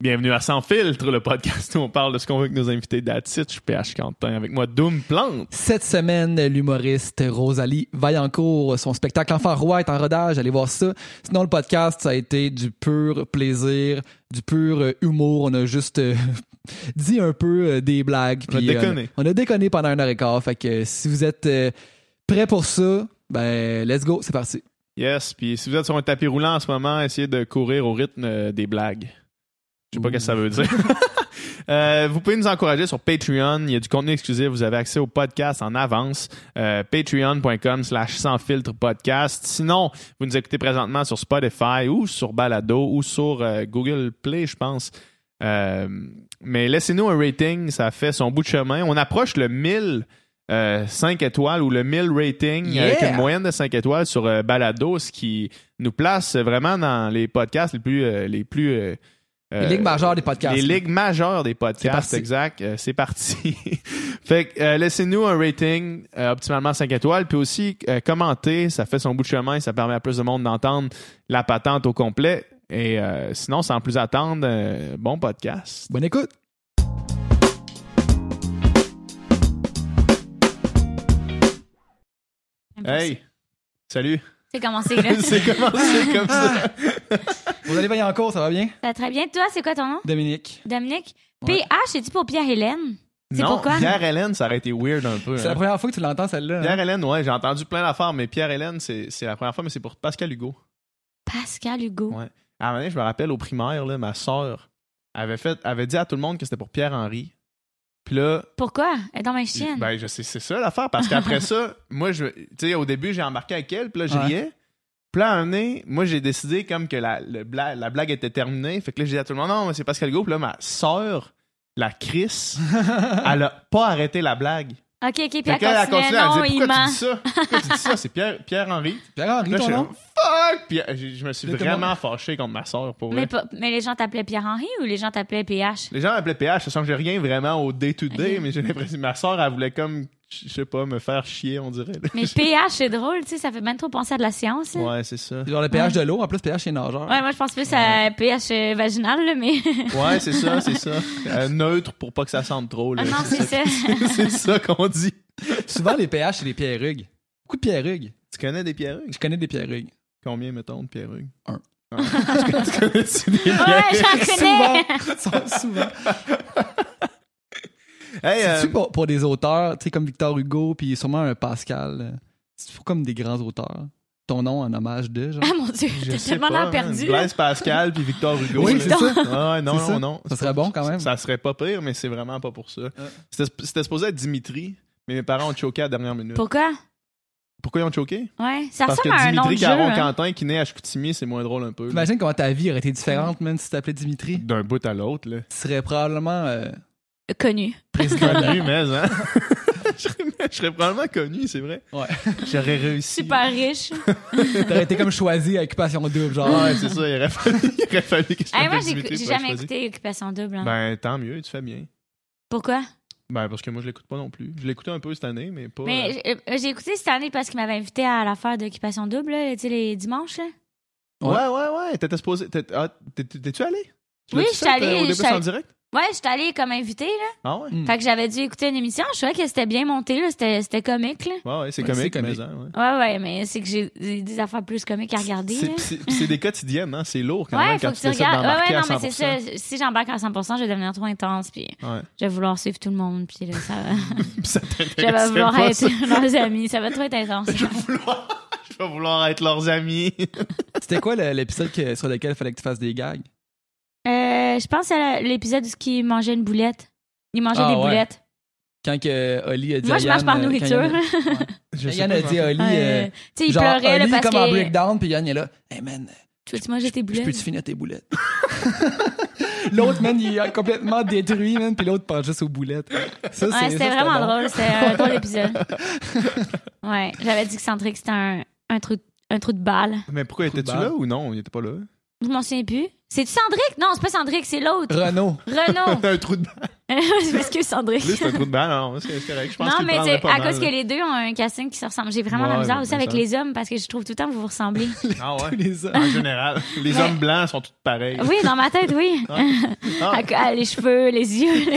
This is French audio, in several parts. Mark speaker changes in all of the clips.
Speaker 1: Bienvenue à Sans Filtre, le podcast où on parle de ce qu'on veut avec nos invités d'Atit. Je suis PH Quentin. Avec moi, Doom Plante.
Speaker 2: Cette semaine, l'humoriste Rosalie Vaillancourt, son spectacle Enfant Roi est en rodage. Allez voir ça. Sinon, le podcast, ça a été du pur plaisir, du pur euh, humour. On a juste euh, dit un peu euh, des blagues.
Speaker 1: On a
Speaker 2: puis, euh,
Speaker 1: déconné.
Speaker 2: on a déconné pendant une heure et quart. Fait que euh, si vous êtes euh, prêts pour ça, ben, let's go, c'est parti.
Speaker 1: Yes, puis si vous êtes sur un tapis roulant en ce moment, essayez de courir au rythme euh, des blagues. Je sais pas
Speaker 2: Ouh.
Speaker 1: ce que ça veut dire. Euh, vous pouvez nous encourager sur Patreon. Il y a du contenu exclusif. Vous avez accès au podcast en avance. Euh, Patreon.com slash sans filtre podcast. Sinon, vous nous écoutez présentement sur Spotify ou sur Balado ou sur euh, Google Play, je pense. Euh, mais laissez-nous un rating. Ça fait son bout de chemin. On approche le 1000 euh, 5 étoiles ou le 1000 rating
Speaker 2: Yeah!
Speaker 1: avec une moyenne de 5 étoiles sur euh, Balado, ce qui nous place vraiment dans les podcasts les plus... euh, les plus euh,
Speaker 2: Les
Speaker 1: euh,
Speaker 2: ligues majeures des podcasts.
Speaker 1: les ligues majeures des
Speaker 2: C'est
Speaker 1: podcasts,
Speaker 2: parti.
Speaker 1: exact. Euh, c'est parti. fait que euh, laissez-nous un rating, euh, optimalement 5 étoiles, puis aussi euh, commentez, ça fait son bout de chemin, ça permet à plus de monde d'entendre la patente au complet. Et euh, sinon, sans plus attendre, euh, bon podcast.
Speaker 2: Bonne écoute.
Speaker 1: Hey! Salut!
Speaker 3: C'est commencé, là. ça
Speaker 1: c'est commencé comme ça.
Speaker 2: Rosalie Vaillancourt, ça va bien?
Speaker 3: va très bien. Toi, c'est quoi ton nom?
Speaker 2: Dominique.
Speaker 3: Dominique?
Speaker 2: Ouais.
Speaker 3: PH, c'est-tu pour Pierre-Hélène? C'est
Speaker 1: non,
Speaker 3: pourquoi?
Speaker 1: Pierre-Hélène, ça aurait été weird un peu.
Speaker 2: C'est la
Speaker 1: hein.
Speaker 2: première fois que tu l'entends, celle-là. hein?
Speaker 1: Pierre-Hélène, ouais, j'ai entendu plein d'affaires, mais Pierre-Hélène, c'est c'est la première fois, mais c'est pour Pascal Hugo.
Speaker 3: Pascal Hugo.
Speaker 1: Ouais. À un moment donné, je me rappelle au primaire, là, ma sœur avait, fait, avait dit à tout le monde que c'était pour Pierre-Henri. Puis là,
Speaker 3: Pourquoi? Elle est Dans ma chienne.
Speaker 1: ben, je sais, c'est ça l'affaire, parce qu'après ça, moi, je, tu sais, au début, j'ai embarqué avec elle, puis là, je
Speaker 2: Ouais.
Speaker 1: riais. Puis là, à un moment donné, moi, j'ai décidé comme que la, le bla- la blague était terminée. Fait que là, j'ai dit à tout le monde, non, mais c'est Pascal Hugo. Puis là, ma sœur, la Chris, elle a pas arrêté la blague.
Speaker 3: OK, OK, puis
Speaker 1: Fait
Speaker 3: elle
Speaker 1: qu'elle a
Speaker 3: continuait.
Speaker 1: continué à
Speaker 3: Non,
Speaker 1: dire
Speaker 3: il
Speaker 1: Pourquoi tu
Speaker 3: ment.
Speaker 1: dis ça Pourquoi tu dis ça C'est Pierre- Pierre-Henri.
Speaker 2: Pierre-Henri,
Speaker 1: Là,
Speaker 2: ton
Speaker 1: je suis
Speaker 2: nom?
Speaker 1: comme, Fuck Puis euh, je, je me suis
Speaker 2: Là, tout le
Speaker 1: vraiment fâché contre ma soeur pour vrai.
Speaker 3: Mais, pas- mais les gens t'appelaient Pierre-Henri ou les gens t'appelaient PH?
Speaker 1: Les gens m'appelaient PH, sachant que j'ai rien vraiment au day-to-day,
Speaker 3: Ok.
Speaker 1: mais j'ai l'impression que ma soeur, elle voulait comme, je sais pas, me faire chier, on dirait. là.
Speaker 3: Mais PH, c'est drôle, tu sais, ça fait même trop penser à de la science. là. Ouais.
Speaker 1: Ouais, c'est ça.
Speaker 2: C'est genre le pH de l'eau, en plus, pH c'est nageur.
Speaker 3: moi, je pense plus à pH euh, vaginal, là, mais...
Speaker 1: Ouais, c'est ça, c'est ça. Euh, neutre pour pas que ça sente trop. Là.
Speaker 3: ah non, c'est ça.
Speaker 1: c'est ça qu'on dit.
Speaker 2: Souvent, les pH, c'est les pierrugues. Beaucoup de pierrugues.
Speaker 1: Tu connais des pierrugues?
Speaker 2: Je connais des pierrugues.
Speaker 1: Combien, mettons, de pierrugues?
Speaker 2: Un.
Speaker 1: Ah. tu connais des
Speaker 3: Ouais,
Speaker 1: pierrugues?
Speaker 3: j'en
Speaker 2: Souvent.
Speaker 3: connais.
Speaker 2: Sont souvent.
Speaker 1: Hey, euh,
Speaker 2: C'est-tu pour, pour des auteurs, tu sais, comme Victor Hugo, puis sûrement un Pascal, euh, c'est-tu pour comme des grands auteurs? Ton nom en hommage de, genre?
Speaker 3: Ah, mon Dieu,
Speaker 1: je
Speaker 3: t'as
Speaker 1: sais
Speaker 3: tellement
Speaker 1: pas,
Speaker 3: l'air
Speaker 1: man.
Speaker 3: perdu. là.
Speaker 1: Blaise Pascal puis Victor Hugo.
Speaker 2: Oui,
Speaker 1: là. Ah
Speaker 2: c'est ça.
Speaker 1: Ouais, non, non,
Speaker 2: C'est ça.
Speaker 1: non.
Speaker 2: Ça serait bon, quand même.
Speaker 1: Ça serait pas pire, mais c'est vraiment pas pour ça. C'était c'était supposé être Dimitri, mais mes parents ont choqué à la dernière minute.
Speaker 3: Pourquoi?
Speaker 1: Pourquoi ils ont choqué?
Speaker 3: Ouais, ça
Speaker 1: Parce que
Speaker 3: ressemble à un nom de
Speaker 1: Dimitri
Speaker 3: jeu. hein.
Speaker 1: Caron-Quentin qui naît à Chicoutimi, c'est moins drôle un peu. là.
Speaker 2: T'imagines comment ta vie aurait été différente, même si tu t'appelais Dimitri?
Speaker 1: D'un bout à l'autre, là.
Speaker 2: Tu serais probablement euh,
Speaker 3: Connu.
Speaker 2: président de la-
Speaker 1: Connu, mais, hein? je, serais, je serais probablement connu, c'est vrai.
Speaker 2: Ouais.
Speaker 1: J'aurais réussi.
Speaker 3: Super riche.
Speaker 2: T'aurais été comme choisi à occupation double, genre.
Speaker 1: Ah Ouais, c'est ça, il aurait fallu, il aurait fallu que je
Speaker 3: Hey,
Speaker 1: m'appelle
Speaker 3: moi,
Speaker 1: Dimitri
Speaker 3: j'ai j'ai
Speaker 1: pour être
Speaker 3: jamais
Speaker 1: choisi.
Speaker 3: écouté Occupation Double. hein.
Speaker 1: Ben, tant mieux, tu fais bien.
Speaker 3: Pourquoi?
Speaker 1: Ben, parce que moi, je l'écoute pas non plus. Je l'écoutais un peu cette année, mais pas. euh,
Speaker 3: Mais j'ai- euh, j'ai écouté cette année parce qu'il m'avait invité à l'affaire d'Occupation Double, là, tu sais, les dimanches. là.
Speaker 1: Ouais, ouais, ouais. T'étais supposé. t'étais- ah, t'es- T'es-tu allé? Tu
Speaker 3: Oui,
Speaker 1: l'as-tu
Speaker 3: je
Speaker 1: fait,
Speaker 3: suis allée,
Speaker 1: euh, Au
Speaker 3: je
Speaker 1: début,
Speaker 3: suis
Speaker 1: c'est en
Speaker 3: allée.
Speaker 1: direct?
Speaker 3: Ouais, j'étais Mm. allée comme invitée, là.
Speaker 1: Ah ouais?
Speaker 2: Hmm.
Speaker 3: Fait que j'avais dû écouter une émission. Je trouvais que c'était bien monté, là. C'était c'était comique, là.
Speaker 1: Ouais, ouais, c'est
Speaker 2: Ouais, c'est
Speaker 1: comique,
Speaker 2: comique.
Speaker 1: mais, hein, ouais.
Speaker 3: Ouais, ouais, mais c'est que j'ai j'ai des affaires plus comiques à regarder,
Speaker 1: C'est-
Speaker 3: là.
Speaker 1: C'est c'est des quotidiennes, hein? c'est lourd quand
Speaker 3: Ouais,
Speaker 1: même quand
Speaker 3: faut que tu
Speaker 1: décides
Speaker 3: regardes. Ouais,
Speaker 1: d'embarquer
Speaker 3: ouais, non,
Speaker 1: à
Speaker 3: mais c'est
Speaker 1: 100%.
Speaker 3: ça. Si j'embarque à 100 je vais devenir trop intense, puis
Speaker 1: Ouais.
Speaker 3: je vais vouloir suivre tout le monde, puis là, ça va.
Speaker 1: Puis ça
Speaker 3: je vais
Speaker 1: t'intéresserait
Speaker 3: vouloir
Speaker 1: pas, ça.
Speaker 3: être leurs amis. Ça va trop être intense.
Speaker 1: Je vais vouloir... je vais vouloir être leurs amis.
Speaker 2: C'était quoi le- l'épisode que- sur lequel il fallait que tu fasses des gags?
Speaker 3: Euh, je pense à la- l'épisode où ce qui mangeait une boulette. Il mangeait
Speaker 2: Ah,
Speaker 3: des
Speaker 2: ouais.
Speaker 3: boulettes.
Speaker 2: Quand que Oli a dit
Speaker 3: Moi,
Speaker 2: à
Speaker 3: je mange
Speaker 2: Yann,
Speaker 3: par
Speaker 2: euh, quand
Speaker 3: nourriture.
Speaker 2: Yann a-
Speaker 1: Je sais
Speaker 2: Yann
Speaker 1: pas
Speaker 2: a dit à Oli... euh,
Speaker 3: Ouais. tu sais, il
Speaker 2: genre,
Speaker 3: pleurait
Speaker 2: Oli
Speaker 3: là,
Speaker 2: est
Speaker 3: parce
Speaker 2: comme en
Speaker 3: que.
Speaker 2: breakdown, puis Yann est là. Hey man,
Speaker 3: Tu veux-tu manger tes
Speaker 2: je peux-tu
Speaker 3: boulettes?
Speaker 2: finir tes boulettes? l'autre, man, il est complètement détruit, man, puis l'autre pense juste aux boulettes. Ça, c'est-
Speaker 3: Ouais,
Speaker 2: ça,
Speaker 3: c'était vraiment
Speaker 2: bon.
Speaker 3: drôle. C'était un drôle épisode. Ouais, j'avais dit que Centric, c'était un, un, trou, un trou de balle.
Speaker 1: Mais pourquoi
Speaker 2: Coup de
Speaker 1: étais-tu
Speaker 2: barre.
Speaker 1: là ou non? Il était pas là.
Speaker 3: Je m'en souviens plus. C'est-tu Cendric? Non, c'est pas Cendric, c'est l'autre.
Speaker 2: Renaud.
Speaker 3: Renaud.
Speaker 1: un trou de balle.
Speaker 3: je m'excuse, Sandrine.
Speaker 1: Là, c'est un trou de balle. Non, c'est c'est correct. Je pense
Speaker 3: Non,
Speaker 1: qu'il
Speaker 3: mais
Speaker 1: prendrait
Speaker 3: c'est
Speaker 1: pas
Speaker 3: à
Speaker 1: mal,
Speaker 3: cause que
Speaker 1: là.
Speaker 3: les deux ont un casting qui se ressemble. J'ai vraiment
Speaker 1: Ouais,
Speaker 3: la misère
Speaker 1: ouais,
Speaker 3: aussi
Speaker 1: c'est
Speaker 3: avec
Speaker 1: ça.
Speaker 3: les hommes parce que je trouve tout le temps que vous vous ressemblez.
Speaker 1: Ah ouais.
Speaker 2: les hommes.
Speaker 1: En général, les
Speaker 3: Mais-
Speaker 1: hommes blancs sont tous pareils.
Speaker 3: Oui, dans ma tête, oui.
Speaker 1: Ah.
Speaker 3: À- à- les cheveux, les yeux,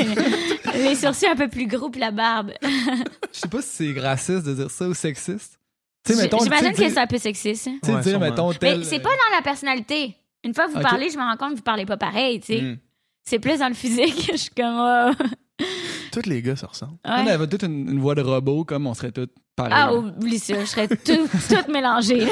Speaker 3: les, les sourcils un peu plus gros puis la barbe.
Speaker 2: Je sais pas si c'est raciste de dire ça ou sexiste. Tu sais,
Speaker 3: J-
Speaker 2: mettons,
Speaker 3: J'imagine
Speaker 2: tu sais,
Speaker 3: que
Speaker 2: dire-
Speaker 3: c'est un peu sexiste.
Speaker 2: tu sais,
Speaker 1: Ouais,
Speaker 2: dire,
Speaker 1: sûrement.
Speaker 2: mettons,
Speaker 3: Mais
Speaker 2: tel-
Speaker 1: euh,
Speaker 3: c'est pas dans la personnalité. Une fois que vous
Speaker 2: Ok.
Speaker 3: parlez, je me rends compte que vous parlez pas pareil, tu sais.
Speaker 1: Mm.
Speaker 3: C'est plus dans le physique. Je suis comme. ah,
Speaker 1: Tous les gars se ressemblent.
Speaker 3: ouais.
Speaker 2: On avait toute une, une voix de robot, comme on serait hein. tous pareils.
Speaker 3: Ah, oublie ça. Je serais tout, toute mélangée.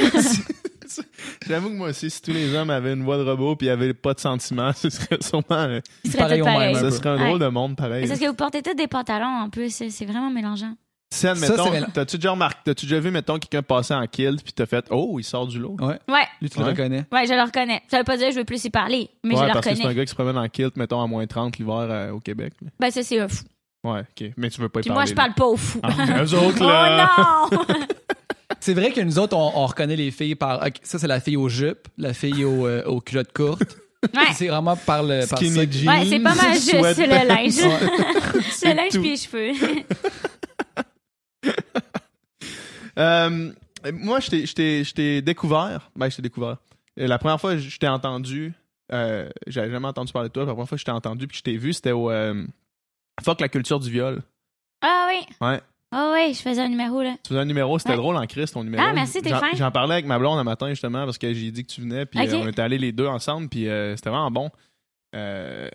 Speaker 1: J'avoue que moi aussi, si tous les hommes avaient une voix de robot puis avaient pas de sentiments, ce serait sûrement. euh,
Speaker 3: Ils seraient
Speaker 2: Pareil
Speaker 3: tout
Speaker 2: au même,
Speaker 3: pareils.
Speaker 2: Un
Speaker 1: Ce
Speaker 2: peu.
Speaker 1: serait un drôle de monde pareil.
Speaker 3: Mais C'est parce que vous portez tous des pantalons en plus. C'est c'est vraiment mélangeant.
Speaker 1: Si,
Speaker 2: Ça, c'est
Speaker 1: admettons,
Speaker 2: mélan-
Speaker 1: t'as-tu déjà remarqué, t'as-tu déjà vu, mettons, quelqu'un passer en kilt puis t'as fait, oh, il sort du lot?
Speaker 2: Ouais,
Speaker 3: Ouais,
Speaker 2: lui, tu
Speaker 1: Ouais.
Speaker 2: le reconnais.
Speaker 3: ouais, je le reconnais. Ça veut pas dire que je veux plus y parler, mais
Speaker 1: ouais,
Speaker 3: je le
Speaker 1: parce que c'est un
Speaker 3: reconnais.
Speaker 1: gars qui se promène en kilt, mettons, à moins 30 l'hiver euh, au Québec. là.
Speaker 3: Ben, ça, c'est un fou.
Speaker 1: Ouais, ok. Mais tu veux pas y
Speaker 3: Puis
Speaker 1: parler.
Speaker 3: moi, je parle pas au fou.
Speaker 1: là. Ah, eux autres,
Speaker 3: Oh
Speaker 1: là!
Speaker 3: non!
Speaker 2: C'est vrai que nous autres, on, on reconnaît les filles par. ok, ça, c'est la fille aux jupes, la fille aux, euh, aux culottes courtes.
Speaker 3: Ouais,
Speaker 2: C'est vraiment par le. Euh, Par ça
Speaker 1: Skinny
Speaker 2: que-
Speaker 1: jeans.
Speaker 3: ouais c'est pas mal juste, c'est le linge.
Speaker 2: Ouais.
Speaker 3: le linge
Speaker 1: tout.
Speaker 3: puis les cheveux.
Speaker 1: Euh, moi, je t'ai- je t'ai- je t'ai découvert. Ben, je t'ai découvert. Euh, La première fois que je t'ai entendu, euh, j'avais jamais entendu parler de toi. La première fois que je t'ai entendu puis que je t'ai vu, c'était au euh, Fuck la culture du viol.
Speaker 3: Ah oui.
Speaker 1: Ouais. Hein?
Speaker 3: Ah oui, je faisais un numéro, là.
Speaker 1: Tu faisais un numéro, c'était
Speaker 3: Ouais.
Speaker 1: drôle en Christ, ton numéro.
Speaker 3: Ah, merci, t'es
Speaker 1: J'en-
Speaker 3: fin.
Speaker 1: J'en parlais avec ma blonde un matin, justement, parce que j'ai dit que tu venais, puis
Speaker 3: Ok.
Speaker 1: euh, on était allés les deux ensemble, puis euh, c'était vraiment bon. Euh,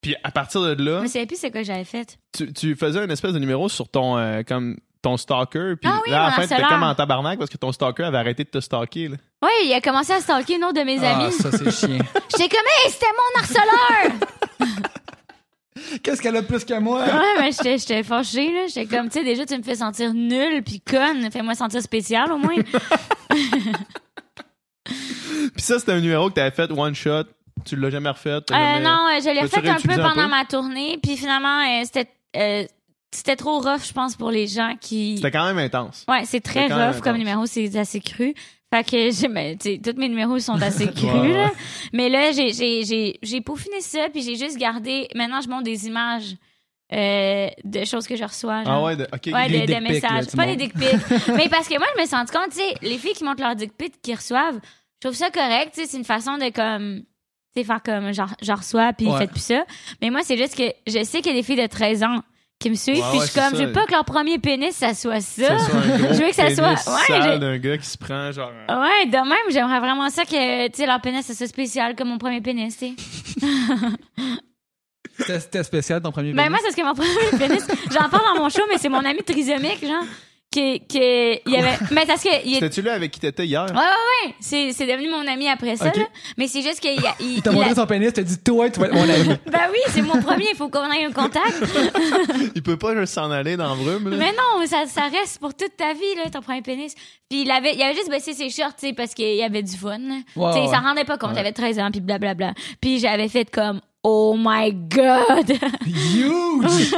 Speaker 1: puis à partir de là,
Speaker 3: Mais c'est plus c'est quoi que j'avais fait.
Speaker 1: tu, tu faisais un espèce de numéro sur ton euh, comme ton stalker, puis
Speaker 3: Ah oui,
Speaker 1: là, à la
Speaker 3: mon
Speaker 1: fin, t'étais
Speaker 3: harceleur.
Speaker 1: comme en tabarnak parce que ton stalker avait arrêté de te stalker. là.
Speaker 3: Oui, il a commencé à stalker une autre de mes
Speaker 2: Ah,
Speaker 3: amies.
Speaker 2: ça, c'est chiant.
Speaker 3: J'étais comme, hey, c'était mon harceleur!
Speaker 2: Qu'est-ce qu'elle a de plus que moi?
Speaker 3: ouais, mais j'étais- j'étais fâchée, là. J'étais comme, tu sais, déjà, tu me fais sentir nulle puis conne. Fais-moi sentir spéciale, au moins.
Speaker 1: Puis ça, c'était un numéro que t'avais fait one shot. Tu l'as jamais refait. t'as
Speaker 3: Euh,
Speaker 1: jamais-
Speaker 3: non, euh, je l'ai
Speaker 1: L'as-tu
Speaker 3: fait un peu
Speaker 1: réutilisé un
Speaker 3: pendant
Speaker 1: peu?
Speaker 3: ma tournée, puis finalement, euh, c'était euh, c'était trop rough, je pense, pour les gens qui.
Speaker 1: C'était quand même intense.
Speaker 3: Ouais, c'est très
Speaker 1: c'était quand même
Speaker 3: rough comme
Speaker 1: intense.
Speaker 3: numéro, c'est assez cru. Fait que j'ai, ben, tu sais, tous mes numéros sont assez crus,
Speaker 1: Ouais,
Speaker 3: là.
Speaker 1: ouais.
Speaker 3: Mais là, j'ai, j'ai, j'ai, j'ai peaufiné ça, puis j'ai juste gardé. Maintenant, je monte des images euh, de choses que je reçois. genre.
Speaker 1: Ah ouais, de- ok.
Speaker 3: Ouais,
Speaker 2: Des
Speaker 3: de,
Speaker 2: dick
Speaker 3: de
Speaker 2: pics, là,
Speaker 3: messages.
Speaker 2: tu
Speaker 3: pas des
Speaker 2: montres.
Speaker 3: dick pics. mais parce que moi, je me suis rendu compte, tu sais, les filles qui montrent leurs dick pics, qui reçoivent, je trouve ça correct, tu sais, c'est une façon de comme. Tu sais, faire comme genre, genre reçois, puis
Speaker 2: Ouais.
Speaker 3: faites plus ça. Mais moi, c'est juste que je sais qu'il y a des filles de 13 ans qui me suivent,
Speaker 1: Ouais,
Speaker 3: puis
Speaker 1: ouais,
Speaker 3: je suis
Speaker 1: c'est
Speaker 3: comme,
Speaker 1: ça.
Speaker 3: je veux pas que leur premier pénis, ça soit
Speaker 1: Ça
Speaker 3: ça.
Speaker 1: soit un gros
Speaker 3: Je veux que ça
Speaker 1: pénis
Speaker 3: soit- ouais,
Speaker 1: sale
Speaker 3: j'ai-
Speaker 1: d'un gars qui se prend genre. un-
Speaker 3: Ouais, de même, j'aimerais vraiment ça que, tu sais, leur pénis, ça soit spécial comme mon premier pénis, tu sais.
Speaker 2: C'était- C'était spécial ton premier
Speaker 3: Ben,
Speaker 2: pénis?
Speaker 3: moi, c'est ce que mon premier pénis, j'en parle dans mon show, mais c'est mon ami trisomique, genre, qui, qui, il y avait, mais parce que, il est-
Speaker 1: C'était-tu là avec qui t'étais hier?
Speaker 3: Ouais, ouais, ouais. C'est, c'est devenu mon ami après ça,
Speaker 2: Ok.
Speaker 3: là. Mais c'est juste qu'il y a. il-
Speaker 2: Il t'a
Speaker 3: il a-
Speaker 2: montré son pénis, t'as dit, toi, tu vas être mon ami.
Speaker 3: Ben oui, c'est mon premier. Il faut qu'on ait un contact.
Speaker 1: Il peut pas juste s'en aller dans le brume. là.
Speaker 3: Mais non, ça, ça reste pour toute ta vie, là, ton premier pénis. Puis il avait, il avait juste baissé ses shorts, tu sais, parce qu'il y avait du fun. là.
Speaker 2: Ouais,
Speaker 3: tu sais, il
Speaker 2: ouais.
Speaker 3: s'en rendait pas compte.
Speaker 1: Ouais.
Speaker 3: J'avais 13 ans, puis blablabla. Puis j'avais fait comme. Oh my god!
Speaker 2: Huge!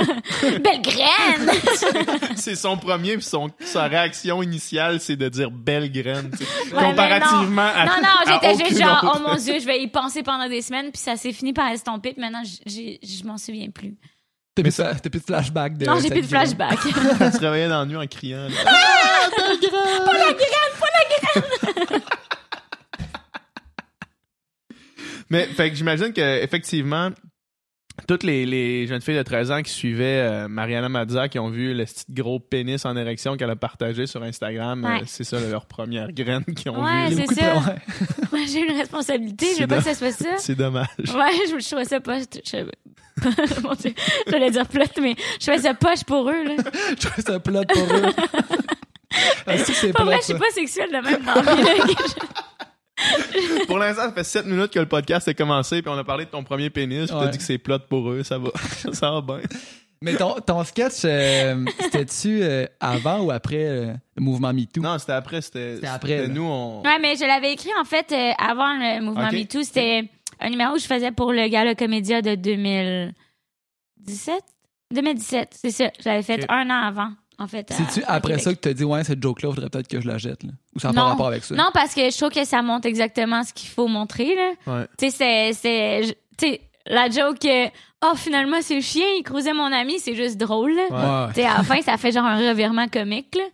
Speaker 3: Belle graine!
Speaker 1: C'est son premier, puis son, sa réaction initiale, c'est de dire belle graine. tu sais.
Speaker 3: Ouais,
Speaker 1: Comparativement à.
Speaker 3: Non, non,
Speaker 1: à
Speaker 3: j'étais juste
Speaker 1: aucune
Speaker 3: genre,
Speaker 1: autre.
Speaker 3: oh mon dieu, je vais y penser pendant des semaines, puis ça s'est fini par estomper, puis maintenant, j- j'ai- je m'en souviens plus.
Speaker 2: T'as plus, de- t'as plus de flashback de.
Speaker 3: Non, j'ai
Speaker 2: cette
Speaker 3: plus de
Speaker 2: vidéo.
Speaker 3: flashback.
Speaker 1: Tu te réveillais dans la nuit en criant. là. Mais fait que j'imagine que effectivement toutes les, les jeunes filles de 13 ans qui suivaient euh, Mariana Mazza qui ont vu le petit gros pénis en érection qu'elle a partagé sur Instagram, euh,
Speaker 3: Ouais.
Speaker 1: c'est ça leur première graine qu'ils ont
Speaker 3: Ouais,
Speaker 1: vu.
Speaker 3: c'est
Speaker 2: Beaucoup de
Speaker 3: ça.
Speaker 2: travail.
Speaker 3: Moi, j'ai une responsabilité, je
Speaker 1: C'est
Speaker 3: veux pas
Speaker 1: dingue.
Speaker 3: que ça soit ça.
Speaker 1: C'est dommage.
Speaker 3: Ouais, je, je trouvais ça poche. Je, je- mon Dieu, j'allais dire plate, mais je trouvais ça poche pour eux. Là.
Speaker 2: Je trouve ça plate pour eux. Ah, si, c'est
Speaker 3: Pour vrai,
Speaker 2: plate,
Speaker 3: je suis
Speaker 2: ça.
Speaker 3: pas sexuelle de même dans la vie, là.
Speaker 1: pour l'instant, ça fait 7 minutes que le podcast a commencé puis on a parlé de ton premier pénis, puis t'as
Speaker 2: Ouais.
Speaker 1: dit que c'est plot pour eux, ça va. ça va bien.
Speaker 2: Mais ton, ton sketch, euh, c'était-tu euh, avant ou après euh, le mouvement MeToo?
Speaker 1: Non, c'était après, c'était
Speaker 2: C'était après,
Speaker 1: c'était
Speaker 2: là.
Speaker 1: nous on
Speaker 3: Ouais, mais je l'avais écrit en fait euh, avant le mouvement
Speaker 1: Ok.
Speaker 3: MeToo. C'était un numéro que je faisais pour le gala Comédia de 2017. 2017, c'est ça. Je l'avais fait
Speaker 1: Ok.
Speaker 3: un an avant, en fait. à-
Speaker 2: C'est-tu
Speaker 3: à
Speaker 2: après
Speaker 3: Québec.
Speaker 2: ça que tu as dit, ouais, cette joke-là, faudrait peut-être que je la jette? Là. Ou ça n'a
Speaker 3: Ah, Non.
Speaker 2: pas rapport avec ça?
Speaker 3: Non, parce que je trouve que ça montre exactement ce qu'il faut montrer. Là.
Speaker 1: Ouais.
Speaker 3: Tu sais, c'est- c'est. je- Tu sais, la joke, euh, oh, finalement, c'est chien, il creusait mon ami, c'est juste drôle. là.
Speaker 2: Ouais.
Speaker 3: Tu sais, à la fin, ça fait genre un revirement comique, là.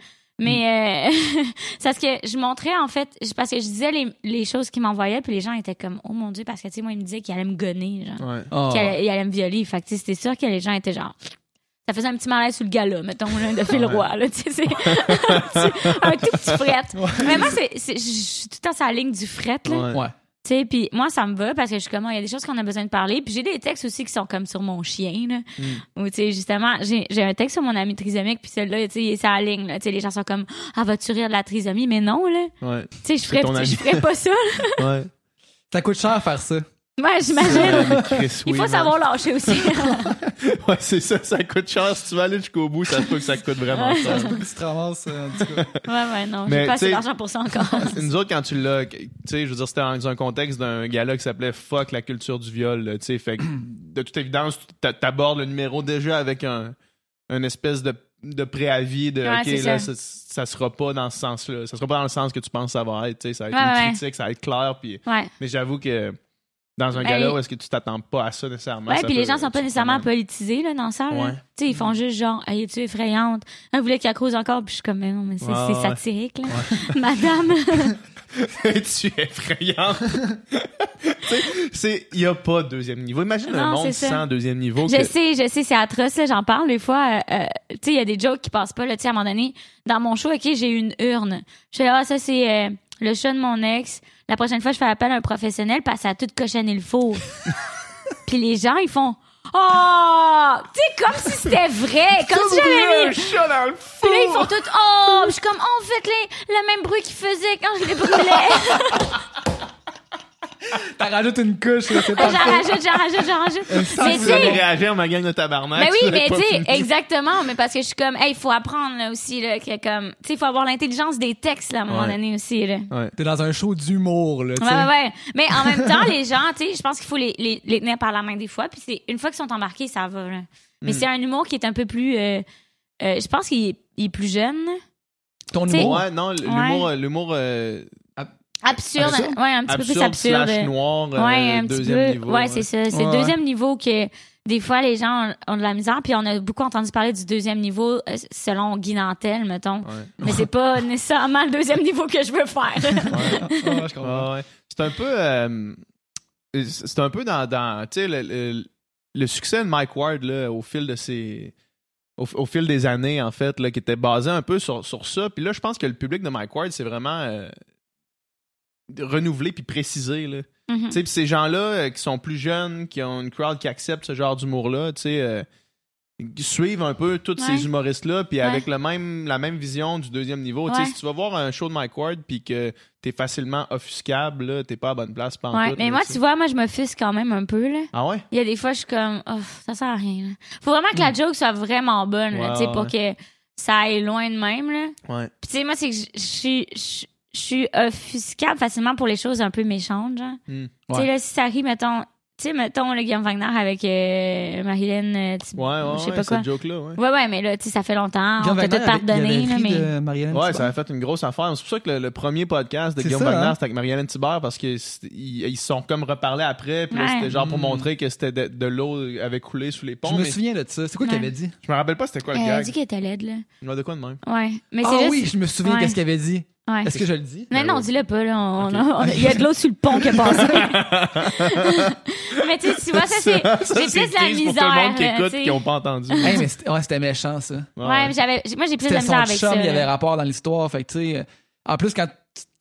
Speaker 3: Mais euh, c'est parce que je montrais, en fait, je- parce que je disais les, les choses qu'ils m'envoyaient, puis les gens étaient comme, oh mon Dieu, parce que, tu sais, moi, ils me disaient qu'ils allaient me gonner, genre.
Speaker 1: Ouais.
Speaker 2: Ah.
Speaker 3: Qu'ils allaient, ils allaient me violer. Fait que, tu sais, c'était sûr que les gens étaient genre. Ça faisait un petit malaise sous le gala, mettons, là, de
Speaker 1: Ah,
Speaker 3: Phil Roy, là, tu sais. c'est un petit- un tout petit fret. Mais moi, c'est- c'est- je suis tout le temps sur la ligne du fret, là.
Speaker 1: Ouais.
Speaker 2: Ouais.
Speaker 3: Tu sais, puis moi, ça me va parce que je suis comme, Ah, il y a des choses qu'on a besoin de parler. Puis j'ai des textes aussi qui sont comme sur mon chien, là.
Speaker 1: Mm.
Speaker 3: Ou, tu sais, justement, j'ai j'ai un texte sur mon ami trisomique, puis celui-là, tu sais, il est sur la ligne, là. Tu sais, les gens sont comme, ah, vas-tu rire de la trisomie? Mais non, là.
Speaker 1: Ouais.
Speaker 3: Tu sais, je ferais,
Speaker 1: ton ami.
Speaker 3: je ferais pas ça, là.
Speaker 1: Ouais.
Speaker 2: Ça coûte cher faire ça.
Speaker 3: Moi, j'imagine.
Speaker 1: Mais Chris,
Speaker 3: Il
Speaker 1: oui,
Speaker 3: faut
Speaker 1: man.
Speaker 3: savoir lâcher aussi.
Speaker 1: Ouais, c'est ça, ça coûte cher. Si tu vas aller jusqu'au bout, ça se peut que ça coûte vraiment
Speaker 2: Ça
Speaker 1: cher.
Speaker 2: se peut que tu te ramasses, euh, en tout cas.
Speaker 3: ouais, ouais, non.
Speaker 1: Mais,
Speaker 3: J'ai pas
Speaker 1: tu sais-
Speaker 3: assez d'argent pour ça encore.
Speaker 1: Nous autres, quand tu l'as, tu sais, je veux dire, c'était dans un contexte d'un gala qui s'appelait Fuck la culture du viol, là, tu sais, fait que, de toute évidence, tu t'a- t'abordes le numéro déjà avec un, une espèce de, de préavis de,
Speaker 3: Ouais,
Speaker 1: OK,
Speaker 3: c'est
Speaker 1: là, ça.
Speaker 3: ça.
Speaker 1: ça sera pas dans ce sens-là. Ça sera pas dans le sens que tu penses que ça va être, tu sais, ça va être
Speaker 3: Ouais,
Speaker 1: une
Speaker 3: ouais.
Speaker 1: critique, ça va être clair, puis,
Speaker 3: Ouais.
Speaker 1: mais j'avoue que dans un
Speaker 3: Ben,
Speaker 1: gala
Speaker 3: les-
Speaker 1: où est-ce que tu t'attends pas à ça nécessairement.
Speaker 3: Ouais,
Speaker 1: ça
Speaker 3: puis les
Speaker 1: peut-
Speaker 3: gens sont pas
Speaker 1: tu-
Speaker 3: nécessairement politisés, là, dans ça. là.
Speaker 1: Ouais. Mm.
Speaker 3: Tu sais, ils font juste genre, hey, es-tu effrayante? Ah, vous voulez qu'elle cause encore? Puis je suis comme, mais non, mais c'est
Speaker 1: Ouais,
Speaker 3: c'est
Speaker 1: ouais.
Speaker 3: satirique, là. Madame.
Speaker 1: tu es effrayante. Tu sais, il n'y a pas de deuxième niveau. Imagine un
Speaker 3: Non,
Speaker 1: monde
Speaker 3: c'est ça.
Speaker 1: sans deuxième niveau.
Speaker 3: Je
Speaker 1: que-
Speaker 3: sais, je sais, c'est atroce, là, j'en parle des fois. euh, euh, tu sais, il y a des jokes qui passent pas, là, tu sais, à un moment donné, dans mon show, OK, j'ai eu une urne. Je suis là, ah, ça, c'est euh, le chat de mon ex. La prochaine fois, je fais appel à un professionnel parce que ça a tout cochonné le four. Puis les gens, ils font, oh! Tu sais, comme si c'était vrai, comme si j'avais mis...
Speaker 1: chat dans le
Speaker 3: Puis là, ils font tout, oh! Puis Je suis comme, oh, vous faites les, le même bruit qu'ils faisaient quand je les brûlais.
Speaker 2: T'as rajouté une couche, là, c'est
Speaker 3: Ah, j'en
Speaker 2: pas
Speaker 3: rajoute, j'en rajoute, j'en rajoute. Mais tu
Speaker 1: Vous allez
Speaker 3: sais,
Speaker 1: réagir, ma gang de tabarnak.
Speaker 3: Mais
Speaker 1: vous
Speaker 3: Ben oui,
Speaker 1: avez
Speaker 3: mais
Speaker 1: pas
Speaker 3: tu sais,
Speaker 1: fini.
Speaker 3: exactement. Mais parce que je suis comme, hey, il faut apprendre là, aussi, là, que comme, tu sais, il faut avoir l'intelligence des textes, là, à un moment
Speaker 1: Ouais.
Speaker 3: donné aussi, là.
Speaker 2: T'es dans un show d'humour, là, tu
Speaker 3: Ouais,
Speaker 2: sais.
Speaker 3: ouais, ouais. Mais en même temps, les gens, tu sais, je pense qu'il faut les, les, les tenir par la main des fois. Puis c'est une fois qu'ils sont embarqués, ça va, là.
Speaker 1: Hmm.
Speaker 3: Mais c'est un humour qui est un peu plus. euh, euh, je pense qu'il est, il est plus jeune.
Speaker 2: Ton
Speaker 3: Tu sais,
Speaker 2: humour.
Speaker 1: Ouais, non, l'humour, l'humour euh,
Speaker 3: Absurde.
Speaker 1: Absurde?
Speaker 3: Ouais, un petit peu plus
Speaker 1: absurde,
Speaker 3: absurde.
Speaker 1: slash noir, euh,
Speaker 3: Ouais, un petit
Speaker 1: deuxième
Speaker 3: peu.
Speaker 1: niveau. euh,
Speaker 3: ouais, c'est ça. C'est
Speaker 2: Ouais,
Speaker 3: le
Speaker 2: ouais.
Speaker 3: deuxième niveau que des fois les gens ont, ont de la misère. Puis on a beaucoup entendu parler du deuxième niveau euh, selon Guy Nantel, mettons.
Speaker 1: Ouais.
Speaker 3: Mais c'est pas nécessairement le deuxième niveau que je veux faire.
Speaker 2: Ouais, Ah, je comprends.
Speaker 1: Ouais, ouais. C'est un peu. euh, c'est un peu dans. dans tu sais, le, le- le succès de Mike Ward là, au fil de ses. Au, au fil des années, en fait, là, qui était basé un peu sur, sur ça. Puis là, je pense que le public de Mike Ward, c'est vraiment euh, renouvelé puis précisé. Là.
Speaker 3: Mhm.
Speaker 1: Tu sais, puis ces gens-là euh, qui sont plus jeunes, qui ont une crowd qui accepte ce genre d'humour-là, tu sais, euh, qui suivent un peu tous
Speaker 3: Ouais.
Speaker 1: ces humoristes-là, puis
Speaker 3: Ouais.
Speaker 1: avec le même, la même vision du deuxième niveau. Tu sais,
Speaker 3: Ouais.
Speaker 1: si tu vas voir un show de Mike Ward, puis que t'es facilement offuscable, là, t'es pas à bonne place, pas en
Speaker 3: Ouais,
Speaker 1: tout,
Speaker 3: mais
Speaker 1: là,
Speaker 3: moi,
Speaker 1: tu
Speaker 3: tu
Speaker 1: sais.
Speaker 3: vois, moi, je me fisse quand même un peu, là.
Speaker 1: Ah ouais?
Speaker 3: Il y a des fois, je suis comme, oh, ça sert à rien, là. Faut vraiment que
Speaker 2: Mm.
Speaker 3: la joke soit vraiment bonne,
Speaker 1: Ouais,
Speaker 3: là, tu sais, pour que ça aille loin de même, là.
Speaker 1: Ouais.
Speaker 3: Puis, tu sais, moi, c'est que je- je suis- je je suis offuscable facilement pour les choses un peu méchantes, genre.
Speaker 2: Mm,
Speaker 1: Hmm.
Speaker 3: Tu sais, là, si ça arrive, mettons, tu sais, mettons, le Guillaume Wagner avec euh, Marilyn, euh, tu-
Speaker 1: Ouais, ouais,
Speaker 3: je sais
Speaker 1: ouais,
Speaker 3: pas quoi.
Speaker 1: cette joke-là, ouais.
Speaker 3: Ouais, ouais, mais là, tu sais, ça fait longtemps,
Speaker 2: Guillaume
Speaker 3: on peut
Speaker 2: Wagner
Speaker 3: tout
Speaker 2: avait-
Speaker 3: pardonner,
Speaker 2: il
Speaker 3: là,
Speaker 2: avait ri
Speaker 3: mais. Euh,
Speaker 2: de Marie-Hélène
Speaker 1: Ouais,
Speaker 2: Thibard.
Speaker 1: ça a fait une grosse affaire. C'est pour ça que le, le premier podcast de
Speaker 2: C'est
Speaker 1: Guillaume
Speaker 2: ça,
Speaker 1: Wagner,
Speaker 2: hein?
Speaker 1: c'était avec Marie-Hélène Thibert, parce que c'était- ils, ils se sont comme reparlé après, puis là,
Speaker 3: Ouais.
Speaker 1: c'était genre pour
Speaker 2: Mm.
Speaker 1: montrer que c'était de, de l'eau avait coulé sous les ponts.
Speaker 2: Je me
Speaker 1: mais
Speaker 2: souviens de ça. C'est quoi qu'il
Speaker 3: Ouais.
Speaker 2: avait dit?
Speaker 1: je me rappelle pas c'était quoi le
Speaker 3: Elle a
Speaker 1: gag.
Speaker 3: dit qu'elle était laide, là.
Speaker 1: Ouais, de quoi de même?
Speaker 3: Ouais. Mais
Speaker 2: Ah
Speaker 3: c'est juste.
Speaker 2: oui, je me souviens
Speaker 3: Ouais.
Speaker 2: qu'est-ce qu'il avait dit.
Speaker 3: Ouais.
Speaker 2: Est-ce que je le dis?
Speaker 3: Mais
Speaker 1: Ben
Speaker 3: non,
Speaker 1: oui.
Speaker 3: dis-le pas, là. on-
Speaker 1: Ok.
Speaker 3: on- on- Il y a de l'eau sur le pont qui est passé. mais tu sais, tu vois, ça, c'est. J'ai
Speaker 1: c'est
Speaker 3: plus de la
Speaker 1: triste
Speaker 3: misère.
Speaker 1: pour tout le monde qui
Speaker 3: là,
Speaker 1: écoute
Speaker 3: tu sais.
Speaker 1: qui n'ont pas entendu.
Speaker 2: Hey, mais c'était ouais, c'était méchant, ça.
Speaker 1: Ouais,
Speaker 3: Ouais,
Speaker 1: ouais.
Speaker 3: mais j'avais. Moi, j'ai plus de la
Speaker 2: C'était
Speaker 3: misère
Speaker 2: son
Speaker 3: avec
Speaker 2: chum,
Speaker 3: ça.
Speaker 2: il y avait
Speaker 3: là.
Speaker 2: rapport dans l'histoire. Fait que, tu sais, euh, en plus, quand tu,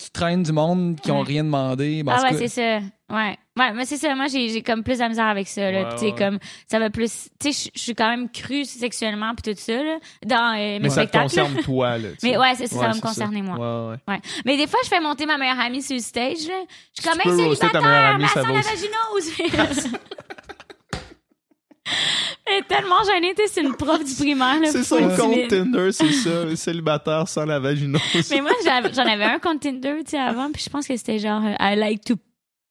Speaker 2: tu traînes du monde qui ont
Speaker 3: Ouais.
Speaker 2: rien demandé, ben, en
Speaker 3: Ah
Speaker 2: tout
Speaker 3: ouais,
Speaker 2: cas,
Speaker 3: c'est ça. Ouais. Ouais, mais c'est ça. Moi, j'ai j'ai comme plus de la misère avec ça, là.
Speaker 1: Ouais,
Speaker 3: Puis, tu sais,
Speaker 1: ouais.
Speaker 3: comme. Ça va plus. Tu sais, je- je suis quand même crue sexuellement, puis tout ça, là. Dans euh, mes
Speaker 1: Mais ça te
Speaker 3: spectacles. là.
Speaker 1: concerne toi, là. tu sais.
Speaker 3: Mais ouais, c'est ça, ça va me
Speaker 1: c'est
Speaker 3: concerner, moi.
Speaker 1: Ouais, ouais.
Speaker 3: Ouais. Mais des fois, je fais monter ma meilleure amie sur le stage, là. Je suis
Speaker 1: Si
Speaker 3: comme,
Speaker 1: tu peux
Speaker 3: hey,
Speaker 1: roaster ta meilleure
Speaker 3: célibataire,
Speaker 1: amie,
Speaker 3: mais
Speaker 1: ça
Speaker 3: elle sent
Speaker 1: va
Speaker 3: la
Speaker 1: aussi.
Speaker 3: vaginose. Elle est tellement gênée, tu sais, c'est une prof du primaire, là.
Speaker 1: C'est
Speaker 3: full
Speaker 1: son compte
Speaker 3: timide.
Speaker 1: Tinder, c'est ça. le Célibataire sans la vaginose.
Speaker 3: Mais moi, j'avais- j'en avais un compte Tinder, tu sais, avant, puis je pense que c'était genre, euh, I like to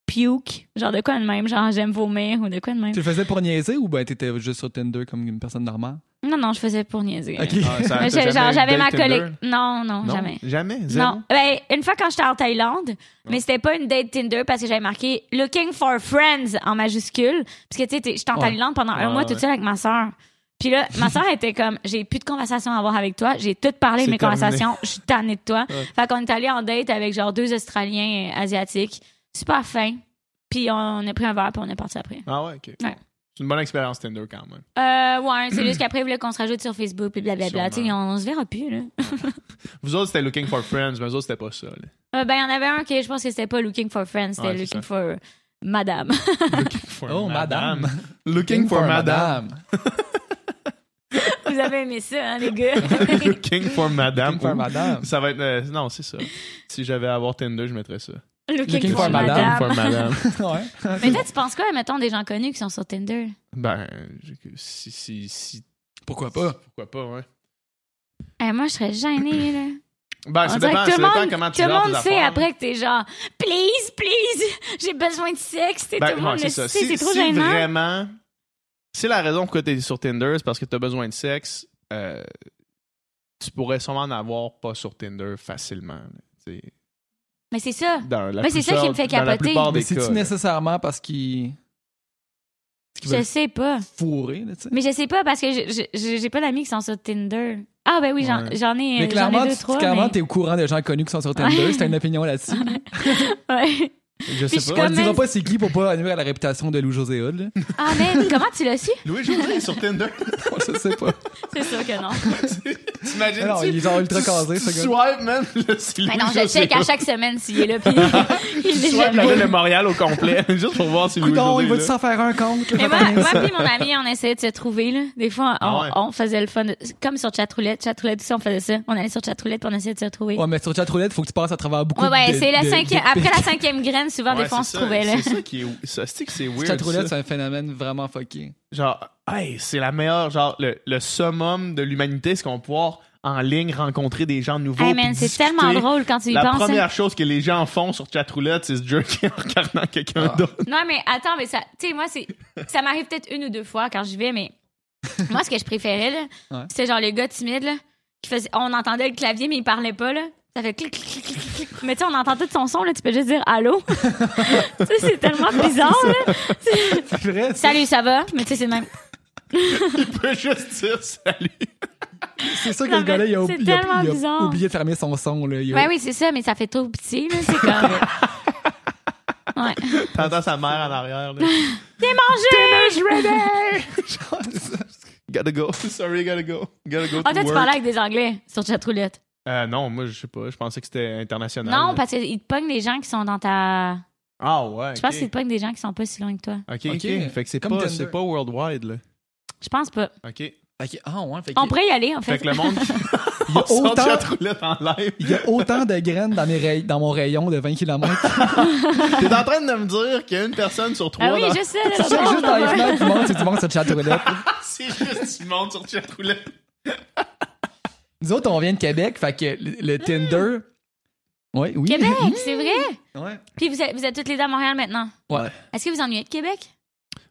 Speaker 3: puke, genre de quoi de même, genre j'aime vomir ou de quoi de même.
Speaker 2: tu le faisais pour niaiser ou ben t'étais juste sur Tinder comme une personne normale?
Speaker 3: Non, non, je faisais pour niaiser.
Speaker 2: Ok.
Speaker 1: Ah, ça- t'as
Speaker 3: Mais j'ai- genre,
Speaker 1: jamais
Speaker 3: j'avais
Speaker 1: eu
Speaker 3: ma
Speaker 1: de Tinder?
Speaker 3: collègue. Non, non,
Speaker 1: Non?
Speaker 3: jamais.
Speaker 1: Jamais? Zéro?
Speaker 3: Non. Ben, une fois quand j'étais en Thaïlande,
Speaker 1: Ah.
Speaker 3: mais c'était pas une date Tinder parce que j'avais marqué Looking for friends en majuscule. Parce que, tu sais, t'es- j'étais en
Speaker 2: Ouais.
Speaker 3: Thaïlande pendant un
Speaker 1: Ouais,
Speaker 3: mois
Speaker 1: ouais.
Speaker 3: toute seule avec ma sœur. Puis là, ma sœur était comme, j'ai plus de conversation à avoir avec toi. J'ai tout parlé de
Speaker 1: C'est
Speaker 3: mes
Speaker 1: terminé.
Speaker 3: conversations. Je suis tannée de toi.
Speaker 1: Ouais.
Speaker 3: Fait qu'on est allé en date avec genre deux Australiens euh, asiatiques. Super fin. Puis on a pris un verre puis on est parti après.
Speaker 1: Ah ouais, ok.
Speaker 3: Ouais.
Speaker 1: C'est une bonne expérience Tinder quand même.
Speaker 3: Euh, ouais, c'est juste qu'après, ils voulaient qu'on se rajoute sur Facebook puis blablabla.
Speaker 1: Sûrement.
Speaker 3: Tu sais, on, on se verra plus, là.
Speaker 1: Vous autres, c'était Looking for Friends, mais eux autres, c'était pas ça. là.
Speaker 3: Euh, ben, il y en avait un qui, je pense que c'était pas Looking for Friends, c'était
Speaker 1: Ouais, c'est
Speaker 3: Looking for Madame.
Speaker 1: Looking for
Speaker 2: Oh, madame.
Speaker 1: Looking for madame.
Speaker 3: Vous avez aimé ça, hein, les gars?
Speaker 1: Looking for madame.
Speaker 2: Looking for
Speaker 1: Ouh.
Speaker 2: madame.
Speaker 1: Ça va être. euh, non, c'est ça. Si j'avais à avoir Tinder, je mettrais ça.
Speaker 2: Looking for madame.
Speaker 1: Looking for madame.
Speaker 2: ouais.
Speaker 3: Mais toi, tu penses quoi, mettons, des gens connus qui sont sur Tinder?
Speaker 1: ben, je- si, si, si.
Speaker 2: Pourquoi pas?
Speaker 1: Pourquoi pas, ouais.
Speaker 3: Eh, moi, je serais gênée, là.
Speaker 1: Ben, ça
Speaker 3: dirait
Speaker 1: dépend,
Speaker 3: que
Speaker 1: ça
Speaker 3: tout le
Speaker 1: dépend
Speaker 3: monde,
Speaker 1: comment tu
Speaker 3: tout le
Speaker 1: gères tes
Speaker 3: monde sait
Speaker 1: affaires.
Speaker 3: après que t'es genre, please, please, j'ai besoin de sexe. Et
Speaker 1: Ben,
Speaker 3: tout le
Speaker 1: ouais,
Speaker 3: monde le
Speaker 1: c'est
Speaker 3: sait,
Speaker 1: ça.
Speaker 3: c'est
Speaker 1: Si,
Speaker 3: trop
Speaker 1: si
Speaker 3: gênant.
Speaker 1: vraiment. Si la raison pourquoi t'es sur Tinder, c'est parce que t'as besoin de sexe, euh, tu pourrais sûrement en avoir pas sur Tinder facilement. là, tu sais.
Speaker 3: Mais c'est ça.
Speaker 1: Dans la
Speaker 3: Mais c'est ça
Speaker 1: plupart-
Speaker 3: qui me fait
Speaker 1: dans la
Speaker 3: capoter.
Speaker 1: plupart
Speaker 2: Mais
Speaker 1: des cas,
Speaker 2: c'est-tu
Speaker 1: là.
Speaker 2: nécessairement parce qu'il. parce qu'il
Speaker 3: Je
Speaker 2: veut
Speaker 3: sais pas.
Speaker 2: fourrer, là, tu sais?
Speaker 3: Mais je sais pas parce que je- je- je- j'ai pas d'amis qui sont sur Tinder. Ah, ben oui, j'en
Speaker 1: Ouais.
Speaker 3: j'en ai,
Speaker 2: Mais
Speaker 3: euh, j'en
Speaker 2: clairement,
Speaker 3: ai deux,
Speaker 2: tu-
Speaker 3: trois.
Speaker 2: clairement,
Speaker 3: mais-
Speaker 2: t'es au courant des gens connus qui sont sur Tinder.
Speaker 3: Ouais.
Speaker 2: Si t'as une opinion là-dessus.
Speaker 3: Ouais.
Speaker 1: Je
Speaker 3: Puis je suis
Speaker 1: sais
Speaker 2: On
Speaker 1: pas.
Speaker 3: comme-
Speaker 2: ne dira pas c'est qui pour pas annuler la réputation de Lou José Hood, là.
Speaker 3: Ah, mais comment tu l'as su?
Speaker 1: Louis José est sur Tinder.
Speaker 2: Je sais pas.
Speaker 3: C'est sûr que non.
Speaker 1: T'imagines
Speaker 2: Alors, il est genre ultra casé, ce gars.
Speaker 1: Swipe, man. C'est
Speaker 3: Mais
Speaker 1: Louis
Speaker 3: Ben non, je
Speaker 1: José.
Speaker 3: check à chaque semaine s'il est là, puis il
Speaker 1: Tu
Speaker 3: l'est
Speaker 1: swipes la
Speaker 3: jamais.
Speaker 1: ville de Montréal au complet, juste pour voir si Louis
Speaker 2: Coudon,
Speaker 1: José.
Speaker 2: il
Speaker 1: est
Speaker 2: va-tu
Speaker 1: là.
Speaker 2: s'en faire un compte? là,
Speaker 3: Mais
Speaker 2: quand
Speaker 3: moi,
Speaker 2: on est
Speaker 3: moi
Speaker 2: ça?
Speaker 3: puis mon ami, on essayait de se trouver, là. Des fois, on,
Speaker 1: Ah ouais.
Speaker 3: on faisait le fun. de- Comme sur Chatroulette. Chatroulette aussi, on faisait ça. On allait sur Chatroulette pour on essayait de se retrouver.
Speaker 2: Ouais, mais sur Chatroulette, faut que tu passes à travers beaucoup
Speaker 3: Ouais, ouais,
Speaker 2: de-
Speaker 3: c'est la
Speaker 2: de-
Speaker 3: cinquième,
Speaker 2: de-
Speaker 3: après la cinquième graine, souvent,
Speaker 1: Ouais,
Speaker 3: des fois, on
Speaker 1: c'est
Speaker 3: se
Speaker 1: ça,
Speaker 3: trouvait, là.
Speaker 1: C'est ça qui est. ça, C'est que c'est weird. ça.
Speaker 2: Chatroulette, c'est un phénomène vraiment fucké.
Speaker 1: genre, hey, c'est la meilleure, genre, le, le summum de l'humanité, c'est qu'on va pouvoir en ligne rencontrer des gens nouveaux.
Speaker 3: Hey,
Speaker 1: puis
Speaker 3: man, c'est
Speaker 1: discuter.
Speaker 3: tellement drôle quand tu y
Speaker 1: La
Speaker 3: penses. hein.
Speaker 1: première chose que les gens font sur Chatroulette, c'est se jerker en regardant quelqu'un
Speaker 2: Ah.
Speaker 1: d'autre.
Speaker 3: Non, mais attends, mais ça, tu sais, moi, c'est, ça m'arrive peut-être une ou deux fois quand je vais, mais moi, ce que je préférais, là,
Speaker 2: Ouais.
Speaker 3: c'est genre les gars timides, là, qui faisaient, on entendait le clavier, mais ils parlaient pas, là. Ça fait clic, clic, clic, clic, clic. Mais tu sais, on entend tout son son, là, tu peux juste dire allô. tu sais, c'est tellement bizarre, là.
Speaker 2: C'est vrai, ça,
Speaker 3: Salut, ça va? Mais tu sais, c'est le même.
Speaker 1: Tu peux juste dire salut.
Speaker 2: c'est ça que
Speaker 3: Non,
Speaker 2: le gars-là, il a,
Speaker 3: mais c'est
Speaker 2: il a-
Speaker 3: tellement
Speaker 2: il a
Speaker 3: bizarre.
Speaker 2: oublié de fermer son son, là. Il a-
Speaker 3: Ouais, oui, c'est ça, mais ça fait trop petit, là. C'est comme. Ouais.
Speaker 1: T'entends sa mère en arrière, là.
Speaker 3: Viens manger!
Speaker 1: Gotta go. Sorry, gotta go. Gotta go
Speaker 3: Ah,
Speaker 1: to
Speaker 3: toi, tu
Speaker 1: work.
Speaker 3: parlais avec des Anglais sur Chatroulette.
Speaker 1: Euh, non, moi, je sais pas. Je pensais que c'était international.
Speaker 3: Non,
Speaker 1: là.
Speaker 3: parce qu'ils te pognent des gens qui sont dans ta.
Speaker 1: Ah ouais.
Speaker 3: Je pense qu'ils
Speaker 1: ok.
Speaker 3: te pognent des gens qui sont pas si loin que toi.
Speaker 1: Ok, ok.
Speaker 2: Ok.
Speaker 1: Fait que c'est
Speaker 2: Comme
Speaker 1: pas,
Speaker 2: Tinder.
Speaker 1: c'est pas worldwide, là.
Speaker 3: Je pense pas.
Speaker 1: Ok.
Speaker 2: Ok, ah ouais, fait
Speaker 3: On
Speaker 2: qu'il-
Speaker 3: pourrait y aller, en fait.
Speaker 1: Fait que le monde qui
Speaker 2: il y a
Speaker 1: sort
Speaker 2: autant-
Speaker 1: Chatroulette en live.
Speaker 2: il y a autant de graines dans, mes ray- dans mon rayon de 20 km.
Speaker 1: T'es en train de me dire qu'il y a une personne sur trois
Speaker 3: Ah oui,
Speaker 1: dans-
Speaker 3: je sais. là,
Speaker 2: Check
Speaker 3: le
Speaker 2: juste
Speaker 3: monde,
Speaker 2: dans les
Speaker 3: ouais.
Speaker 2: fenêtres, du monde, c'est du monde sur Chatroulette.
Speaker 1: C'est juste du monde sur Chatroulette.
Speaker 2: Nous autres, on vient de Québec, fait que le, le Tinder. Ouais, oui.
Speaker 3: Hmm. Québec, c'est vrai.
Speaker 2: Ouais.
Speaker 3: Puis vous êtes, vous êtes toutes les deux à Montréal maintenant.
Speaker 2: Ouais.
Speaker 3: Est-ce que vous ennuyez de Québec?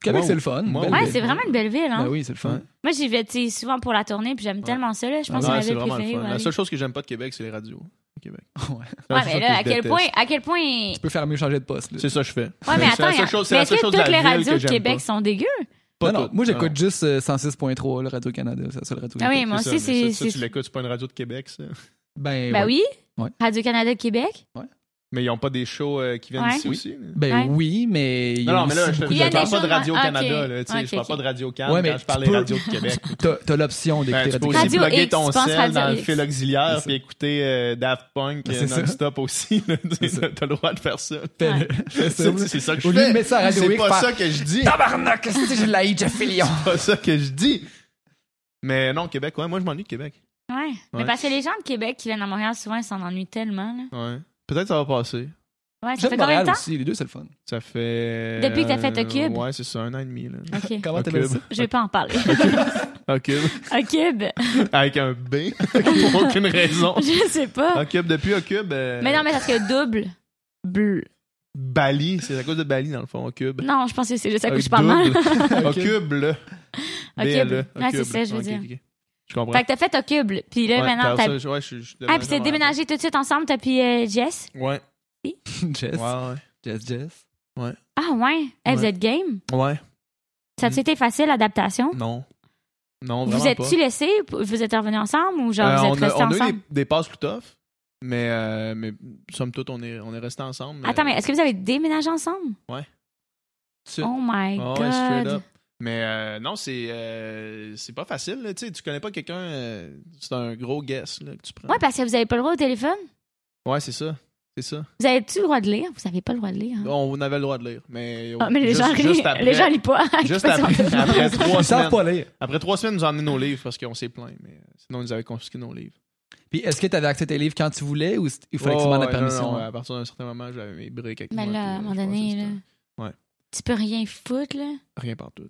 Speaker 2: Québec,
Speaker 1: Wow.
Speaker 2: c'est le fun.
Speaker 1: Wow.
Speaker 2: Belle
Speaker 3: Ouais,
Speaker 2: ville.
Speaker 3: c'est vraiment une belle ville. Hein?
Speaker 2: Ben oui, c'est le fun.
Speaker 3: Moi, j'y vais tu sais, souvent pour la tournée, puis j'aime tellement ça. Là. Je pense
Speaker 1: Ouais, Ah
Speaker 3: que
Speaker 1: c'est
Speaker 3: c'est ma ville
Speaker 1: vraiment le
Speaker 3: préférée.
Speaker 1: fun.
Speaker 3: ouais.
Speaker 1: La seule chose que j'aime pas de Québec, c'est les radios. au Québec.
Speaker 2: Ouais.
Speaker 1: C'est la
Speaker 3: Ouais,
Speaker 1: seule
Speaker 3: mais
Speaker 1: chose
Speaker 3: là,
Speaker 1: que
Speaker 3: à
Speaker 1: je
Speaker 3: quel,
Speaker 1: déteste.
Speaker 3: point, à quel point.
Speaker 2: Tu peux faire mieux changer de poste. là.
Speaker 1: C'est ça que je fais.
Speaker 3: Ouais, mais
Speaker 1: C'est la
Speaker 3: attends,
Speaker 1: seule chose- c'est
Speaker 3: mais
Speaker 1: la
Speaker 3: est-ce
Speaker 1: seule
Speaker 3: que
Speaker 1: chose de la
Speaker 3: toutes les
Speaker 1: ville que
Speaker 3: radios de
Speaker 1: j'aime
Speaker 3: Québec
Speaker 1: pas.
Speaker 3: sont dégueux?
Speaker 1: Pas
Speaker 2: non, non,
Speaker 1: toutes.
Speaker 2: moi j'écoute
Speaker 1: Non.
Speaker 2: juste euh, 106.3, le Radio-Canada, c'est la seule radio.
Speaker 3: Ah oui, moi
Speaker 1: ça,
Speaker 3: aussi,
Speaker 1: mais
Speaker 3: c'est.
Speaker 1: ça, ça, tu
Speaker 3: c'est-
Speaker 1: l'écoutes, c'est pas une radio de Québec, ça.
Speaker 2: Ben,
Speaker 3: Ben
Speaker 2: ouais.
Speaker 3: oui.
Speaker 2: Ouais.
Speaker 3: Radio-Canada de Québec.
Speaker 1: Mais ils ont pas des shows euh, qui viennent
Speaker 3: Ouais.
Speaker 1: ici
Speaker 2: Oui.
Speaker 1: aussi. là.
Speaker 2: Ben
Speaker 3: Ouais.
Speaker 2: oui, mais. il y a
Speaker 1: Non, non, mais là,
Speaker 2: aussi
Speaker 1: je,
Speaker 2: beaucoup
Speaker 1: je
Speaker 3: Il y a
Speaker 2: de-
Speaker 1: parle
Speaker 3: des
Speaker 1: pas de
Speaker 3: gens-
Speaker 1: Radio-Canada,
Speaker 3: Ah, ok.
Speaker 1: là, tu sais,
Speaker 3: Ok,
Speaker 1: je parle
Speaker 3: ok.
Speaker 1: pas de Radio-Can
Speaker 2: Ouais, mais
Speaker 1: quand je
Speaker 2: tu
Speaker 1: parle
Speaker 2: peux-
Speaker 1: des radios de Québec.
Speaker 2: T'as, t'as l'option d'écouter
Speaker 1: Ben, tu peux aussi
Speaker 2: Radio-Canada.
Speaker 3: Radio
Speaker 1: plugger
Speaker 3: X,
Speaker 1: ton
Speaker 3: je pense,
Speaker 1: sel dans le
Speaker 3: Radio X.
Speaker 1: fil auxiliaire
Speaker 2: C'est
Speaker 1: puis écouter euh, Daft Punk euh,
Speaker 2: Ben, c'est ça.
Speaker 1: non-stop aussi. là. Tu sais,
Speaker 2: ça.
Speaker 1: T'as le droit de faire ça.
Speaker 2: Fais-le.
Speaker 3: Ouais.
Speaker 2: Fais ça, là.
Speaker 1: C'est c'est ça que je
Speaker 2: Au lieu de
Speaker 1: fais.
Speaker 2: mettre ça à Radio
Speaker 1: C'est
Speaker 2: X,
Speaker 1: pas
Speaker 2: faire-
Speaker 1: ça que je dis.
Speaker 2: Tabarnak, qu'est-ce que je l'ai, Jeff Fillion?
Speaker 1: C'est pas ça que je dis. Mais non, Québec, ouais, moi je m'ennuie de Québec.
Speaker 3: Ouais. Mais
Speaker 1: Ouais.
Speaker 3: parce que les gens de Québec qui viennent à Montréal, souvent, ils s'en ennuient tellement. là.
Speaker 1: Ouais. Peut-être que ça va passer.
Speaker 3: Ouais, ça
Speaker 2: J'aime
Speaker 3: fait combien
Speaker 2: Montréal
Speaker 3: de temps?
Speaker 2: aussi, les deux, c'est le fun.
Speaker 1: Ça fait.
Speaker 3: Depuis que t'as fait
Speaker 1: euh,
Speaker 3: le cube?
Speaker 1: Ouais, c'est ça, un an et demi. Là.
Speaker 3: OK.
Speaker 2: Comment
Speaker 1: Un
Speaker 2: t'appelles ça?
Speaker 1: cube.
Speaker 3: Je vais pas en parler.
Speaker 1: Un cube.
Speaker 3: Un cube?
Speaker 1: Avec un B. Pour aucune raison.
Speaker 3: Je sais pas.
Speaker 1: Un cube. Depuis un cube. euh,
Speaker 3: Mais non, mais parce que double. Bleu.
Speaker 1: Bali. C'est à cause de Bali, dans le fond, un cube.
Speaker 3: Non, je pense que c'est juste ça
Speaker 1: Un
Speaker 3: couche pas mal.
Speaker 1: double. Un
Speaker 2: Ok.
Speaker 1: cube, là. BLE,
Speaker 3: Occuble. Ouais, c'est
Speaker 1: E, Occuble.
Speaker 3: ça, je veux
Speaker 1: Ok,
Speaker 3: dire.
Speaker 1: ok. Je comprends.
Speaker 3: Fait que t'as fait Occuble, puis là,
Speaker 1: Ouais,
Speaker 3: maintenant,
Speaker 1: t'as
Speaker 3: t'as...
Speaker 1: ça, je- ouais, je- je suis
Speaker 3: Ah, puis t'es
Speaker 1: déménagé
Speaker 3: déménagé tout de suite ensemble, t'as puis euh, Jess?
Speaker 1: en arrière. Ouais,
Speaker 2: Jess.
Speaker 1: ouais,
Speaker 2: Jess, Jess.
Speaker 3: Ah, ouais. Elle, vous
Speaker 1: Ouais.
Speaker 3: êtes game?
Speaker 1: ouais. Ouais,
Speaker 3: Ça a-tu été facile, l'adaptation?
Speaker 1: non. Non, vraiment
Speaker 3: Vous
Speaker 1: pas.
Speaker 3: êtes-tu laissés? Vous êtes revenus ensemble ou genre
Speaker 1: Euh,
Speaker 3: vous
Speaker 1: on
Speaker 3: êtes
Speaker 1: a,
Speaker 3: restés
Speaker 1: on a eu
Speaker 3: ensemble?
Speaker 1: des, des passes plus tough, mais, euh, mais somme toute, on est, on est restés ensemble.
Speaker 3: Attends, mais est-ce que vous avez déménagé ensemble?
Speaker 2: Tu-
Speaker 3: Oh my
Speaker 1: Ah ouais, straight
Speaker 3: god.
Speaker 1: up. Mais euh, non, c'est euh, c'est pas facile. là. Tu sais, tu connais pas quelqu'un, euh, c'est un gros guess là, que tu prends.
Speaker 3: Ouais, parce que vous avez pas le droit au téléphone.
Speaker 1: Ouais, c'est ça. C'est ça.
Speaker 3: Vous avez-tu le droit de lire? Vous avez pas le droit de lire. hein?
Speaker 1: On avait le droit de lire, mais,
Speaker 3: Ah, mais les,
Speaker 1: juste,
Speaker 3: gens
Speaker 1: juste
Speaker 3: lisent-
Speaker 1: après,
Speaker 3: les gens lisent pas.
Speaker 1: juste
Speaker 3: Ils font
Speaker 1: après,
Speaker 3: ça.
Speaker 1: après trois
Speaker 2: Ils savent
Speaker 1: semaines.
Speaker 2: pas lire.
Speaker 1: Après trois semaines, nous ont emmené nos livres parce qu'on s'est plaint, mais euh, sinon ils nous avaient confisqué nos livres.
Speaker 2: Puis est-ce que tu avais accès à tes livres quand tu voulais ou il fallait que tu
Speaker 1: Oh,
Speaker 2: demandes la
Speaker 1: ouais, non,
Speaker 2: permission? hein.
Speaker 1: non, à partir d'un certain moment, j'avais mes briques avec
Speaker 3: Mais
Speaker 1: moi,
Speaker 3: là, à un
Speaker 1: puis, euh,
Speaker 3: moment
Speaker 1: je passais
Speaker 3: donné,
Speaker 1: du
Speaker 3: là,
Speaker 1: temps.
Speaker 3: tu peux rien foutre, là.
Speaker 1: Rien partout.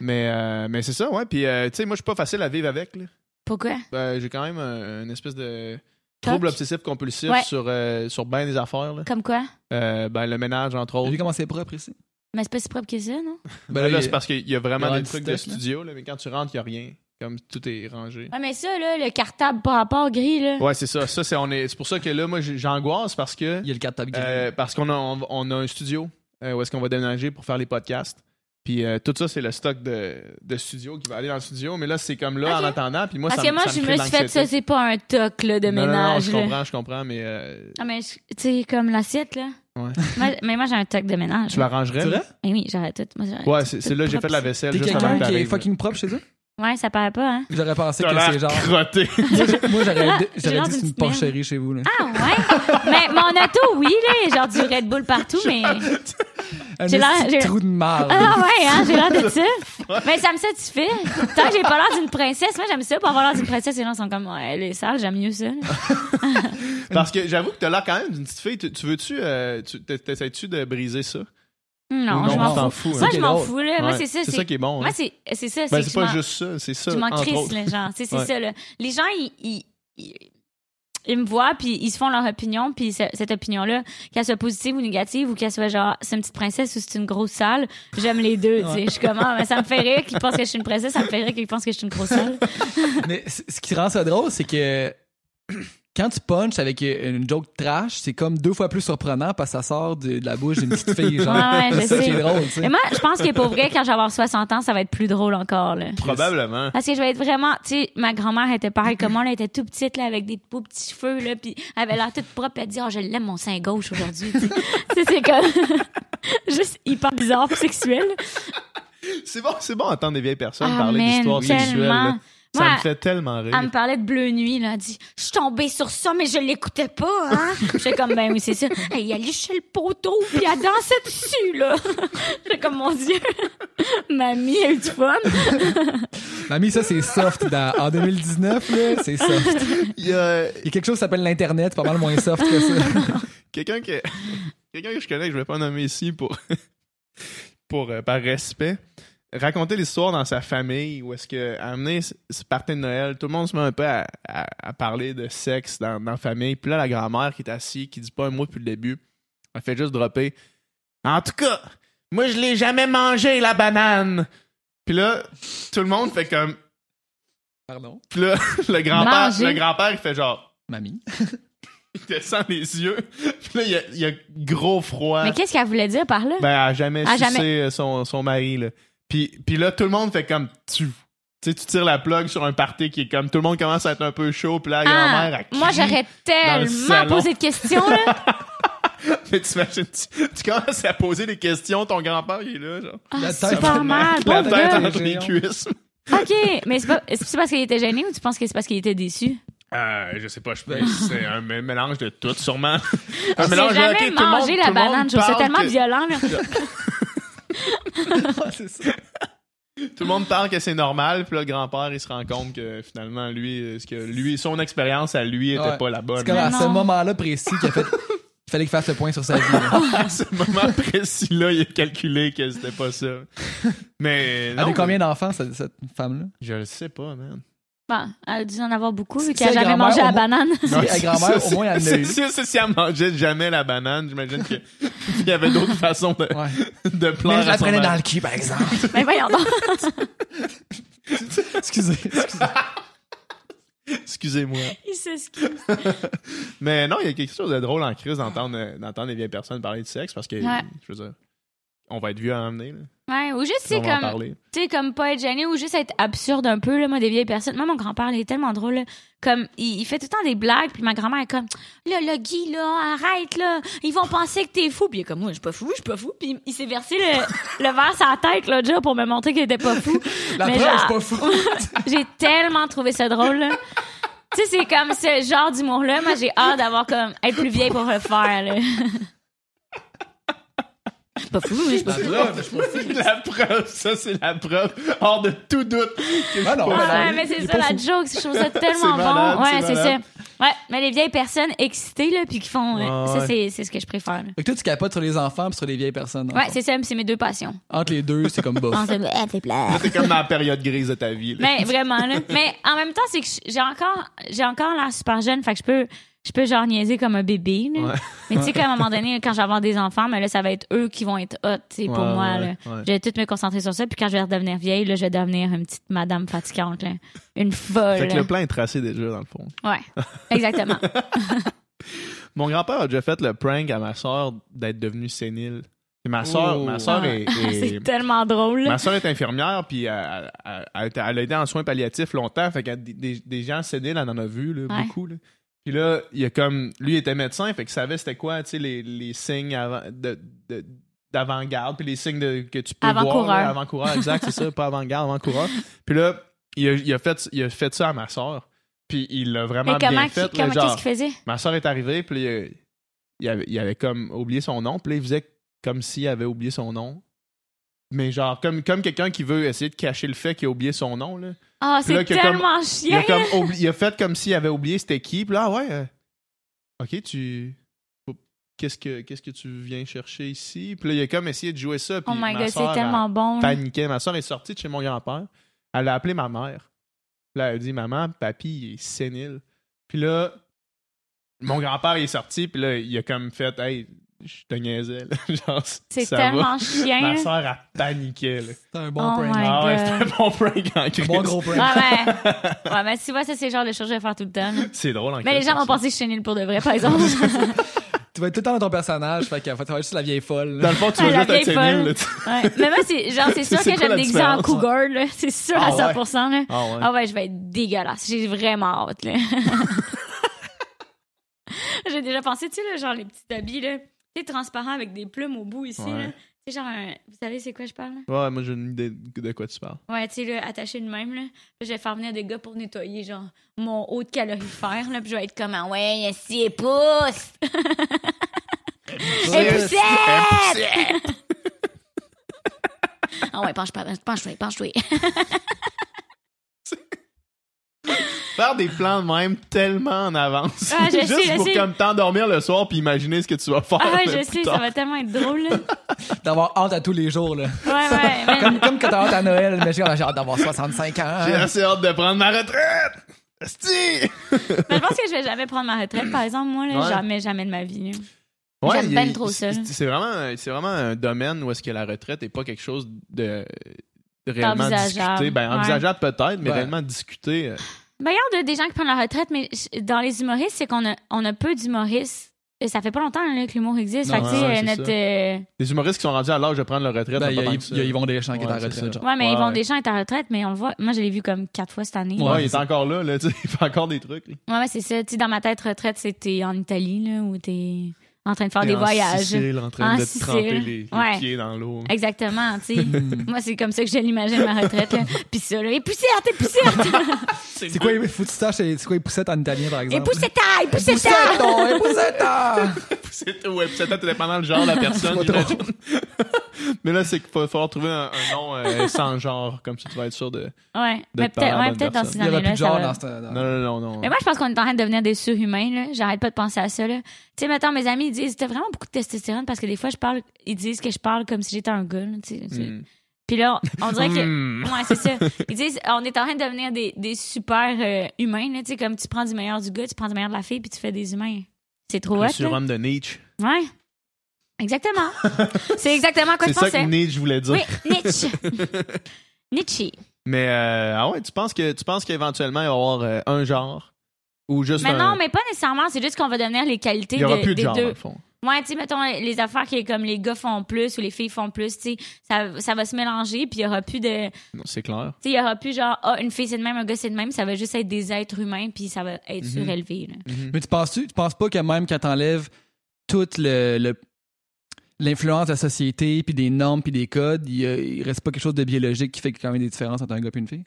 Speaker 1: Mais, euh, mais c'est ça, ouais. Puis, euh, tu sais, moi, je suis pas facile à vivre avec. là.
Speaker 3: Pourquoi?
Speaker 1: Ben, j'ai quand même un- une espèce de
Speaker 3: Toc.
Speaker 1: trouble obsessif compulsif
Speaker 3: Ouais.
Speaker 1: sur, euh, sur bien des affaires. là.
Speaker 3: Comme quoi?
Speaker 1: Euh, ben, le ménage, entre
Speaker 2: T'as vu
Speaker 1: autres.
Speaker 2: comment c'est propre ici?
Speaker 3: Mais c'est pas si propre que ça, non?
Speaker 2: Ben
Speaker 1: Ben, là,
Speaker 2: il-
Speaker 1: c'est parce qu'il y a vraiment
Speaker 2: il y a
Speaker 1: des
Speaker 2: un
Speaker 1: trucs
Speaker 2: petit
Speaker 1: de
Speaker 2: stock, là.
Speaker 1: studio, là, mais quand tu rentres, il n'y a rien. Comme tout est rangé.
Speaker 3: Ouais, mais ça, là, le cartable par rapport gris, là.
Speaker 1: Ouais, c'est ça. ça c'est, on est, c'est pour ça que là, moi, j'ai- j'angoisse parce que.
Speaker 2: il y a le cadre tab
Speaker 1: Euh, parce qu'on a, on, on a un studio euh, où est-ce qu'on va déménager pour faire les podcasts. Puis euh, tout ça, c'est le stock de, de studio qui va aller dans le studio. Mais là, c'est comme là en
Speaker 3: Ok.
Speaker 1: attendant. Puis moi,
Speaker 3: Parce
Speaker 1: ça
Speaker 3: que moi,
Speaker 1: ça
Speaker 3: je
Speaker 1: crée
Speaker 3: me
Speaker 1: de
Speaker 3: suis fait ça,
Speaker 1: l'anxiété.
Speaker 3: c'est pas un toc, là, de
Speaker 1: Non, non, non,
Speaker 3: ménage,
Speaker 1: je
Speaker 3: là.
Speaker 1: comprends, je comprends, mais euh,
Speaker 3: Ah, mais je- tu sais, comme l'assiette, là.
Speaker 1: Ouais.
Speaker 3: Moi- mais moi, j'ai un toc de ménage.
Speaker 1: tu l'arrangerais.
Speaker 2: C'est vrai?
Speaker 3: Mais oui, j'aurais tout. Moi, j'aurais
Speaker 1: Ouais,
Speaker 3: tout-
Speaker 1: c'est
Speaker 3: tout
Speaker 1: c'est là que j'ai
Speaker 3: propre.
Speaker 1: fait la vaisselle
Speaker 2: T'es
Speaker 1: juste avant
Speaker 2: quelqu'un
Speaker 1: que
Speaker 2: qui est
Speaker 1: t'arrives.
Speaker 2: fucking propre chez eux?
Speaker 3: Ouais, ça paraît pas, hein?
Speaker 2: J'aurais pensé que
Speaker 1: T'as
Speaker 2: c'est
Speaker 1: l'air
Speaker 2: genre.
Speaker 1: crotté.
Speaker 2: Moi, j'ai- Moi, j'aurais dit-
Speaker 3: J'ai l'air
Speaker 2: j'aurais dit
Speaker 3: d'une
Speaker 2: c'est une
Speaker 3: petite merde.
Speaker 2: porcherie chez vous. Là.
Speaker 3: Ah, ouais? mais mon auto, oui, là. Genre du Red Bull partout, mais.
Speaker 2: Un
Speaker 3: j'ai l'air-
Speaker 2: petit
Speaker 3: j'ai-
Speaker 2: trou de marde.
Speaker 3: Ah, ouais, hein? J'ai l'air de ça. Mais ça me satisfait. Tant que j'ai pas l'air d'une princesse, moi, j'aime ça. Pour avoir l'air d'une princesse, les gens sont comme, ouais, elle est sale, j'aime mieux ça.
Speaker 1: Parce que j'avoue que t'as l'air quand même d'une petite fille. Tu, tu veux-tu, euh, tu, t'essayes-tu de briser ça?
Speaker 3: Non,
Speaker 1: Ou
Speaker 3: je
Speaker 1: non,
Speaker 3: m'en
Speaker 1: t'en
Speaker 3: fous.
Speaker 1: fous, hein?
Speaker 3: Moi,
Speaker 2: C'est
Speaker 3: je m'en
Speaker 2: drôle.
Speaker 3: fous, là. Moi,
Speaker 1: Ouais.
Speaker 3: c'est ça.
Speaker 1: C'est ça qui est bon.
Speaker 3: Moi,
Speaker 1: hein.
Speaker 3: c'est c'est ça.
Speaker 1: Ben,
Speaker 3: que
Speaker 1: c'est
Speaker 3: je
Speaker 1: pas
Speaker 3: m'en-
Speaker 1: juste ça, c'est ça.
Speaker 3: Je m'en
Speaker 1: entre
Speaker 3: crisse,
Speaker 1: autres.
Speaker 3: là, genre. C'est c'est
Speaker 1: Ouais.
Speaker 3: ça, là. Les gens, ils, ils, ils- ils me voient, puis ils se font leur opinion, puis ce- cette opinion-là, qu'elle soit positive ou négative, ou qu'elle soit genre, c'est une petite princesse ou c'est une grosse sale, j'aime les deux, tu sais. Je suis comme, ah, mais ça me fait rire qu'ils pensent que je suis une princesse, ça me fait rire qu'ils pensent que je suis une grosse sale.
Speaker 2: Mais c- ce qui rend ça drôle, c'est que quand tu punches avec euh, une joke trash, c'est comme deux fois plus surprenant parce que ça sort de, de la bouche d'une petite fille. Genre.
Speaker 3: Ouais, ouais, je
Speaker 2: c'est ça qui
Speaker 3: sais.
Speaker 2: est drôle. tu sais.
Speaker 3: Mais moi, je pense que pour vrai, quand je vais avoir 60 ans, ça va être plus drôle encore, là.
Speaker 1: Probablement.
Speaker 3: Parce que je vais être vraiment, tu sais, ma grand-mère était pareille comme moi, là, elle était tout petite, là, avec des beaux petits cheveux, là, puis elle avait l'air toute propre, puis elle dit, oh, je l'aime mon sein gauche aujourd'hui. tu sais, Tu sais, c'est comme, juste hyper bizarre, puis sexuel.
Speaker 1: C'est bon, c'est bon d'entendre des vieilles personnes
Speaker 3: Ah,
Speaker 1: parler
Speaker 3: man,
Speaker 1: d'histoires sexuelles.
Speaker 3: tellement.
Speaker 1: là. Ça
Speaker 3: Moi,
Speaker 1: me fait tellement rire.
Speaker 3: Elle me parlait de Bleu Nuit, là, elle dit, je suis tombée sur ça, mais je l'écoutais pas, hein. J'étais comme, ben oui, c'est ça. Elle est allée chez le poteau, puis elle dansait dessus, là. J'étais comme, mon Dieu, mamie a eu du fun.
Speaker 2: Mamie, ça, c'est soft. dans- en 2019, là, c'est soft.
Speaker 1: Il y a
Speaker 2: Il y a quelque chose qui s'appelle l'Internet, pas mal moins soft que ça.
Speaker 1: quelqu'un que, quelqu'un que je connais, que je vais pas nommer ici pour, pour euh, par respect, raconter l'histoire dans sa famille où est-ce que à amener ce ce party de Noël, tout le monde se met un peu à, à- à parler de sexe dans, dans la famille. Puis là, la grand-mère qui est assise, qui dit pas un mot depuis le début, elle fait juste dropper. En tout cas, moi je l'ai jamais mangé la banane. Puis là, tout le monde fait comme.
Speaker 2: Pardon.
Speaker 1: Puis là, le grand-père,
Speaker 3: Manger.
Speaker 1: le grand-père, il fait genre.
Speaker 2: Mamie.
Speaker 1: Il descend les yeux. Puis là, il y a, il y a gros froid.
Speaker 3: Mais qu'est-ce qu'elle voulait dire par là?
Speaker 1: Ben, elle a jamais
Speaker 3: À
Speaker 1: sucé
Speaker 3: jamais.
Speaker 1: euh, Son, son mari, là. Puis, puis là, tout le monde fait comme tu. Tu sais, tu tires la plug sur un party qui est comme tout le monde commence à être un peu chaud, puis là, la
Speaker 3: Ah,
Speaker 1: grand-mère, elle
Speaker 3: moi,
Speaker 1: crie.
Speaker 3: j'aurais
Speaker 1: le
Speaker 3: tellement
Speaker 1: salon.
Speaker 3: posé de questions, là.
Speaker 1: Mais t'imagines, tu, tu commences à poser des questions, ton grand-père, il est là, genre.
Speaker 3: Ah,
Speaker 2: La
Speaker 3: c'est
Speaker 2: tête.
Speaker 3: super mal,
Speaker 1: la
Speaker 3: pauvre
Speaker 1: tête
Speaker 3: gars.
Speaker 1: entre les cuisses.
Speaker 3: OK, mais c'est pas- c'est parce qu'il était gêné ou tu penses que c'est parce qu'il était déçu?
Speaker 1: Euh, je sais pas, je c'est un mé- mélange de tout, sûrement. un
Speaker 3: J'ai
Speaker 1: mélange de, ok,
Speaker 3: jamais
Speaker 1: tout le monde-
Speaker 3: mangé la
Speaker 1: tout le monde
Speaker 3: banane, je trouve ça
Speaker 1: parle
Speaker 3: tellement
Speaker 1: que-
Speaker 3: violent. Là.
Speaker 2: Ouais, c'est ça.
Speaker 1: Tout le monde parle que c'est normal, puis là, le grand-père, il se rend compte que finalement, lui, euh, ce que lui, son expérience à lui était
Speaker 2: Ouais.
Speaker 1: pas la bonne.
Speaker 2: C'est comme à
Speaker 3: non.
Speaker 2: ce moment-là précis qu'il a fait. Il fallait qu'il fasse le point sur sa vie. là.
Speaker 1: À ce moment précis-là, il a calculé que c'était pas ça. Mais.
Speaker 2: Elle
Speaker 1: non,
Speaker 2: Ah, a combien d'enfants, cette, cette femme-là?
Speaker 1: Je le sais pas, man.
Speaker 3: Bon, elle a dû en avoir beaucoup vu
Speaker 2: Si
Speaker 3: qu'elle
Speaker 2: la
Speaker 3: a jamais
Speaker 2: grand-mère,
Speaker 3: mangé
Speaker 2: au
Speaker 3: la
Speaker 2: moins-
Speaker 3: banane.
Speaker 2: Si la grand-mère, au moins, elle l'a
Speaker 1: C'est
Speaker 2: eu.
Speaker 1: sûr, c'est si elle mangeait jamais la banane, j'imagine que- qu'il y avait d'autres façons de,
Speaker 2: Ouais.
Speaker 1: de plaire
Speaker 2: Mais je
Speaker 1: à
Speaker 2: la
Speaker 1: son
Speaker 2: prenais
Speaker 1: mari.
Speaker 2: dans le cul, par exemple.
Speaker 3: Mais voyons donc.
Speaker 2: excusez, excusez.
Speaker 1: Excusez-moi.
Speaker 3: Il s'excuse.
Speaker 1: Mais non, il y a quelque chose de drôle en crise d'entendre euh, d'entendre des vieilles personnes parler de sexe parce que,
Speaker 3: Ouais.
Speaker 1: je veux dire, on va être vieux à emmener. Là.
Speaker 3: Ouais, ou juste,
Speaker 1: On
Speaker 3: c'est
Speaker 1: va en
Speaker 3: comme.
Speaker 1: parler.
Speaker 3: tu sais, comme pas être gêné ou juste être absurde un peu, là, moi, des vieilles personnes. Moi, mon grand-père, il est tellement drôle, là. Comme, il, il fait tout le temps des blagues, puis ma grand-mère est comme, là, là, Guy, là, arrête, là. Ils vont penser que t'es fou. Puis il est comme, moi, je suis pas fou, je suis pas fou. Puis il s'est versé le, le verre sur la tête, là, déjà, pour me montrer qu'il était pas fou.
Speaker 2: La
Speaker 3: Mais
Speaker 2: preuve, je suis
Speaker 3: genre-
Speaker 2: pas fou.
Speaker 3: J'ai tellement trouvé ça drôle, là. Tu sais, c'est comme ce genre d'humour-là. Moi, j'ai hâte d'avoir comme, être plus vieille pour le faire, là. pas fou, mais je suis
Speaker 2: La
Speaker 3: pas fou.
Speaker 2: preuve, je suis pas fou.
Speaker 1: la preuve, ça c'est la preuve hors de tout doute. que je
Speaker 2: Ah non,
Speaker 1: suis pas-
Speaker 2: la-
Speaker 3: Ah ouais,
Speaker 2: il-
Speaker 3: mais
Speaker 2: il
Speaker 3: c'est
Speaker 2: est
Speaker 3: ça
Speaker 2: pas
Speaker 3: la
Speaker 2: fou.
Speaker 3: joke, je trouve ça
Speaker 1: C'est
Speaker 3: tellement
Speaker 1: malade,
Speaker 3: bon. Ouais,
Speaker 1: c'est
Speaker 3: c'est ça.
Speaker 1: malade.
Speaker 3: Ouais, mais les vieilles personnes excitées là puis qui font euh,
Speaker 1: Ouais, ouais.
Speaker 3: ça c'est c'est ce que je préfère. là.
Speaker 2: Fait que toi, tu capotes sur les enfants pis sur les vieilles personnes. dans le
Speaker 3: Ouais,
Speaker 2: fond.
Speaker 3: c'est ça, c'est mes deux passions.
Speaker 2: Entre les deux, c'est comme bof.
Speaker 3: On se- Ah, c'est plat.
Speaker 1: C'est comme dans la période grise de ta vie. là.
Speaker 3: Mais vraiment là, mais en même temps c'est que je- j'ai encore j'ai encore l'air super jeune, fait que je peux je peux genre niaiser comme un bébé là.
Speaker 1: Ouais.
Speaker 3: Mais tu sais qu'à un moment donné quand je vais avoir des enfants, mais là ça va être eux qui vont être hot, tu sais, pour
Speaker 1: Ouais,
Speaker 3: moi
Speaker 1: ouais,
Speaker 3: là.
Speaker 1: ouais.
Speaker 3: Je vais tout me concentrer sur ça puis quand je vais redevenir vieille, là je vais devenir une petite madame fatigante là. une
Speaker 1: Fait
Speaker 3: folle.
Speaker 1: que le plan est tracé déjà dans le fond.
Speaker 3: Ouais. Exactement.
Speaker 1: Mon grand-père a déjà fait le prank à ma soeur d'être devenue sénile. Et ma soeur,
Speaker 2: Oh.
Speaker 1: ma soeur
Speaker 3: Ah.
Speaker 1: est, est-
Speaker 3: c'est tellement drôle. là.
Speaker 1: ma soeur est infirmière puis elle, elle- elle- elle a été en soins palliatifs longtemps. Fait que des, des- des gens séniles, elle en a vu là,
Speaker 3: Ouais.
Speaker 1: beaucoup. là. Puis là, il a comme lui il était médecin, fait qu'il savait c'était quoi, tu sais, les, les signes avant- de- de- d'avant-garde, puis les signes de- que tu peux
Speaker 3: Avant-coureur.
Speaker 1: voir. là, Avant-coureur, exact, c'est ça, pas avant-garde, avant-coureur. Puis là, il a, il a fait, il a fait ça à ma soeur. Puis il l'a vraiment
Speaker 3: Mais comment,
Speaker 1: bien fait.
Speaker 3: qui-
Speaker 1: là,
Speaker 3: comment-
Speaker 1: genre,
Speaker 3: qu'est-ce qu'il faisait?
Speaker 1: Ma soeur est arrivée, puis euh, il avait, il avait comme oublié son nom, puis là, il faisait comme s'il avait oublié son nom. Mais genre, comme, comme quelqu'un qui veut essayer de cacher le fait qu'il a oublié son nom, là.
Speaker 3: Ah,
Speaker 1: Puis là,
Speaker 3: c'est
Speaker 1: qu'il y a comme-
Speaker 3: tellement
Speaker 1: Il a,
Speaker 3: chiant.
Speaker 1: comme oubli- il a fait comme s'il avait oublié c'était qui, puis là, ah ouais. euh, ok, tu. Qu'est-ce que, qu'est-ce que tu viens chercher ici? Puis là, il a comme essayé de jouer ça. Puis
Speaker 3: Oh
Speaker 1: ma
Speaker 3: my god,
Speaker 1: sœur,
Speaker 3: c'est tellement bon.
Speaker 1: elle
Speaker 3: là.
Speaker 1: paniquait. Ma soeur est sortie de chez mon grand-père. Elle a appelé ma mère. Puis là, elle a dit Maman, papy, il est sénile. Puis là, mon grand-père il est sorti, puis là, il a comme fait Hey, je te niaisais. là. Genre,
Speaker 3: C'est
Speaker 1: ça va.
Speaker 3: tellement
Speaker 1: Ma
Speaker 3: chiant.
Speaker 1: soeur a paniqué. Là.
Speaker 2: C'est un bon
Speaker 3: Oh
Speaker 2: prank.
Speaker 3: my
Speaker 1: Ah ouais,
Speaker 3: God.
Speaker 1: c'était un bon prank en
Speaker 2: Un
Speaker 1: crise.
Speaker 2: bon gros prank.
Speaker 3: Ah ouais. ouais, mais tu vois, ça, c'est le genre de choses que je vais faire tout le temps. là.
Speaker 1: C'est drôle en
Speaker 3: Mais les
Speaker 1: crise,
Speaker 3: gens vont
Speaker 1: ça.
Speaker 3: penser que je suis nulle pour de vrai, par exemple.
Speaker 2: Tu vas être tout le temps dans ton personnage, fait qu'en fait, tu vas être juste la vieille folle.
Speaker 1: Dans le fond, tu
Speaker 3: Ah,
Speaker 1: veux
Speaker 3: la
Speaker 1: juste être
Speaker 3: vieille
Speaker 1: sénile.
Speaker 3: folle.
Speaker 1: là, tu-
Speaker 3: Ouais. Mais moi, c'est genre, c'est sûr
Speaker 1: C'est
Speaker 3: que
Speaker 1: quoi
Speaker 3: je
Speaker 1: la
Speaker 3: me déguiser en
Speaker 1: différence?
Speaker 3: cougar, là. C'est sûr
Speaker 1: Ah
Speaker 3: à
Speaker 1: ouais.
Speaker 3: 100%, là.
Speaker 1: Ah ouais.
Speaker 3: Ah ouais, je vais être dégueulasse. J'ai vraiment hâte, là. J'ai déjà pensé, tu sais, là, genre les petits habits, là. Tu sais, transparent avec des plumes au bout ici,
Speaker 1: Ouais.
Speaker 3: là. Tu sais, genre, un- vous savez, c'est quoi je parle, là?
Speaker 1: Ouais, moi j'ai une idée de de quoi tu parles.
Speaker 3: Ouais, tu sais, là, attaché de même, là. Puis je vais faire venir des gars pour nettoyer, genre, mon haut de calorifère, là. Puis je vais être comme, ah ouais, il y a six pouces! Et puis sept! Ah ouais, penche, penche, penche, penche, penche, oui.
Speaker 1: Faire des plans de même tellement en avance.
Speaker 3: Ah, je
Speaker 1: Juste
Speaker 3: sais, je
Speaker 1: pour
Speaker 3: sais.
Speaker 1: comme t'endormir le soir puis imaginer ce que tu vas faire.
Speaker 3: Ah ouais,
Speaker 1: là,
Speaker 3: je
Speaker 1: plus
Speaker 3: sais,
Speaker 1: tard.
Speaker 3: ça va tellement être drôle, là.
Speaker 2: D'avoir hâte à tous les jours, là.
Speaker 3: Ouais, ouais, man.
Speaker 2: Comme, comme quand t'as hâte à Noël, mais j'ai j'ai hâte d'avoir 65 ans.
Speaker 1: J'ai
Speaker 2: hein.
Speaker 1: assez hâte de prendre ma retraite! Esti!
Speaker 3: Mais je pense que je vais jamais prendre ma retraite, par exemple, moi, là.
Speaker 1: Ouais.
Speaker 3: Jamais, jamais de ma vie, là.
Speaker 1: Ouais,
Speaker 3: J'aime
Speaker 1: il-
Speaker 3: ben trop ça,
Speaker 1: c'est-
Speaker 3: là.
Speaker 1: C'est vraiment, c'est vraiment un domaine où est-ce que la retraite n'est pas quelque chose de de réellement
Speaker 3: D'envisageable,
Speaker 1: discuté. Ben,
Speaker 3: ouais.
Speaker 1: envisageable peut-être, mais
Speaker 2: Ouais.
Speaker 1: réellement discuté. euh,
Speaker 3: Ben, il y a des gens qui prennent la retraite, mais je- dans les humoristes, c'est qu'on a, on a peu d'humoristes. Et Ça fait pas longtemps là, que l'humour existe.
Speaker 2: Non,
Speaker 3: fait que, tu sais,
Speaker 1: ouais, ouais, c'est
Speaker 3: notre.
Speaker 1: ça.
Speaker 3: euh,
Speaker 1: Les humoristes qui sont rendus à l'âge de prendre leur retraite,
Speaker 2: Ben,
Speaker 1: on
Speaker 2: Il
Speaker 1: peut
Speaker 2: y,
Speaker 1: pas
Speaker 2: a-
Speaker 1: tant que ça.
Speaker 2: il y a Yvon Deschamps qui est
Speaker 1: Ouais,
Speaker 2: à la
Speaker 1: c'est
Speaker 2: retraite.
Speaker 1: ça.
Speaker 2: genre.
Speaker 3: Ouais, mais
Speaker 1: Ouais,
Speaker 3: ils vont
Speaker 1: ouais.
Speaker 3: des gens être à la retraite, mais on le voit. Moi, je l'ai vu comme quatre fois cette année.
Speaker 1: Ouais,
Speaker 2: Ouais,
Speaker 1: il est
Speaker 2: c'est ça.
Speaker 1: encore là, là, tu sais, il fait encore des trucs. là.
Speaker 3: Ouais, ouais, c'est ça. Tu sais, dans ma tête, retraite, c'était en Italie, là, où t'es en train de faire
Speaker 1: T'es
Speaker 3: des
Speaker 1: en
Speaker 3: voyages.
Speaker 1: Sicile, en train
Speaker 3: En
Speaker 1: de te
Speaker 3: Sicile.
Speaker 1: tremper les, les
Speaker 3: Ouais.
Speaker 1: pieds dans l'eau.
Speaker 3: Exactement, tu sais.
Speaker 2: Hmm.
Speaker 3: Moi, c'est comme ça que je l'imagine, ma retraite, là. Puis ça, là, époussière, t'es poussière!
Speaker 2: C'est quoi, les- faut que tu saches, c'est c'est quoi les poussettes en italien, par exemple?
Speaker 3: Époussetta, époussetta!
Speaker 2: Poussette, non, les poussettes, ah!
Speaker 1: C'est ouais, puis c'est peut-être dépendant le genre de la personne.
Speaker 2: Pas trop.
Speaker 1: j'imagine. Mais là, c'est qu'il va falloir trouver un, un nom euh, sans genre, comme ça tu vas être sûr de.
Speaker 3: Ouais,
Speaker 1: parler à
Speaker 3: mais peut-être ouais,
Speaker 1: la bonne
Speaker 3: peut-être dans ces
Speaker 1: personne.
Speaker 2: Il y aura plus
Speaker 3: années-là,
Speaker 2: de
Speaker 3: ça
Speaker 2: genre
Speaker 3: va-
Speaker 2: dans ce. dans-
Speaker 1: Non, non, non, non.
Speaker 3: Mais moi, je pense qu'on est en train de devenir des surhumains, là. J'arrête pas de penser à ça, là. Tu sais, mettons, mes amis, ils disent, t'as vraiment beaucoup de testostérone parce que des fois, je parle, ils disent que je parle comme si j'étais un gars, là, tu sais.
Speaker 1: Hmm.
Speaker 3: Puis là, on dirait que.
Speaker 1: Hmm.
Speaker 3: Ouais, c'est ça. Ils disent, on est en train de devenir des, des super euh, humains, là, tu sais, comme tu prends du meilleur du gars, tu prends du meilleur de la fille, puis tu fais des humains. C'est trop
Speaker 1: Le
Speaker 3: hot, là.
Speaker 1: surhomme de Nietzsche.
Speaker 3: Ouais. Exactement. c'est exactement à quoi
Speaker 1: C'est
Speaker 3: je
Speaker 1: ça que
Speaker 3: pensais.
Speaker 1: Nietzsche voulait dire.
Speaker 3: Oui, Nietzsche. Nietzsche.
Speaker 1: Mais euh, ah ouais, tu penses que tu penses qu'éventuellement il va y avoir euh, un genre ou juste
Speaker 3: Mais
Speaker 1: un
Speaker 3: non, mais pas nécessairement. C'est juste qu'on va devenir les qualités
Speaker 1: il y aura
Speaker 3: de-
Speaker 1: plus de
Speaker 3: des
Speaker 1: genre dans
Speaker 3: deux.
Speaker 1: le fond.
Speaker 3: Ouais, tu sais, mettons, les affaires qui est comme les gars font plus ou les filles font plus, tu sais, ça, ça va se mélanger, puis il y aura plus de. Tu
Speaker 1: Non, c'est clair.
Speaker 3: sais, il y aura plus genre, ah, une fille c'est de même, un gars c'est de même, ça va juste être des êtres humains, puis ça va être
Speaker 1: Mhm.
Speaker 3: surélevé, là.
Speaker 2: Mais tu penses-tu, tu penses pas que même quand t'enlèves toute le, le- l'influence de la société, puis des normes, puis des codes, il, euh, il reste pas quelque chose de biologique qui fait quand même des différences entre un gars et une fille?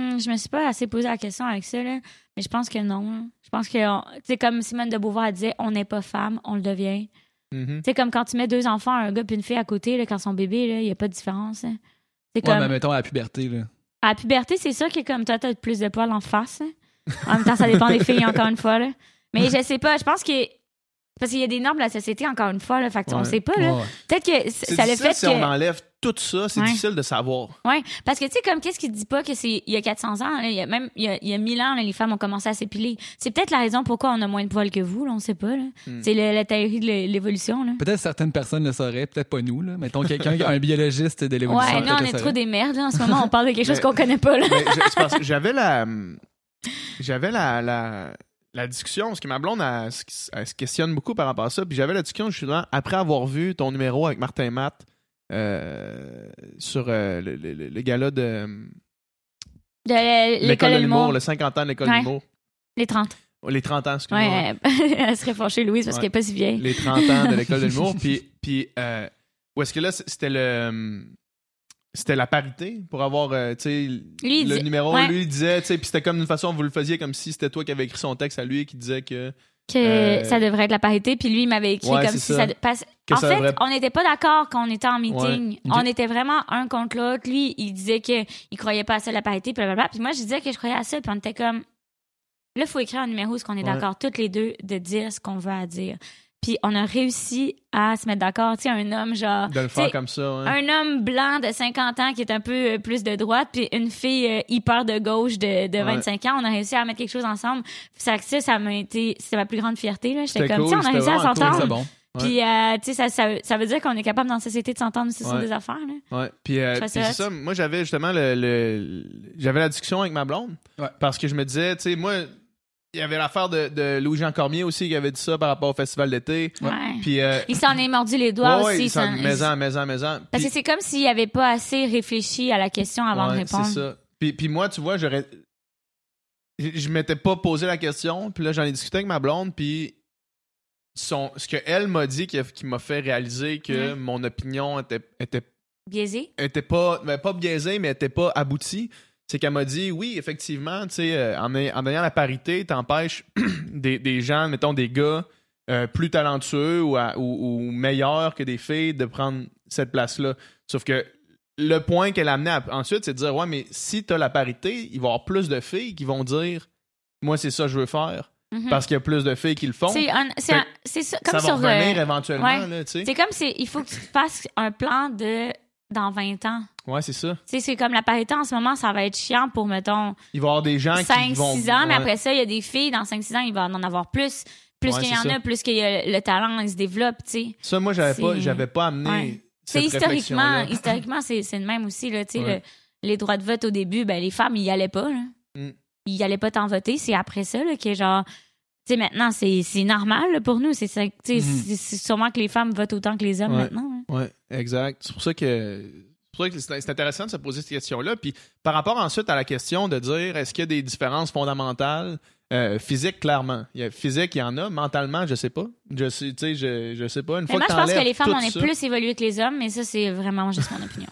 Speaker 3: Hmm, je me suis pas assez posé la question avec ça, là, mais je pense que non. hein. Je pense que, on- tu sais, comme Simone de Beauvoir disait, on n'est pas femme, on le devient.
Speaker 1: Mhm.
Speaker 3: Tu sais, comme quand tu mets deux enfants, un gars puis une fille à côté, là, quand ils sont bébés, là, il n'y a pas de différence. hein. C'est
Speaker 2: Ouais,
Speaker 3: comme.
Speaker 1: ben,
Speaker 2: mais mettons à la puberté, là.
Speaker 3: À la puberté, c'est sûr que comme toi, t'as plus de poils en face. hein. En même temps, ça dépend des filles, encore une fois. Là. Mais je sais pas, je pense que. Parce qu'il y a des normes de la société, encore une fois, là, fait qu'on
Speaker 1: Ouais.
Speaker 3: sait pas. Là.
Speaker 2: Ouais, ouais.
Speaker 3: Peut-être que c-
Speaker 1: C'est
Speaker 3: ça le
Speaker 1: difficile
Speaker 3: fait
Speaker 1: si
Speaker 3: que.
Speaker 1: on enlève tout ça, c'est
Speaker 3: Ouais.
Speaker 1: difficile de savoir.
Speaker 3: Ouais, parce que tu sais, comme qu'est-ce qui dit pas que c'est il y a 400 ans, là, il y a même il y a, il y a 1000 ans, là, les femmes ont commencé à s'épiler. C'est peut-être la raison pourquoi on a moins de poils que vous, là, on sait pas. là.
Speaker 1: Hmm.
Speaker 3: C'est le- la théorie de l'é- l'évolution. Là.
Speaker 2: Peut-être certaines personnes le sauraient, peut-être pas nous, là. Mettons quelqu'un, un biologiste de l'évolution.
Speaker 3: Ouais,
Speaker 2: peut-être
Speaker 3: non, on
Speaker 2: le
Speaker 3: est
Speaker 2: saurait.
Speaker 3: trop des merdes. Là. En ce moment, on parle de quelque chose
Speaker 1: Mais-
Speaker 3: qu'on connaît pas. Là.
Speaker 1: Mais je- c'est parce que j'avais la j'avais la, la la discussion parce que ma blonde elle, se- elle se questionne beaucoup par rapport à ça, puis j'avais la discussion justement après avoir vu ton numéro avec Martin Matt euh, sur euh, le, le, le- le gala de euh,
Speaker 3: De l'é- l'école de l'humour,
Speaker 1: le 50 ans de l'école
Speaker 3: Ouais.
Speaker 1: de l'humour.
Speaker 3: les 30.
Speaker 1: Les 30 ans, excusez-moi.
Speaker 3: Ouais, elle serait fâchée, Louise, parce
Speaker 1: Ouais.
Speaker 3: qu'elle est pas si vieille.
Speaker 1: les 30 ans de l'école de l'humour. Puis, puis euh, où est-ce que là, c- c'était le. euh, C'était la parité pour avoir, euh, tu sais,
Speaker 3: Lui, il
Speaker 1: le
Speaker 3: dit-
Speaker 1: numéro.
Speaker 3: ouais.
Speaker 1: Lui, il disait, tu sais, puis c'était comme une façon, vous le faisiez comme si c'était toi qui avais écrit son texte à lui qui disait que.
Speaker 3: Que
Speaker 1: Euh,
Speaker 3: ça devrait être la parité, puis lui, il m'avait écrit
Speaker 1: Ouais,
Speaker 3: comme
Speaker 1: c'est
Speaker 3: si
Speaker 1: ça.
Speaker 3: ça. de- parce-
Speaker 1: que
Speaker 3: en
Speaker 1: ça
Speaker 3: fait,
Speaker 1: devrait-
Speaker 3: on n'était pas d'accord quand on était en meeting.
Speaker 2: Ok.
Speaker 3: On était vraiment un contre l'autre. Lui, il disait que il croyait pas à ça, la parité, puis blablabla. Puis moi, je disais que je croyais à ça, puis on était comme. Là, faut écrire un numéro, ce qu'on est
Speaker 1: Ouais.
Speaker 3: d'accord toutes les deux de dire ce qu'on veut à dire. Puis on a réussi à se mettre d'accord. Tu sais, un homme, genre.
Speaker 1: de le
Speaker 3: tu sais,
Speaker 1: faire comme ça. ouais.
Speaker 3: un homme blanc de 50 ans qui est un peu euh, plus de droite, puis une fille euh, hyper de gauche de, de 25 ans. On a réussi à mettre quelque chose ensemble. Ça, ça, ça m'a été, c'était ma plus grande fierté. Là. J'étais
Speaker 1: C'était
Speaker 3: comme,
Speaker 1: cool,
Speaker 3: tiens, on a
Speaker 1: c'était
Speaker 3: réussi à
Speaker 1: vraiment cool,
Speaker 2: Ouais,
Speaker 1: ça
Speaker 3: s'entendre.
Speaker 2: c'est bon.
Speaker 1: ouais.
Speaker 3: Puis, euh, tu sais, ça, ça, ça veut dire qu'on est capable dans la société de s'entendre si ce sont
Speaker 1: Ouais.
Speaker 3: des affaires. Là.
Speaker 1: Ouais. Puis, euh,
Speaker 3: Je
Speaker 1: puis
Speaker 3: trouvais ça
Speaker 1: c'est
Speaker 3: hot.
Speaker 1: ça. Moi, j'avais justement le, le- j'avais la discussion avec ma blonde
Speaker 2: Ouais.
Speaker 1: parce que je me disais, tu sais, moi, il y avait l'affaire de, de Louis-Jean Cormier aussi qui avait dit ça par rapport au festival d'été.
Speaker 3: Ouais.
Speaker 1: Puis, euh,
Speaker 3: Il s'en est mordu les doigts
Speaker 1: ouais, ouais,
Speaker 3: aussi.
Speaker 1: il s'en-
Speaker 3: s'en-
Speaker 1: maison, maison, maison.
Speaker 3: Parce
Speaker 1: Puis-
Speaker 3: que c'est comme s'il avait pas assez réfléchi à la question avant de
Speaker 1: Ouais,
Speaker 3: répondre.
Speaker 1: C'est ça. Puis, puis moi, tu vois, j'aurais. Je je m'étais pas posé la question, puis là, j'en ai discuté avec ma blonde, puis son, ce qu'elle m'a dit qui, a- qui m'a fait réaliser
Speaker 3: Mm-hmm.
Speaker 1: que mon opinion était, était,
Speaker 3: Biaisé.
Speaker 1: était pas, ben, pas biaisée, mais était pas aboutie, c'est qu'elle m'a dit oui, effectivement, tu sais, euh, en, ay- en ayant la parité, t'empêches des, des gens, mettons des gars euh, plus talentueux ou, à- ou- ou meilleurs que des filles de prendre cette place-là. Sauf que le point qu'elle amenait à- ensuite, c'est de dire Ouais, mais si t'as la parité, il va y avoir plus de filles qui vont dire Moi, c'est ça que je veux faire.
Speaker 3: Mhm.
Speaker 1: Parce qu'il y a plus de filles qui le font.
Speaker 3: C'est un- c'est
Speaker 1: Fait
Speaker 3: un- c'est ça-
Speaker 1: ben, ça
Speaker 3: comme
Speaker 1: va
Speaker 3: sur. euh,
Speaker 1: revenir éventuellement.
Speaker 3: ouais.
Speaker 1: là, tu sais.
Speaker 3: C'est comme si il faut que tu fasses un plan de dans 20 ans.
Speaker 1: Ouais, c'est ça.
Speaker 3: Tu sais, c'est comme la parité en ce moment, ça va être chiant pour, mettons,
Speaker 1: Il va y avoir des gens qui
Speaker 3: 5-6
Speaker 1: vont.
Speaker 3: ans, mais
Speaker 1: ouais.
Speaker 3: après ça, il y a des filles, dans 5-6 ans, il va en avoir plus. Plus
Speaker 1: Ouais,
Speaker 3: qu'il y
Speaker 1: c'est
Speaker 3: en
Speaker 1: ça.
Speaker 3: a, plus que euh, le talent il se développe, tu sais.
Speaker 1: Ça, moi, j'avais pas,
Speaker 3: C'est-
Speaker 1: j'avais pas amené.
Speaker 3: Ouais.
Speaker 1: Cette
Speaker 3: C'est historiquement,
Speaker 1: réflexion-là.
Speaker 3: historiquement, c'est c'est le même aussi, là, tu sais,
Speaker 1: Ouais.
Speaker 3: le- les droits de vote au début, ben, les femmes, ils y allaient pas, là.
Speaker 1: Mm.
Speaker 3: Ils y allaient pas tant voter, c'est après ça, là, que genre, tu sais, maintenant, c'est c'est normal, là, pour nous, c'est ça, tu sais,
Speaker 2: Mhm.
Speaker 3: c'est- c'est sûrement que les femmes votent autant que les hommes
Speaker 1: Mm-hmm. Ouais.
Speaker 3: maintenant, hein. là.
Speaker 1: Oui, exact. C'est pour ça que c'est pour ça que c'est c'est intéressant de se poser cette question-là. Puis par rapport ensuite à la question de dire est-ce qu'il y a des différences fondamentales euh, physiques, clairement. Il y a, physique, il y en a. Mentalement, je sais pas. Je sais, tu sais, je, je sais pas. Une
Speaker 3: Mais
Speaker 1: fois
Speaker 3: moi,
Speaker 1: que
Speaker 3: je pense que
Speaker 1: t'enlèves
Speaker 3: les femmes,
Speaker 1: tout
Speaker 3: on est
Speaker 1: ça-
Speaker 3: plus évoluées que les hommes, mais ça, c'est vraiment juste mon opinion.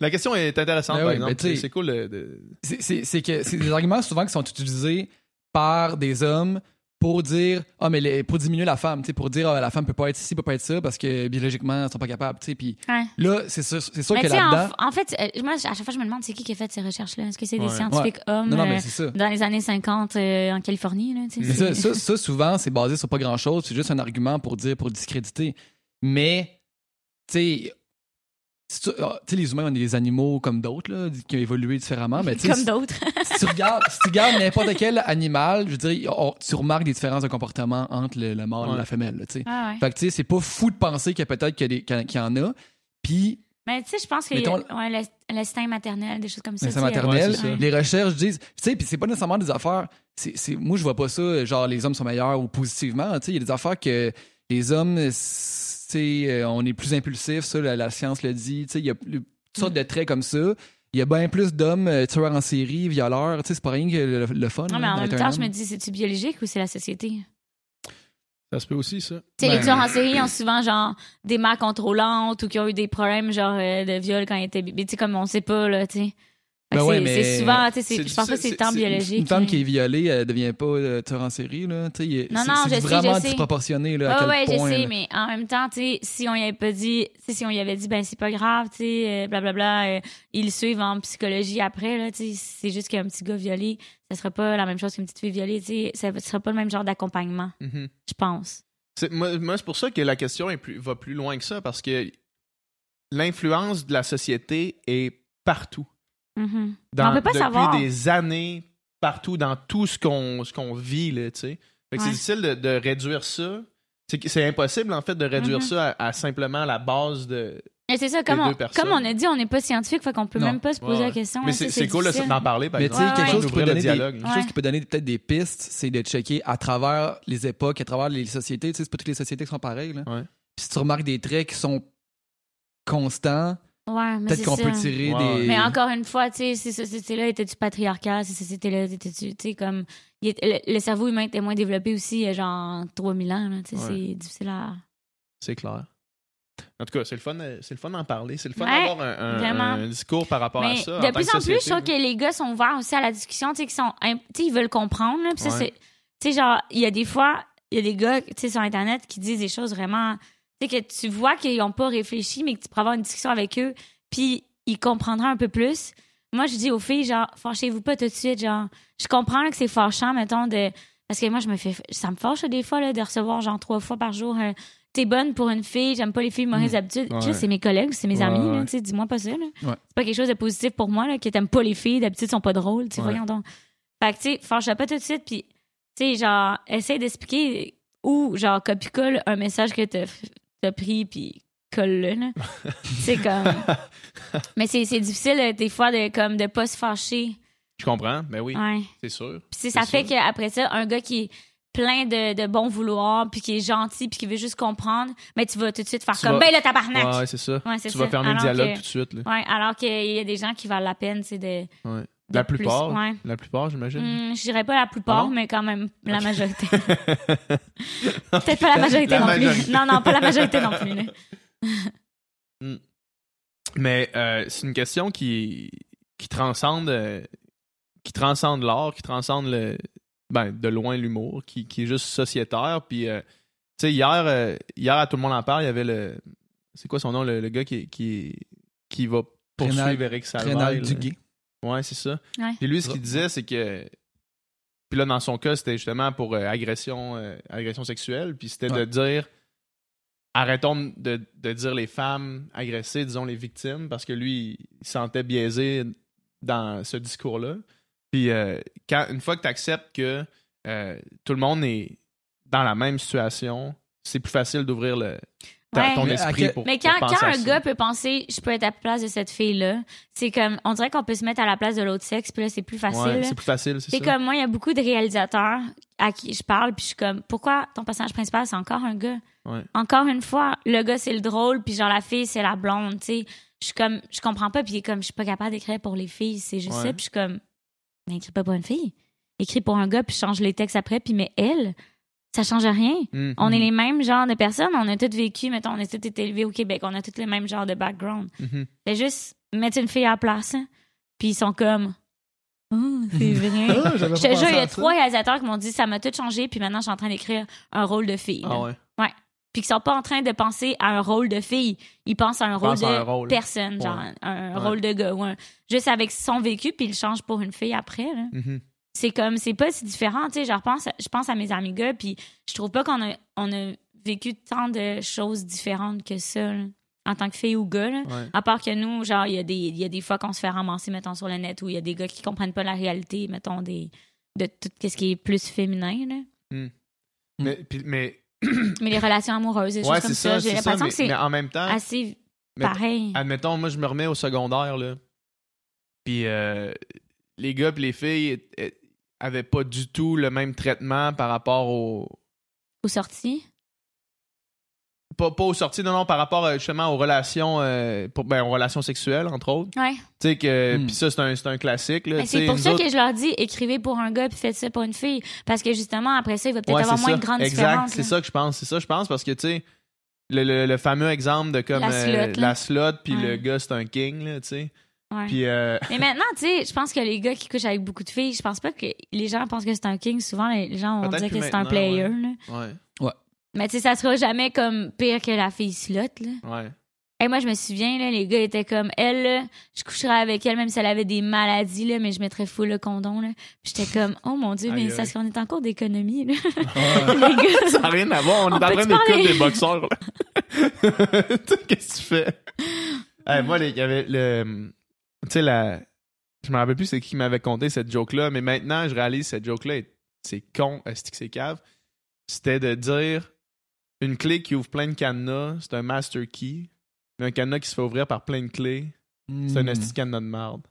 Speaker 1: La question est intéressante,
Speaker 2: Ben
Speaker 1: par
Speaker 2: oui,
Speaker 1: exemple.
Speaker 2: mais tu sais-
Speaker 1: C'est cool de- de-
Speaker 2: C'est- C'est c'est que c'est des arguments souvent qui sont utilisés par des hommes pour dire ah mais les- pour diminuer la femme, tu sais, pour dire ah, la femme peut pas être ici, peut pas être ça parce que biologiquement, elles sont pas capables, tu sais. Puis
Speaker 3: Ouais.
Speaker 2: là, c'est sûr, c'est sûr
Speaker 3: Mais
Speaker 2: que
Speaker 3: tu sais, en-
Speaker 2: là-dedans,
Speaker 3: en, fait, euh, moi, à chaque fois, je me demande c'est qui qui a fait ces recherches-là. Est-ce que c'est
Speaker 1: Ouais.
Speaker 3: des scientifiques hommes
Speaker 2: non non mais
Speaker 3: euh,
Speaker 2: c'est ça.
Speaker 3: dans les années 50 euh, en Californie? Là, tu sais,
Speaker 2: Mais ça, ça-
Speaker 3: c'est-
Speaker 2: ça, souvent, c'est basé sur pas grand-chose. C'est juste un argument pour dire, pour discréditer. Mais, tu sais, tu ah, tu sais, les humains, on est des animaux comme d'autres, là, qui ont évolué différemment. Mais tu sais,
Speaker 3: Comme d'autres.
Speaker 2: si tu regardes, si tu regardes n'importe quel animal, je veux dire, on- tu remarques des différences de comportement entre le, le mâle
Speaker 1: Ouais.
Speaker 2: et la femelle. là, tu sais.
Speaker 3: Ah ouais.
Speaker 2: Fait que tu sais, c'est pas fou de penser qu'il y a peut-être qu'il y, a des- qu'il y en- qu'il y en a. Puis,
Speaker 3: Mais tu sais, je pense que
Speaker 2: Mettons-
Speaker 3: ouais, l'ass- l'assistant maternel, des choses comme ça.
Speaker 2: l'instinct
Speaker 3: tu sais,
Speaker 2: maternel,
Speaker 1: ouais, c'est ça.
Speaker 2: les recherches disent, tu sais, puis c'est pas nécessairement des affaires. c'est- c'est- moi, je vois pas ça, genre les hommes sont meilleurs ou positivement. Tu sais, il y a des affaires que les hommes, euh, c'est, euh, on est plus impulsif, ça, la, la science le dit. Tu sais, il y a plus- toutes sortes de traits comme ça. Il y a bien plus d'hommes euh, tueurs en série, violeurs. Tu sais, c'est pas rien que le, le fun.
Speaker 3: euh,
Speaker 2: là,
Speaker 3: Non, mais en même
Speaker 2: d'être un
Speaker 3: temps, je me
Speaker 2: homme.
Speaker 3: dis, c'est-tu biologique ou c'est la société? Tu
Speaker 1: Ça se peut aussi, ça.
Speaker 3: sais, les
Speaker 2: Ben-
Speaker 3: tueurs en série ont souvent, genre, des mères contrôlantes ou qui ont eu des problèmes, genre, euh, de viol quand ils étaient bébés. Tu sais, comme on sait pas, là, tu sais. Fait que
Speaker 2: Ben ouais,
Speaker 3: c'est
Speaker 2: mais-
Speaker 3: c'est souvent, tu sais, c'est-
Speaker 1: C'est
Speaker 3: je pense pas que c'est le temps
Speaker 1: difficile, c'est-
Speaker 3: biologique.
Speaker 2: Une femme qui est violée, elle devient pas euh, tueur en série. Là. Tu sais, il-
Speaker 3: Non,
Speaker 2: c'est-
Speaker 3: non, je
Speaker 2: c'est
Speaker 3: sais,
Speaker 2: vraiment
Speaker 3: je sais.
Speaker 2: disproportionné là, à
Speaker 3: Ah Ouais,
Speaker 2: quel
Speaker 3: ouais,
Speaker 2: point,
Speaker 3: je sais,
Speaker 2: là.
Speaker 3: mais en même temps, tu sais, si on y avait pas dit, tu sais, si on y avait dit, ben, c'est pas grave, tu sais, euh, blablabla, euh, ils le suivent en psychologie après, là, tu sais, c'est juste qu'un petit gars violé, ça serait pas la même chose qu'une petite fille violée, tu sais, ça serait pas le même genre d'accompagnement, je
Speaker 1: Mm-hmm.
Speaker 3: pense.
Speaker 1: C'est- moi, moi, c'est pour ça que la question est plus- va plus loin que ça, parce que l'influence de la société est partout.
Speaker 3: Mhm.
Speaker 1: Dans-
Speaker 3: On peut pas
Speaker 1: depuis
Speaker 3: savoir.
Speaker 1: des années, partout, dans tout ce qu'on ce qu'on vit, là, tu sais. Fait que
Speaker 3: Ouais.
Speaker 1: c'est difficile de, de réduire ça. C'est que- C'est impossible, en fait, de réduire
Speaker 3: Mhm.
Speaker 1: ça à, à simplement la base de...
Speaker 3: Et c'est ça, comme
Speaker 1: Les
Speaker 3: on,
Speaker 1: deux personnes.
Speaker 3: comme on a dit, on n'est pas scientifique, fait qu'on peut
Speaker 2: Non.
Speaker 3: même pas se poser
Speaker 1: Ouais,
Speaker 3: la
Speaker 1: ouais.
Speaker 3: question.
Speaker 1: Mais
Speaker 3: là,
Speaker 1: c'est
Speaker 3: tu sais,
Speaker 1: c'est cool là,
Speaker 3: difficile.
Speaker 1: d'en parler, par
Speaker 2: Mais tu
Speaker 1: exemple.
Speaker 2: sais,
Speaker 3: Ouais,
Speaker 2: quelque
Speaker 3: ouais.
Speaker 2: chose qui
Speaker 1: Ouvrir
Speaker 2: pourrait
Speaker 1: le
Speaker 2: donner, des,
Speaker 1: dialogue.
Speaker 2: quelque chose
Speaker 3: Ouais.
Speaker 2: qui peut donner peut-être des pistes, c'est de checker à travers les époques, à travers les sociétés. Tu sais, c'est pas toutes les sociétés qui sont pareilles. Là.
Speaker 1: Ouais.
Speaker 2: Puis si tu remarques des traits qui sont constants,
Speaker 3: Ouais, mais
Speaker 2: peut-être
Speaker 3: c'est
Speaker 2: qu'on
Speaker 3: ça.
Speaker 2: peut tirer
Speaker 1: Ouais.
Speaker 2: des.
Speaker 3: Mais encore une fois, tu sais, si cette société-là était-tu patriarcale, si cette société-là était-tu, tu sais, comme. il est- le, le cerveau humain était moins développé aussi, euh, genre 3000 ans, là, tu sais,
Speaker 1: Ouais.
Speaker 3: c'est difficile à.
Speaker 1: C'est clair. En tout cas, c'est le fun, euh, c'est le fun d'en parler. C'est le fun
Speaker 3: Ouais,
Speaker 1: d'avoir un, un-
Speaker 3: vraiment.
Speaker 1: un discours par rapport à
Speaker 3: Mais
Speaker 1: ça.
Speaker 3: de
Speaker 1: en tant
Speaker 3: plus
Speaker 1: que
Speaker 3: en plus,
Speaker 1: société,
Speaker 3: je trouve que les gars sont ouverts aussi à la discussion, tu sais, qu'ils sont. imp- Tu sais, ils veulent comprendre, là. Puis ça,
Speaker 1: Ouais.
Speaker 3: c'est. Tu sais, genre, il y a des fois, il y a des gars, tu sais, sur Internet qui disent des choses vraiment. Tu sais, que tu vois qu'ils n'ont pas réfléchi, mais que tu pourras avoir une discussion avec eux, puis ils comprendront un peu plus. Moi, je dis aux filles, genre, fâchez-vous pas tout de suite, genre. Je comprends là, que c'est fâchant, mettons, de. Parce que moi, je me fais. Ça me fâche, là, des fois, là, de recevoir, genre, trois fois par jour. un T'es bonne pour une fille, j'aime pas les filles mauvaises habitudes.
Speaker 1: Mm. Ouais.
Speaker 3: Chris, C'est mes collègues, c'est mes
Speaker 2: Ouais,
Speaker 3: amis, là,
Speaker 2: ouais.
Speaker 3: tu sais, dis-moi pas ça. Là c'est pas quelque chose de positif pour moi là que t'aimes pas les filles d'habitude sont pas drôles tu sais,
Speaker 1: Ouais.
Speaker 3: voyons donc fait que tu sais fâche-toi pas tout de suite puis tu sais genre essaie d'expliquer ou genre copie colle un message que t'as t'as pris puis colle-le là c'est comme mais c'est c'est difficile euh, des fois de comme de pas se fâcher
Speaker 1: Je comprends, ben oui,
Speaker 3: ouais
Speaker 1: c'est sûr.
Speaker 3: puis c'est- ça
Speaker 1: C'est
Speaker 3: fait
Speaker 1: sûr.
Speaker 3: qu'après ça, un gars qui est plein de, de bon vouloir, puis qui est gentil, puis qui veut juste comprendre, mais tu vas tout de suite faire
Speaker 1: Tu vas-
Speaker 3: comme ben le tabarnak.
Speaker 1: Ouais, c'est ça.
Speaker 3: Ouais, c'est
Speaker 1: tu
Speaker 3: ça.
Speaker 1: vas fermer
Speaker 3: Alors
Speaker 1: le dialogue
Speaker 3: que-
Speaker 1: tout de suite. là.
Speaker 3: Ouais, alors qu'il y a des gens qui valent la peine, c'est de,
Speaker 1: Ouais.
Speaker 3: de
Speaker 1: La
Speaker 3: plus-
Speaker 1: plupart,
Speaker 3: ouais.
Speaker 1: la plupart, j'imagine.
Speaker 3: Hmm, je dirais pas la
Speaker 1: Ah
Speaker 3: plupart,
Speaker 1: non?
Speaker 3: mais quand même la majorité. Peut-être pas la majorité
Speaker 1: La
Speaker 3: non
Speaker 1: majorité.
Speaker 3: plus. Non, non, pas la majorité non plus. là.
Speaker 1: Mais euh, c'est une question qui qui transcende euh, qui transcende l'art, qui transcende le ben de loin l'humour, qui, qui est juste sociétaire. Puis euh, tu sais hier euh, hier à tout le monde en parle, il y avait le c'est quoi son nom le, le gars qui qui qui va poursuivre
Speaker 2: Rénal-
Speaker 1: Eric Salvaille.
Speaker 2: Rénal
Speaker 1: là.
Speaker 2: Duguay.
Speaker 1: Ouais, c'est ça.
Speaker 3: Ouais.
Speaker 1: Puis lui, ce qu'il disait, c'est que. Puis là, dans son cas, c'était justement pour euh, agression, euh, agression sexuelle. Puis c'était de
Speaker 2: Ouais.
Speaker 1: dire. Arrêtons de, de dire les femmes agressées, disons les victimes, parce que lui, il se sentait biaisé dans ce discours-là. Puis euh, quand, une fois que tu acceptes que euh, tout le monde est dans la même situation, c'est plus facile d'ouvrir le, ta-
Speaker 3: Ouais.
Speaker 1: ton
Speaker 2: Mais à
Speaker 1: esprit
Speaker 2: quel-
Speaker 1: pour
Speaker 3: Mais
Speaker 1: pour
Speaker 3: quand,
Speaker 1: penser
Speaker 3: quand
Speaker 1: à
Speaker 3: un
Speaker 1: ça.
Speaker 3: gars peut penser, je peux être à la place de cette fille-là, c'est comme, on dirait qu'on peut se mettre à la place de l'autre sexe, puis là, c'est plus facile.
Speaker 1: Ouais,
Speaker 3: là.
Speaker 1: c'est plus facile, c'est
Speaker 3: C'est
Speaker 1: ça.
Speaker 3: comme moi, il y a beaucoup de réalisateurs à qui je parle, puis je suis comme, pourquoi ton personnage principal, c'est encore un gars?
Speaker 1: Ouais.
Speaker 3: Encore une fois, le gars, c'est le drôle, puis genre la fille, c'est la blonde, tu sais. Je suis comme, je comprends pas, puis il est comme, je suis pas capable d'écrire pour les filles, c'est juste
Speaker 1: Ouais.
Speaker 3: ça, puis je suis comme, mais écris pas pour une fille. Écris pour un gars, puis change les textes après, puis mais elle, ça change rien.
Speaker 1: Mhm.
Speaker 3: On est les mêmes genres de personnes, on a toutes vécu, mettons, on a toutes été élevés au Québec, on a toutes les mêmes genres de background.
Speaker 1: Mhm.
Speaker 3: C'est juste mettre une fille à la place, hein. puis ils sont comme, oh, c'est
Speaker 1: Ah,
Speaker 3: vrai. Je te jure, il y a trois réalisateurs qui m'ont dit ça m'a tout changé, puis maintenant je suis en train d'écrire un rôle de fille.
Speaker 1: Ah ouais.
Speaker 3: Puis qu'ils sont pas en train de penser à un rôle de fille, ils pensent à un rôle
Speaker 1: pensent
Speaker 3: de
Speaker 1: à un rôle.
Speaker 3: personne, genre un
Speaker 1: Ouais.
Speaker 3: rôle de gars ou un- juste avec son vécu, puis ils changent pour une fille après. là.
Speaker 1: Mhm.
Speaker 3: C'est comme c'est pas si différent, tu sais. Je repense, je pense à mes amis gars, puis je trouve pas qu'on a on a vécu tant de choses différentes que ça. là. en tant que fille ou gars. là.
Speaker 1: Ouais.
Speaker 3: À part que nous, genre, il y, a des- il y a des fois qu'on se fait ramasser, mettons, sur le net où il y a des gars qui comprennent pas la réalité, mettons, des, de tout ce qui est plus féminin. là.
Speaker 1: Mais, puis- mais,
Speaker 3: Mais les relations amoureuses, et
Speaker 1: ouais,
Speaker 3: Mm. choses comme
Speaker 1: c'est
Speaker 3: ça,
Speaker 1: ça.
Speaker 3: j'ai
Speaker 1: c'est ça
Speaker 3: l'impression
Speaker 1: mais,
Speaker 3: que c'est
Speaker 1: mais en même temps,
Speaker 3: assez
Speaker 1: Mais-
Speaker 3: pareil.
Speaker 1: admettons, moi, je me remets au secondaire, là. Puis euh, les gars puis les filles euh, avaient pas du tout le même traitement par rapport au...
Speaker 3: Aux sorties.
Speaker 1: Pas, pas aux sorties, non, non, par rapport euh, justement aux relations, euh, pour- ben, aux relations sexuelles, entre autres.
Speaker 3: Ouais.
Speaker 1: Tu sais que...
Speaker 2: Hmm.
Speaker 1: Puis ça, c'est un, c'est un classique, là.
Speaker 3: Mais
Speaker 1: tu
Speaker 3: c'est
Speaker 1: sais,
Speaker 3: pour
Speaker 1: nous
Speaker 3: ça
Speaker 1: autres-
Speaker 3: que je leur dis écrivez pour un gars puis faites ça pour une fille. Parce que justement, après ça, il va peut-être
Speaker 1: Ouais,
Speaker 3: avoir
Speaker 1: c'est
Speaker 3: moins
Speaker 1: ça.
Speaker 3: de grandes
Speaker 1: Exact,
Speaker 3: différences.
Speaker 1: c'est
Speaker 3: là.
Speaker 1: ça que je pense. C'est ça, je pense, parce que, tu sais, le, le- le fameux exemple de comme
Speaker 3: La
Speaker 1: euh,
Speaker 3: slot, là.
Speaker 1: la slot, puis le
Speaker 3: Ouais.
Speaker 1: gars, c'est un king, là, tu sais.
Speaker 3: Ouais.
Speaker 1: Puis, euh,
Speaker 3: Mais maintenant, tu sais, je pense que les gars qui couchent avec beaucoup de filles, je pense pas que les gens pensent que c'est un king. Souvent, les les gens vont
Speaker 1: Peut-être
Speaker 3: dire que
Speaker 1: plus
Speaker 3: c'est un
Speaker 1: maintenant,
Speaker 3: player. là.
Speaker 1: ouais,
Speaker 3: Mais tu sais, ça sera jamais comme pire que la fille slot. Là.
Speaker 1: ouais.
Speaker 3: Hey, moi, je me souviens, là, les gars étaient comme elle, là, je coucherais avec elle, même si elle avait des maladies, là, mais je mettrais fou le condom. Là. Puis J'étais comme, oh mon Dieu,
Speaker 1: Aïe,
Speaker 3: mais ça
Speaker 1: aïe.
Speaker 3: se qu'on est en cours d'économie. là.
Speaker 2: Ah,
Speaker 3: les gars,
Speaker 1: Ça n'a rien à voir, on, est
Speaker 3: On
Speaker 1: en train
Speaker 3: peut-tu
Speaker 1: d'écouter
Speaker 3: parler?
Speaker 1: des boxeurs. là. Tu sais, Qu'est-ce que tu fais? Hey, moi, les- il y avait le. Tu sais, la. Je me rappelle plus c'est qui qui m'avait conté cette joke-là, mais maintenant, je réalise cette joke-là, est- c'est con, est que c'est cave? C'était de dire une clé qui ouvre plein de cadenas, c'est un master key, mais un cadenas qui se fait ouvrir par plein de clés, Mm. c'est un
Speaker 2: hmm.
Speaker 1: esti de cadenas de marde.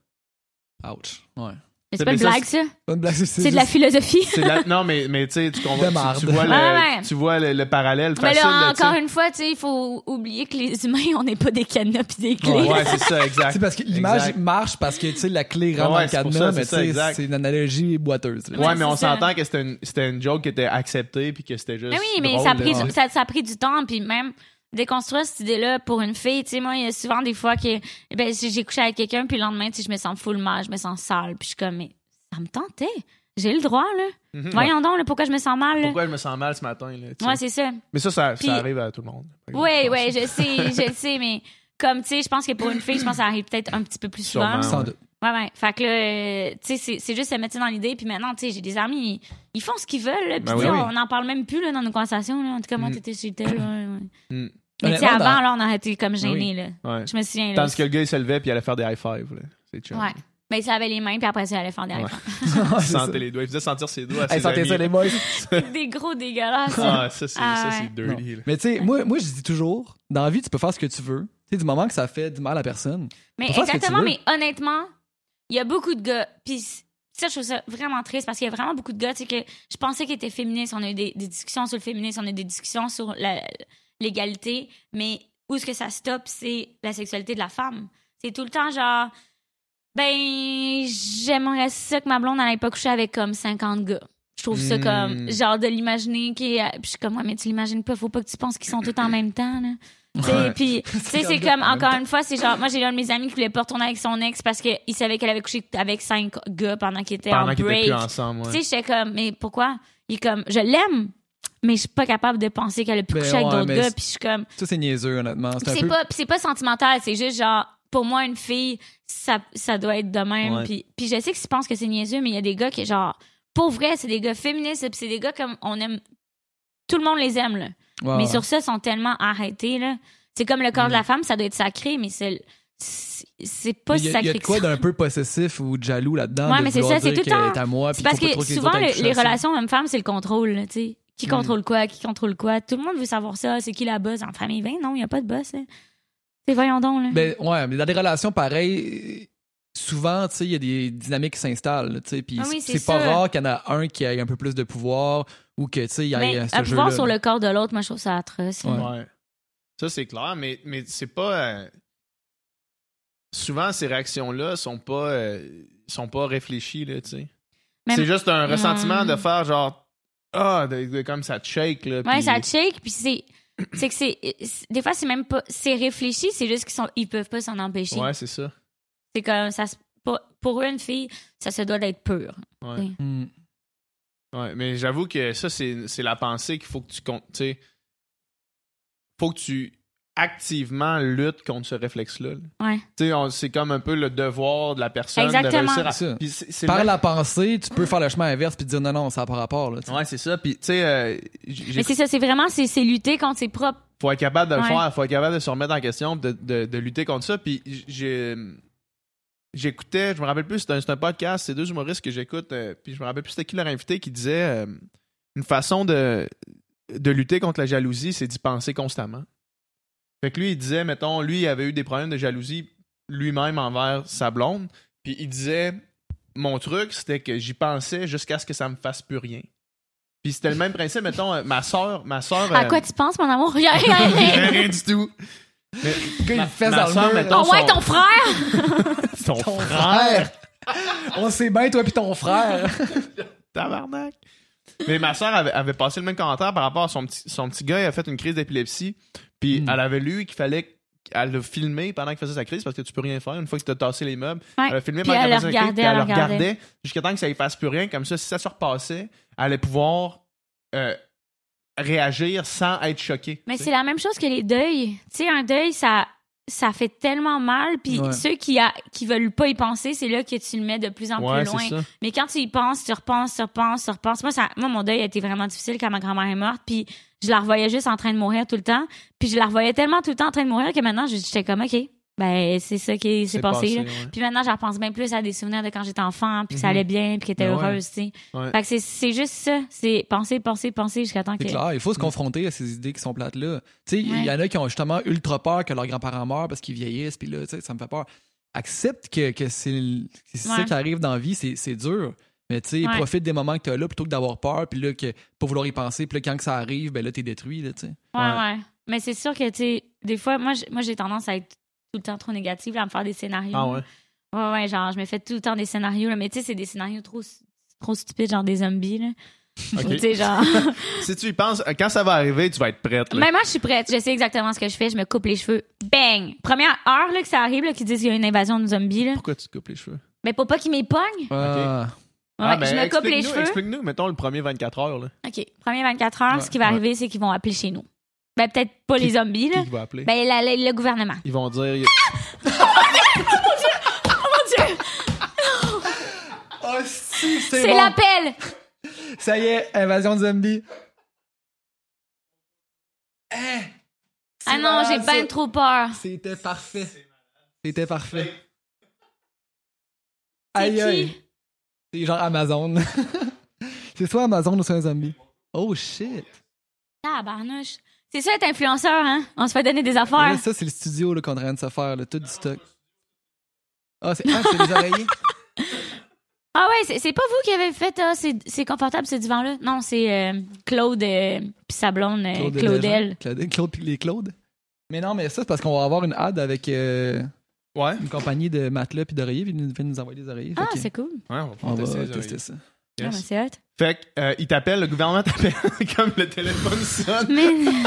Speaker 2: Ouch. Ouais.
Speaker 3: Mais
Speaker 1: C'est-
Speaker 3: c'est pas une
Speaker 1: mais ça,
Speaker 3: blague, ça.
Speaker 2: Bonne blague,
Speaker 3: C'est de la
Speaker 2: juste-
Speaker 3: philosophie.
Speaker 1: C'est la- Non, mais, mais tu sais, tu, comprends-
Speaker 2: De
Speaker 1: tu-
Speaker 2: marde.
Speaker 1: tu vois, le,
Speaker 3: Ouais, ouais.
Speaker 1: tu vois le, le parallèle
Speaker 3: Mais
Speaker 1: facile.
Speaker 3: là,
Speaker 1: là, tu sais.
Speaker 3: encore une fois, tu sais, il faut oublier que les humains, on n'est pas des cadenas pis des clés.
Speaker 1: Ouais, c'est ça, exact.
Speaker 2: C'est parce que l'image
Speaker 1: Exact.
Speaker 2: marche parce que tu sais la clé rentre
Speaker 1: Ouais,
Speaker 2: dans le
Speaker 1: c'est pour ça,
Speaker 2: cadenas, mais
Speaker 1: c'est ça,
Speaker 2: tu sais
Speaker 1: exact.
Speaker 2: c'est une analogie boiteuse. là.
Speaker 1: Ouais,
Speaker 3: Ouais,
Speaker 1: mais on
Speaker 3: c'est ça.
Speaker 1: s'entend que c'était une, c'était une joke qui était acceptée puis que c'était juste.
Speaker 3: Mais oui, mais
Speaker 1: drôle,
Speaker 3: ça, a
Speaker 1: là.
Speaker 3: pris
Speaker 1: Ouais.
Speaker 3: du, ça, ça a pris du temps, puis même déconstruire cette idée-là pour une fille, tu sais, moi, il y a souvent des fois que ben, si j'ai couché avec quelqu'un, puis le lendemain, tu sais, je me sens full mal, je me sens sale, puis je suis comme, mais ça me tentait. J'ai le droit, là.
Speaker 1: Mhm.
Speaker 3: Voyons donc, là, pourquoi je me sens mal, là.
Speaker 1: Pourquoi je me sens mal ce matin? Là, tu
Speaker 3: Ouais,
Speaker 1: sais.
Speaker 3: c'est ça.
Speaker 1: mais ça, ça, ça
Speaker 3: Puis-
Speaker 1: arrive à tout le monde.
Speaker 3: Oui, oui, je sais, je le sais, mais comme, tu sais, je pense que pour une fille, je pense que ça arrive peut-être un petit peu plus souvent.
Speaker 1: Sûrement.
Speaker 2: Sans
Speaker 1: Ah Ouais.
Speaker 2: doute.
Speaker 3: Ouais, ouais. Fait que là, euh, tu sais, c'est- c'est juste se mettre ça dans l'idée. Puis maintenant, tu sais, j'ai des amis, ils, ils font ce qu'ils veulent. là. Puis
Speaker 1: Ben
Speaker 3: tu sais,
Speaker 1: oui, oui.
Speaker 3: on n'en parle même plus là, dans nos conversations. Là. En tout cas, moi,
Speaker 1: Mm.
Speaker 3: t'étais chez tel. ouais, ouais.
Speaker 1: Mm.
Speaker 3: Mais tu sais,
Speaker 2: Honnêtement,
Speaker 3: avant,
Speaker 2: dans-
Speaker 3: là, on aurait été comme gênés. Là.
Speaker 1: Ouais.
Speaker 3: Je me souviens. Là,
Speaker 1: Tandis que le gars, il se levait puis il allait faire des high five. là. C'est chill.
Speaker 3: Ouais. Ben, il se lavait les mains, puis après, ça allait faire des,
Speaker 1: Ouais.
Speaker 2: Ouais,
Speaker 1: Il
Speaker 2: c'est ça.
Speaker 1: sentait les doigts. Il faisait sentir ses doigts. À ses
Speaker 2: Hey, sentez
Speaker 1: amis.
Speaker 2: ça les boys.
Speaker 3: des gros dégueulasses.
Speaker 1: Ah, ça, c'est
Speaker 3: Ah,
Speaker 1: ça,
Speaker 3: ouais.
Speaker 1: c'est dirty. là.
Speaker 2: Mais tu sais, moi, moi je dis toujours, dans la vie, tu peux faire ce que tu veux. Tu sais, du moment que ça fait du mal à personne.
Speaker 3: Mais
Speaker 2: Faut faire ce que
Speaker 3: exactement,
Speaker 2: tu veux.
Speaker 3: mais honnêtement, il y a beaucoup de gars. Puis c- ça, je trouve ça vraiment triste parce qu'il y a vraiment beaucoup de gars. Tu sais, que je pensais qu'ils étaient féministes. On a eu des, des discussions sur le féminisme, on a eu des discussions sur la- l'égalité. Mais où est-ce que ça stoppe, c'est la sexualité de la femme. C'est tout le temps genre. Ben, j'aimerais ça que ma blonde n'allait pas coucher avec comme 50 gars. Je trouve ça
Speaker 2: Hmm.
Speaker 1: Mm.
Speaker 3: comme, genre, de l'imaginer qui est. Puis je suis comme, ouais, mais tu l'imagines pas, faut pas que tu penses qu'ils sont tous en même temps, là. Tu sais,
Speaker 1: Ouais.
Speaker 3: puis, tu sais, c'est comme, encore une fois, c'est genre, moi, j'ai l'un de mes amis qui voulait pas retourner avec son ex parce qu'il savait qu'elle avait couché avec cinq gars pendant qu'ils étaient
Speaker 1: Pendant
Speaker 3: en
Speaker 1: qu'ils étaient
Speaker 3: break.
Speaker 1: plus ensemble. ouais.
Speaker 3: Tu sais, j'étais comme, mais pourquoi? Il est comme, je l'aime, mais je suis pas capable de penser qu'elle a pu
Speaker 2: Ben
Speaker 3: coucher avec
Speaker 2: ouais,
Speaker 3: d'autres
Speaker 2: mais
Speaker 3: gars,
Speaker 2: c'est-
Speaker 3: puis je suis comme,
Speaker 2: Ça, c'est niaiseux, honnêtement. C'est un
Speaker 3: c'est
Speaker 2: peu.
Speaker 3: pas, c'est pas sentimental, c'est juste genre, pour moi, une fille, ça, ça doit être de même.
Speaker 1: Ouais.
Speaker 3: Puis, puis je sais que tu penses que c'est niaiseux, mais il y a des gars qui, genre, pour vrai, c'est des gars féministes, puis c'est des gars comme, on aime, tout le monde les aime, là.
Speaker 2: Ouais,
Speaker 3: Mais
Speaker 2: ouais.
Speaker 3: sur ça, ils sont tellement arrêtés, là. C'est comme le corps
Speaker 1: Mm.
Speaker 3: de la femme, ça doit être sacré, mais c'est, c'est c'est pas
Speaker 2: Mais il y a- Il y
Speaker 3: sacré
Speaker 2: a de
Speaker 3: que
Speaker 2: quoi
Speaker 3: ça.
Speaker 2: d'un peu possessif ou de jaloux là-dedans.
Speaker 3: Ouais,
Speaker 2: de
Speaker 3: mais c'est
Speaker 2: vouloir
Speaker 3: ça, c'est
Speaker 2: dire
Speaker 3: tout le
Speaker 2: qu'elle
Speaker 3: temps.
Speaker 2: est à moi, puis
Speaker 3: C'est parce
Speaker 2: faut pas
Speaker 3: que
Speaker 2: trop les
Speaker 3: souvent,
Speaker 2: autres aient
Speaker 3: le-
Speaker 2: touché
Speaker 3: les
Speaker 2: à ça.
Speaker 3: relations homme-femme, c'est le contrôle, là, tu sais.
Speaker 2: Mm.
Speaker 3: Qui contrôle quoi, qui contrôle quoi. Tout le monde veut savoir ça. C'est qui la boss en famille? Ben non, il n'y a pas de boss, hein. C'est voyons donc, là.
Speaker 2: Ben, ouais, mais dans des relations pareilles, euh, souvent, tu sais, il y a des dynamiques qui s'installent, tu sais, puis
Speaker 3: Ah oui,
Speaker 2: c'est
Speaker 3: c'est
Speaker 2: pas
Speaker 3: ça.
Speaker 2: rare qu'il y en a un qui ait un peu plus de pouvoir ou que, tu sais, il y
Speaker 3: Mais
Speaker 2: ait
Speaker 3: un
Speaker 2: ce jeu-là.
Speaker 3: Ben, pouvoir sur le corps de l'autre, moi, je trouve ça atroce. là.
Speaker 2: Ouais.
Speaker 1: Ouais. Ça, c'est clair, mais, mais c'est pas. euh, Souvent, ces réactions-là sont pas euh, sont pas réfléchies, là, tu sais.
Speaker 3: Même-
Speaker 1: C'est juste un ressentiment
Speaker 3: Mm.
Speaker 1: de faire genre. Ah, de- de- comme ça te shake, là.
Speaker 3: Ouais,
Speaker 1: puis-
Speaker 3: ça te shake, puis c'est. C'est que c'est. c'est- Des fois, c'est même pas. C'est réfléchi, c'est juste qu'ils sont, ils peuvent pas s'en empêcher.
Speaker 1: Ouais, c'est ça.
Speaker 3: C'est comme. Ça, se- pour, pour une fille, ça se doit d'être pur.
Speaker 1: Ouais.
Speaker 3: Oui.
Speaker 2: Hmm.
Speaker 1: Ouais, mais j'avoue que ça, c'est c'est la pensée qu'il faut que tu comptes. Tu sais, faut que tu activement luttes contre ce réflexe-là. là.
Speaker 3: Ouais.
Speaker 1: Tu sais, on- c'est comme un peu le devoir de la personne
Speaker 3: Exactement.
Speaker 1: de réussir à.
Speaker 2: Ça.
Speaker 1: Puis c'est- c'est
Speaker 2: Par
Speaker 1: le-
Speaker 2: la pensée, tu peux faire le chemin inverse puis te dire non, non, ça n'a pas rapport, là, tu sais.
Speaker 1: Ouais, c'est ça. Puis, tu sais, euh, j- j'ai
Speaker 3: Mais c'est ça, c'est vraiment c'est, c'est lutter contre ses propres
Speaker 1: faut être capable de le
Speaker 3: Ouais.
Speaker 1: faire, faut être capable de se remettre en question, de, de, de lutter contre ça. Puis j'ai- j'écoutais, je me rappelle plus, c'est un, c'est un podcast, c'est deux humoristes que j'écoute, euh, puis je me rappelle plus c'était qui leur invité qui disait euh, une façon de, de lutter contre la jalousie, c'est d'y penser constamment. Fait que lui, il disait, mettons, lui, il avait eu des problèmes de jalousie lui-même envers sa blonde, puis il disait, mon truc, c'était que j'y pensais jusqu'à ce que ça me fasse plus rien. Puis c'était le même principe, mettons, euh, ma soeur, ma soeur.
Speaker 3: À quoi tu penses, mon amour? Rien, rien, rien.
Speaker 1: rien du tout. Mais,
Speaker 2: il
Speaker 1: ma-
Speaker 2: fait
Speaker 1: ma
Speaker 2: dans le
Speaker 1: soeur,
Speaker 2: mur,
Speaker 1: mettons,
Speaker 3: Oh ouais,
Speaker 1: son-
Speaker 3: ton frère!
Speaker 1: ton
Speaker 2: Ton
Speaker 1: frère.
Speaker 2: On sait bien, toi puis ton frère.
Speaker 1: Tabarnak. Mais ma soeur avait, avait passé le même commentaire par rapport à son petit, son petit gars, il a fait une crise d'épilepsie, puis
Speaker 2: Mm.
Speaker 1: elle avait lu qu'il fallait qu'elle le filmer pendant qu'il faisait sa crise parce que tu peux rien faire une fois que tu as tassé les meubles.
Speaker 3: Ouais.
Speaker 1: Elle a filmé
Speaker 3: Puis
Speaker 1: pendant
Speaker 3: elle
Speaker 1: qu'elle
Speaker 3: le
Speaker 1: faisait sa crise, puis
Speaker 3: regardait,
Speaker 1: elle
Speaker 3: elle
Speaker 1: le
Speaker 3: regardait.
Speaker 1: regardait jusqu'à temps que ça y fasse plus rien. Comme ça, si ça se repassait, elle allait pouvoir euh, réagir sans être choquée.
Speaker 3: Mais
Speaker 1: tu
Speaker 3: c'est la même chose que les deuils. Tu sais, un deuil, ça, ça fait tellement mal. Puis
Speaker 2: Ouais.
Speaker 3: ceux qui, a, qui veulent pas y penser, c'est là que tu le mets de plus en
Speaker 1: ouais,
Speaker 3: plus loin.
Speaker 1: c'est ça.
Speaker 3: Mais quand tu y penses, tu repenses, tu repenses, tu repenses. Moi, ça, moi, mon deuil a été vraiment difficile quand ma grand-mère est morte. Puis je la revoyais juste en train de mourir tout le temps. Puis je la revoyais tellement tout le temps en train de mourir que maintenant, je- j'étais comme, OK, ben c'est ça qui s'est passé. là.
Speaker 1: ouais.
Speaker 3: Puis maintenant, je repense bien plus à des souvenirs de quand j'étais enfant, puis que ça
Speaker 1: Mhm.
Speaker 3: allait bien, puis qu'elle était
Speaker 1: Ben ouais.
Speaker 3: heureuse, tu sais.
Speaker 1: Ouais.
Speaker 3: Fait que c'est- c'est juste ça. C'est penser, penser, penser jusqu'à temps que...
Speaker 2: C'est clair, il faut se confronter à ces idées qui sont plates là. Tu sais, il y
Speaker 3: Ouais.
Speaker 2: en a qui ont justement ultra peur que leurs grands-parents meurent parce qu'ils vieillissent, puis là, tu sais, ça me fait peur. Accepte que, que c'est le- c'est ça
Speaker 3: Ouais.
Speaker 2: qui arrive dans la vie, c'est c'est dur. Mais tu sais,
Speaker 3: Ouais.
Speaker 2: profite des moments que tu as là plutôt que d'avoir peur, puis là, que, pas vouloir y penser, puis là, quand que ça arrive, ben là, t'es détruit, là, tu sais.
Speaker 3: Ouais,
Speaker 1: Ouais.
Speaker 3: ouais. Mais c'est sûr que, tu sais, des fois, moi, j'- moi, j'ai tendance à être tout le temps trop négative, là, à me faire des scénarios.
Speaker 1: Ah ouais.
Speaker 3: Ouais, ouais, genre, je me fais tout le temps des scénarios, là. Mais tu sais, c'est des scénarios trop, s- trop stupides, genre des zombies, là.
Speaker 1: Ok.
Speaker 3: Tu sais, genre.
Speaker 1: si tu y penses, euh, quand ça va arriver, tu vas être prête. là.
Speaker 3: Mais moi, je suis prête. Je sais exactement ce que je fais. Je me coupe les cheveux. Bang! Première heure, là, que ça arrive, là, qu'ils disent qu'il y a une invasion de zombies, là.
Speaker 1: Pourquoi tu te coupes les cheveux?
Speaker 3: Mais pour pas qu'ils m'épognent,
Speaker 2: Ah,
Speaker 1: Ah,
Speaker 3: ouais,
Speaker 1: ben,
Speaker 3: je me coupe les
Speaker 1: explique-nous-
Speaker 3: cheveux.
Speaker 1: Explique-nous, mettons, le premier 24 heures. Là.
Speaker 3: OK. Premier 24 heures,
Speaker 2: Ouais,
Speaker 3: ce qui va
Speaker 1: ouais.
Speaker 3: arriver, c'est qu'ils vont appeler chez nous. Ben, peut-être pas
Speaker 1: Qui-
Speaker 3: les zombies,
Speaker 1: Qui
Speaker 3: là.
Speaker 1: qui va appeler?
Speaker 3: Ben, la- la- le gouvernement.
Speaker 1: Ils vont dire...
Speaker 2: Oh, si,
Speaker 3: C'est l'appel!
Speaker 2: Ça y est, invasion de zombies. Eh!
Speaker 3: Ah non, j'ai bien trop peur.
Speaker 2: C'était parfait. C'était parfait.
Speaker 3: C'est
Speaker 2: Aïe,
Speaker 3: qui?
Speaker 2: aïe. C'est genre Amazon. c'est soit Amazon ou soit un zombie. Oh shit.
Speaker 3: Tabarnouche. C'est ça être influenceur, hein? On se fait donner des
Speaker 2: Là,
Speaker 3: affaires.
Speaker 2: ça, c'est le studio là, qu'on est en train de se faire, là, tout du stock. Ah, c'est ah, c'est des oreillers.
Speaker 3: Euh, Ah ouais, c'est- c'est pas vous qui avez fait, ah, c'est c'est confortable ce divan-là? Non, c'est euh, Claude euh, pis sa blonde, euh,
Speaker 2: Claude
Speaker 3: Claudel.
Speaker 2: Desjardins. Claude, Claude puis les Claude. Mais non, mais ça, c'est parce qu'on va avoir une ad avec euh,
Speaker 1: Ouais.
Speaker 2: une compagnie de matelas puis d'oreillers, puis ils nous, ils nous envoyer des oreillers.
Speaker 3: Ah,
Speaker 2: Fait que
Speaker 3: c'est cool.
Speaker 2: on va tester ça.
Speaker 3: Ah, ben,
Speaker 1: Yes.
Speaker 3: c'est hot.
Speaker 1: Fait que, euh, ils t'appellent, le gouvernement t'appelle comme le téléphone sonne.
Speaker 3: Mais. tu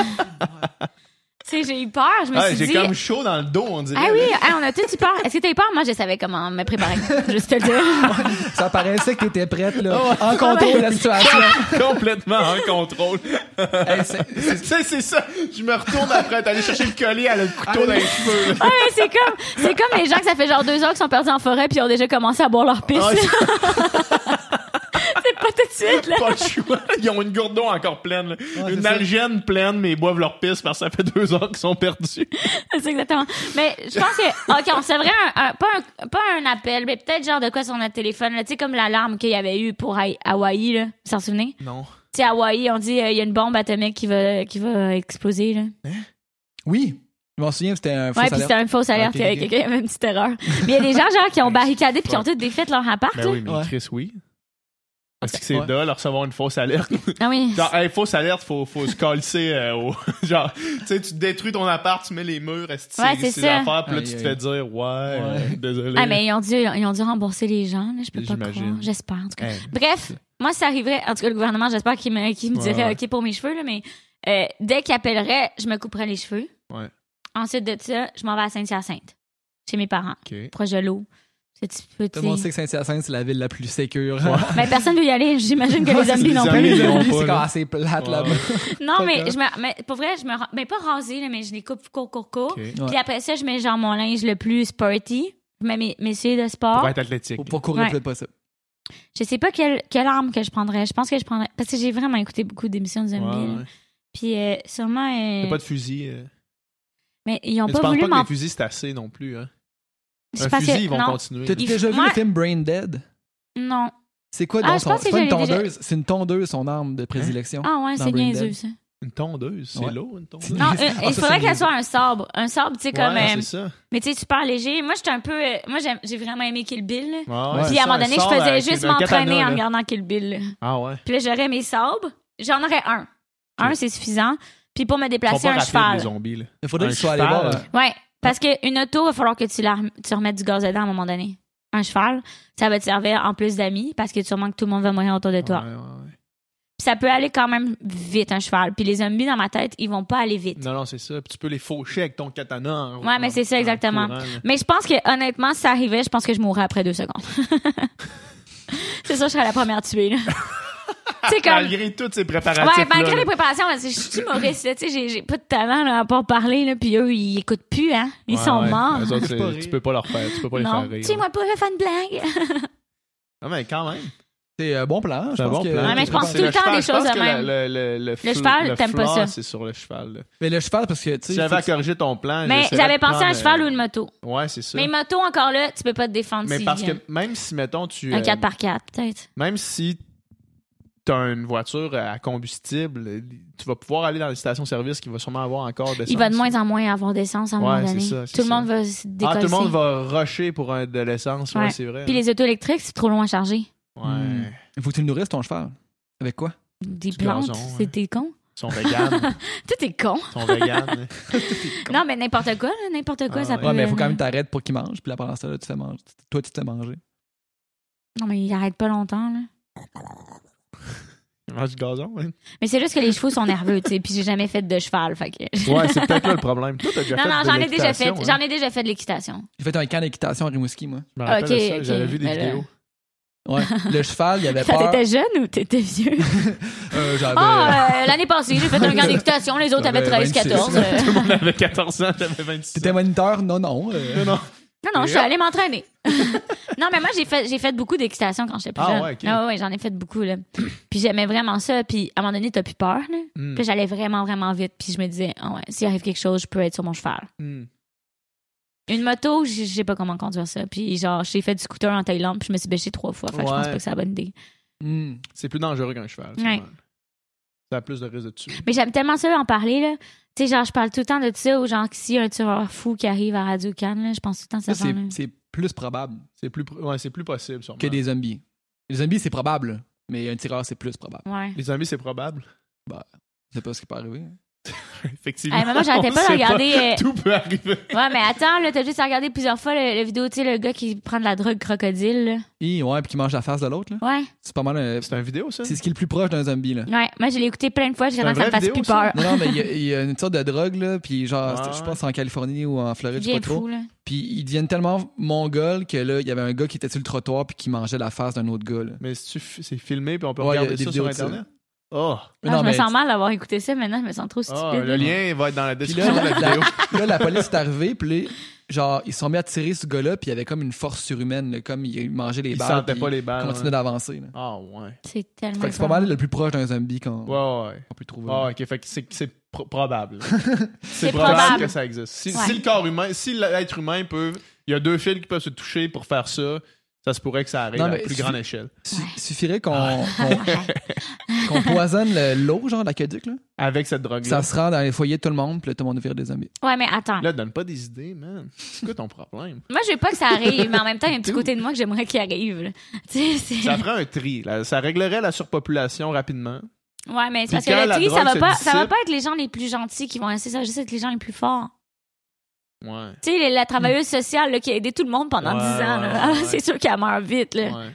Speaker 3: sais, j'ai eu peur. Je me
Speaker 1: Ah,
Speaker 3: suis
Speaker 1: j'ai
Speaker 3: dit.
Speaker 1: comme chaud dans le dos, on dirait.
Speaker 3: Ah oui, ah, on a tous eu peur. Est-ce que t'as eu peur? Moi, je savais comment me préparer. Juste te le dire.
Speaker 2: Ça paraissait que t'étais prête, là. En contrôle de la situation.
Speaker 1: Complètement en contrôle.
Speaker 2: Hey, c'est-
Speaker 1: Tu sais, c'est ça. Je me retourne après, t'es allé chercher le collier, elle a le couteau dans les cheveux. là.
Speaker 3: Ah, mais c'est comme, c'est comme les gens que ça fait genre deux heures qu'ils sont perdus en forêt puis ils ont déjà commencé à boire leur pisse.
Speaker 1: Ah, c'est
Speaker 3: c'est pas tout de suite, là.
Speaker 1: pas le choix. Ils ont une gourde d'eau encore pleine. là.
Speaker 2: Ouais, c'est
Speaker 1: une
Speaker 2: ça.
Speaker 1: algène pleine, mais ils boivent leur pisse parce que ça fait deux heures qu'ils sont perdus.
Speaker 3: C'est exactement. Mais je pense que, OK, on serait un, un- pas, un, pas un appel, mais peut-être genre de quoi sur notre téléphone, là. Tu sais, comme l'alarme qu'il y avait eu pour Haï- Hawaï, là. Vous vous en souvenez?
Speaker 1: Non.
Speaker 3: Tu sais, Hawaï, on dit, euh, il y a une bombe atomique qui va, qui va exploser, là.
Speaker 2: Oui. Je m'en souviens, c'était un faux
Speaker 3: ouais, puis c'était une fausse alerte.
Speaker 2: Ok,
Speaker 3: il y avait
Speaker 2: ok.
Speaker 3: Quelqu'un il y avait une petite erreur. Mais il y a des gens, genre, qui ont barricadé puis qui ont tous défait leur appart,
Speaker 1: Ben
Speaker 3: là.
Speaker 1: oui, mais
Speaker 2: Ouais.
Speaker 1: Chris, oui. Est-ce que c'est
Speaker 2: Ouais.
Speaker 1: de recevoir une fausse alerte?
Speaker 3: Ah oui.
Speaker 1: Genre, hey, fausse alerte, faut, faut se calcer euh, au. Genre, tu sais, tu détruis ton appart, tu mets les murs, esti,
Speaker 3: Ouais, c'est
Speaker 1: ces
Speaker 3: ça.
Speaker 1: affaires, puis là,
Speaker 2: Aïe,
Speaker 1: tu te
Speaker 2: aïe.
Speaker 1: fais dire, ouais, euh,
Speaker 2: Ouais.
Speaker 1: désolé.
Speaker 3: Ah, mais ils ont dû, ils ont dû rembourser les gens, là. Je peux pas
Speaker 1: J'imagine.
Speaker 3: croire. J'espère, en tout cas.
Speaker 1: Hey.
Speaker 3: Bref, moi, ça arriverait. En tout cas, le gouvernement, j'espère qu'il me, qu'il me
Speaker 1: Ouais,
Speaker 3: dirait
Speaker 1: ouais.
Speaker 3: OK pour mes cheveux, là, mais euh, dès qu'il appellerait, je me couperais les cheveux.
Speaker 1: Ouais.
Speaker 3: Ensuite de ça, je m'en vais à Sainte-Hyacinthe, chez mes parents,
Speaker 1: Ok.
Speaker 3: proche de l'eau. C'est petit peu,
Speaker 2: Tout
Speaker 3: tu
Speaker 2: le monde
Speaker 3: sais.
Speaker 2: sait que Saint-Hyacinthe, c'est la ville la plus sécure.
Speaker 3: Mais personne veut y aller. J'imagine que
Speaker 2: Ouais,
Speaker 3: les
Speaker 2: c'est
Speaker 3: zombies
Speaker 1: des
Speaker 3: non
Speaker 1: zombies.
Speaker 3: plus.
Speaker 2: Les
Speaker 1: ils ont
Speaker 2: zombies,
Speaker 1: pas, là.
Speaker 2: c'est quand assez plate
Speaker 1: Ouais,
Speaker 2: là-bas.
Speaker 3: Non, mais,
Speaker 2: D'accord.
Speaker 3: je me, mais pour vrai, je me. rends- Mais pas rasé, là, mais je les coupe court, court, court.
Speaker 1: Ok.
Speaker 2: Ouais.
Speaker 3: Puis après ça, je mets genre mon linge le plus sporty. Je mets mes, mes souliers de sport.
Speaker 1: Pour être athlétique.
Speaker 2: Pour pas courir
Speaker 3: Ouais.
Speaker 2: peut-être pas ça.
Speaker 3: Je sais pas quelle, quelle arme que je prendrais. Je pense que je prendrais. Parce que j'ai vraiment écouté beaucoup d'émissions de
Speaker 1: Ouais,
Speaker 3: zombies. là.
Speaker 1: ouais.
Speaker 3: Puis euh, sûrement. euh,
Speaker 1: T'as pas de fusil. euh.
Speaker 3: Mais ils ont
Speaker 1: Mais tu
Speaker 3: pas
Speaker 1: penses
Speaker 3: voulu
Speaker 1: pas que
Speaker 3: m'en.
Speaker 1: les fusils, c'est assez non plus. Hein?
Speaker 3: C'est
Speaker 1: Un
Speaker 3: parce
Speaker 1: fusil,
Speaker 3: que-
Speaker 1: ils vont
Speaker 3: non,
Speaker 1: continuer.
Speaker 2: T'as-tu
Speaker 3: Il-
Speaker 2: déjà vu
Speaker 3: moi-
Speaker 2: le film Brain Dead?
Speaker 3: Non.
Speaker 2: C'est quoi
Speaker 3: Ah,
Speaker 2: donc
Speaker 3: je
Speaker 2: son-
Speaker 3: pense que
Speaker 2: C'est pas
Speaker 3: je
Speaker 2: une
Speaker 3: l'ai déjà-
Speaker 2: tondeuse, c'est une tondeuse son arme de prédilection.
Speaker 3: Ah ouais,
Speaker 2: Dans
Speaker 3: c'est
Speaker 2: Brain
Speaker 3: niaiseux,
Speaker 2: Dead.
Speaker 3: ça.
Speaker 1: Une tondeuse, c'est
Speaker 2: Ouais.
Speaker 1: lourd, une tondeuse.
Speaker 2: C'est-
Speaker 3: Non,
Speaker 2: Ah,
Speaker 3: euh,
Speaker 2: ça,
Speaker 3: il
Speaker 2: c'est
Speaker 3: faudrait qu'elle
Speaker 2: niaiseux.
Speaker 3: soit un sabre. Un sabre, tu sais, comme.
Speaker 1: Ouais,
Speaker 3: euh,
Speaker 1: c'est ça.
Speaker 3: mais tu sais, super léger. Moi, j'étais un peu. euh, moi, j'aime- j'ai vraiment aimé Kill Bill. là.
Speaker 1: Ouais,
Speaker 3: Puis
Speaker 1: c'est
Speaker 3: à un
Speaker 1: ça,
Speaker 3: moment donné, je
Speaker 1: sort
Speaker 3: faisais
Speaker 1: avec
Speaker 3: juste
Speaker 1: un katana,
Speaker 3: m'entraîner en
Speaker 1: là.
Speaker 3: regardant Kill Bill. là.
Speaker 1: Ah ouais.
Speaker 3: Puis là, j'aurais mes sabres. J'en aurais un. Un, c'est suffisant. Puis pour
Speaker 1: Ils
Speaker 3: me
Speaker 1: sont
Speaker 3: déplacer,
Speaker 1: pas
Speaker 3: un
Speaker 1: rapides,
Speaker 3: cheval.
Speaker 1: les zombies. Là.
Speaker 2: Il faudrait
Speaker 1: Un
Speaker 2: que tu sois allé voir.
Speaker 1: cheval.
Speaker 2: hein.
Speaker 3: Ouais, parce qu'une auto, il va falloir que tu, la rem- tu remettes du gaz dedans à un moment donné. Un cheval, ça va te servir en plus d'amis parce que sûrement que tout le monde va mourir autour de toi.
Speaker 1: Ouais, ouais, ouais.
Speaker 3: Puis ça peut aller quand même vite, un cheval. Puis les zombies, dans ma tête, ils vont pas aller vite.
Speaker 1: Non, non, c'est ça. Puis tu peux les faucher avec ton katana. en-
Speaker 3: Ouais, mais
Speaker 1: en-
Speaker 3: c'est ça,
Speaker 1: en
Speaker 3: exactement.
Speaker 1: courant, là.
Speaker 3: Mais je pense que honnêtement, si ça arrivait, je pense que je mourrais après deux secondes. C'est ça, je serais la première tuée. là. C'est comme.
Speaker 1: Malgré toutes ces
Speaker 3: Ouais,
Speaker 1: préparatifs.
Speaker 3: malgré les préparations, parce que je suis humoriste, là, tu sais, j'ai- j'ai pas de talent là, à part parler, là, puis eux, ils écoutent plus, hein. Ils sont morts.
Speaker 2: Faut pas rire.
Speaker 1: tu peux pas leur faire. Tu peux pas les
Speaker 3: non,
Speaker 1: faire
Speaker 3: tu
Speaker 1: rire.
Speaker 3: sais, moi, pas faire une blague.
Speaker 1: Non, Ah, mais quand même.
Speaker 2: C'est un bon plan.
Speaker 1: C'est un bon
Speaker 2: que-
Speaker 1: plan.
Speaker 3: Ouais, Ah, mais je pense
Speaker 1: C'est
Speaker 3: tout le temps
Speaker 1: cheval,
Speaker 3: des
Speaker 1: je
Speaker 3: choses
Speaker 1: pense
Speaker 3: de
Speaker 1: que
Speaker 3: même.
Speaker 1: Le, le, le, fl-
Speaker 3: cheval,
Speaker 1: le
Speaker 3: t'aimes pas
Speaker 1: flan,
Speaker 3: ça.
Speaker 1: C'est sur le cheval. là.
Speaker 2: Mais le cheval, parce que, tu
Speaker 1: Si
Speaker 2: sais,
Speaker 1: j'avais à
Speaker 2: faut-
Speaker 1: corriger ton plan.
Speaker 3: Mais
Speaker 1: j'essaierais
Speaker 3: j'avais
Speaker 1: de
Speaker 3: pensé à un
Speaker 1: prendre,
Speaker 3: cheval
Speaker 1: euh,
Speaker 3: ou une moto.
Speaker 1: Ouais, c'est ça.
Speaker 3: Mais une moto, encore là, tu peux pas te défendre
Speaker 1: Mais
Speaker 3: s'il
Speaker 1: parce
Speaker 3: vient.
Speaker 1: que même si, mettons, tu.
Speaker 3: Un
Speaker 1: euh,
Speaker 3: 4x4, peut-être.
Speaker 1: Même si t'as une voiture à combustible, tu vas pouvoir aller dans les stations-service qui va sûrement avoir encore de
Speaker 3: Il va de
Speaker 1: l'essence.
Speaker 3: moins en moins avoir d'essence à un
Speaker 1: Ouais,
Speaker 3: moment
Speaker 1: c'est
Speaker 3: donné.
Speaker 1: ça, c'est
Speaker 3: tout le
Speaker 1: ça.
Speaker 3: monde va se décoller.
Speaker 1: Ah, tout le monde va rusher pour un, de l'essence. Ouais,
Speaker 3: Ouais.
Speaker 1: c'est vrai.
Speaker 3: Puis les autos électriques, c'est trop long à charger.
Speaker 1: Ouais.
Speaker 2: Hmm. faut que tu le nourrisses, ton cheval. Avec quoi?
Speaker 3: Des
Speaker 1: Du
Speaker 3: plantes,
Speaker 1: gazon, ouais.
Speaker 3: c'était con.
Speaker 1: Ils sont véganes.
Speaker 3: Tout est con.
Speaker 1: Ils sont véganes.
Speaker 3: Non, mais n'importe quoi, là, n'importe quoi,
Speaker 1: Ah,
Speaker 3: ça
Speaker 1: ouais.
Speaker 3: peut.
Speaker 2: Ouais, mais il faut quand même t'arrêter pour qu'il mange. Puis là, pendant ça, là, tu te manges. Toi, tu te fais manger.
Speaker 3: euh, Non, mais il arrête pas longtemps, là.
Speaker 1: Ils mangent du gazon, ouais.
Speaker 3: Mais c'est juste que les chevaux sont nerveux, tu sais, puis j'ai jamais fait de cheval, fait que...
Speaker 1: Ouais, c'est peut-être là le problème. Toi, t'as déjà
Speaker 3: Non,
Speaker 1: fait
Speaker 3: non,
Speaker 1: de
Speaker 3: j'en ai déjà fait.
Speaker 1: l'équitation,
Speaker 3: J'en
Speaker 1: hein.
Speaker 3: ai déjà fait de l'équitation.
Speaker 2: J'ai fait un camp d'équitation à Rimouski, moi.
Speaker 1: Je me rappelle de
Speaker 3: Ok,
Speaker 1: ça,
Speaker 3: ok,
Speaker 1: J'avais vu des
Speaker 3: mais là-
Speaker 1: vidéos.
Speaker 2: Ouais. Le cheval, il avait
Speaker 3: Ça,
Speaker 2: peur.
Speaker 3: t'étais jeune ou t'étais vieux?
Speaker 2: Euh, j'avais-
Speaker 3: Ah,
Speaker 1: ben,
Speaker 3: euh, l'année passée, j'ai fait un camp d'équitation, les
Speaker 1: Ah,
Speaker 3: autres avaient
Speaker 2: J'avais
Speaker 3: 13, 14.
Speaker 2: 26.
Speaker 3: euh.
Speaker 1: Tout le monde avait 14 ans, j'avais 26
Speaker 2: T'étais moniteur? Non, non. euh.
Speaker 1: Non, non.
Speaker 3: Non, non, je suis allée m'entraîner. non, mais moi, j'ai fait, j'ai fait beaucoup d'équitation quand j'étais plus
Speaker 1: Ah,
Speaker 3: jeune.
Speaker 1: ouais, ok.
Speaker 3: Ah, ouais, ouais, j'en ai fait beaucoup, là. Puis j'aimais vraiment ça. Puis à un moment donné, t'as plus peur, là.
Speaker 1: Hmm,
Speaker 3: Puis j'allais vraiment, vraiment vite. Puis je me disais, ah ouais, s'il arrive quelque chose, je peux être sur mon cheval.
Speaker 1: hmm.
Speaker 3: Une moto, je je sais pas comment conduire ça. Puis genre, j'ai fait du scooter en Thaïlande, puis je me suis bêchée trois fois. Fait que je
Speaker 1: Ouais.
Speaker 3: pense pas que c'est la bonne idée.
Speaker 2: Hmm.
Speaker 1: C'est plus dangereux qu'un cheval.
Speaker 3: Ouais.
Speaker 1: sûrement. Ça a plus de risque de tuer.
Speaker 3: Mais j'aime tellement ça en parler, là. Tu sais, genre, je parle tout le temps de ça, ou genre, si un tueur fou qui arrive à Radio Cannes, là, je pense tout le temps
Speaker 2: Ça,
Speaker 3: à ça.
Speaker 2: c'est c'est plus probable
Speaker 1: C'est plus, pr- ouais, c'est plus possible, sûrement.
Speaker 2: que des zombies. Les zombies, c'est probable. Mais un tireur, c'est plus probable.
Speaker 3: Ouais.
Speaker 1: Les zombies, c'est probable.
Speaker 2: C'est pas ce qui peut arriver.
Speaker 1: Effectivement.
Speaker 3: Hey, mais moi, j'arrêtais
Speaker 1: On
Speaker 3: pas de
Speaker 1: sait
Speaker 3: regarder. euh,
Speaker 1: Tout peut arriver.
Speaker 3: Ouais, mais attends, là, t'as juste à regarder plusieurs fois le, le vidéo, tu sais, le gars qui prend de la drogue crocodile, là.
Speaker 2: Et ouais, puis qui mange la face de l'autre, là.
Speaker 3: Ouais,
Speaker 2: C'est pas mal. euh,
Speaker 1: C'est un vidéo, ça?
Speaker 2: C'est ce qui est le plus proche d'un zombie, là.
Speaker 3: ouais. Moi, je l'ai écouté plein de fois, j'ai
Speaker 1: C'est un
Speaker 3: vraiment que ça me
Speaker 1: vrai
Speaker 3: fasse
Speaker 1: vidéo,
Speaker 3: plus
Speaker 1: ça?
Speaker 3: peur.
Speaker 2: Non, non, mais il y a- il y, a une sorte de drogue, là, puis genre,
Speaker 1: Ouais,
Speaker 2: c'était- je
Speaker 1: ouais.
Speaker 2: pense c'est en Californie ou en
Speaker 3: C'est
Speaker 2: Floride, je sais
Speaker 3: bien
Speaker 2: pas trop.
Speaker 3: fou, là.
Speaker 2: Puis ils deviennent tellement mongols que là, il y avait un gars qui était sur le trottoir puis qui mangeait la face d'un autre gars, là.
Speaker 1: Mais c'est-tu fi- c'est filmé, puis on peut
Speaker 2: Ouais, y
Speaker 1: regarder
Speaker 2: a des
Speaker 1: ça sur
Speaker 2: vidéos de ça.
Speaker 1: Internet? Oh!
Speaker 2: Mais
Speaker 3: Ah,
Speaker 2: non,
Speaker 3: je me
Speaker 2: mais-
Speaker 3: sens mal d'avoir écouté ça maintenant, je me sens trop stupide.
Speaker 1: Ah, le
Speaker 3: là.
Speaker 1: lien va être dans la
Speaker 2: Puis
Speaker 1: description
Speaker 2: là,
Speaker 1: de la
Speaker 2: la,
Speaker 1: vidéo.
Speaker 2: la- là, la police est arrivée, puis là, genre, ils se sont mis à tirer sur ce gars-là, puis il y avait comme une force surhumaine, là, comme il mangeait les
Speaker 1: Il
Speaker 2: balles.
Speaker 1: sentait
Speaker 2: puis
Speaker 1: pas les
Speaker 2: il
Speaker 1: balles.
Speaker 2: continuait
Speaker 1: hein.
Speaker 2: d'avancer, là.
Speaker 1: Ah, ouais.
Speaker 3: C'est tellement.
Speaker 2: Fait que c'est pas
Speaker 3: fort.
Speaker 2: mal le plus proche d'un zombie qu'on
Speaker 1: Ouais, ouais, ouais.
Speaker 2: qu'on peut trouver.
Speaker 1: Ah, ok, fait que c'est c'est pro- probable.
Speaker 3: C'est
Speaker 1: C'est probable,
Speaker 3: probable.
Speaker 1: que ça existe. Si,
Speaker 3: Ouais.
Speaker 1: si le corps humain, si l'être humain peut, il y a deux fils qui peuvent se toucher pour faire ça, ça se pourrait que ça arrive
Speaker 2: Non,
Speaker 1: à
Speaker 2: mais
Speaker 1: plus
Speaker 2: si-
Speaker 1: grande échelle.
Speaker 2: Su- Suffirait qu'on qu'on- qu'on poisonne le- l'eau, genre, d'aqueduc, là.
Speaker 1: Avec cette
Speaker 2: Puis
Speaker 1: drogue-là.
Speaker 2: Ça se rend dans les foyers de tout le monde, puis là, tout le monde vire des zombies.
Speaker 3: Ouais, mais attends.
Speaker 1: Là, donne pas des idées, man. C'est quoi ton problème?
Speaker 3: Moi, je veux pas que ça arrive, mais en même temps, il y a un petit côté de moi que j'aimerais qu'il arrive, là. Tu sais, c'est-
Speaker 1: Ça ferait un tri. là. Ça réglerait la surpopulation rapidement.
Speaker 3: Ouais,
Speaker 1: Puis
Speaker 3: mais c'est parce que
Speaker 1: quand
Speaker 3: le
Speaker 1: la
Speaker 3: tri, ça
Speaker 1: drogue
Speaker 3: va
Speaker 1: se
Speaker 3: pas, ça va
Speaker 1: dissipe-
Speaker 3: pas être les gens les plus gentils qui vont essayer ça, va juste être les gens les plus forts.
Speaker 1: Ouais.
Speaker 3: Tu sais, la travailleuse sociale, là, qui a aidé tout le monde pendant
Speaker 1: Ouais,
Speaker 3: 10 ans,
Speaker 1: ouais,
Speaker 3: là.
Speaker 1: ouais, ouais.
Speaker 3: c'est sûr qu'elle meurt vite, là.
Speaker 1: Ouais.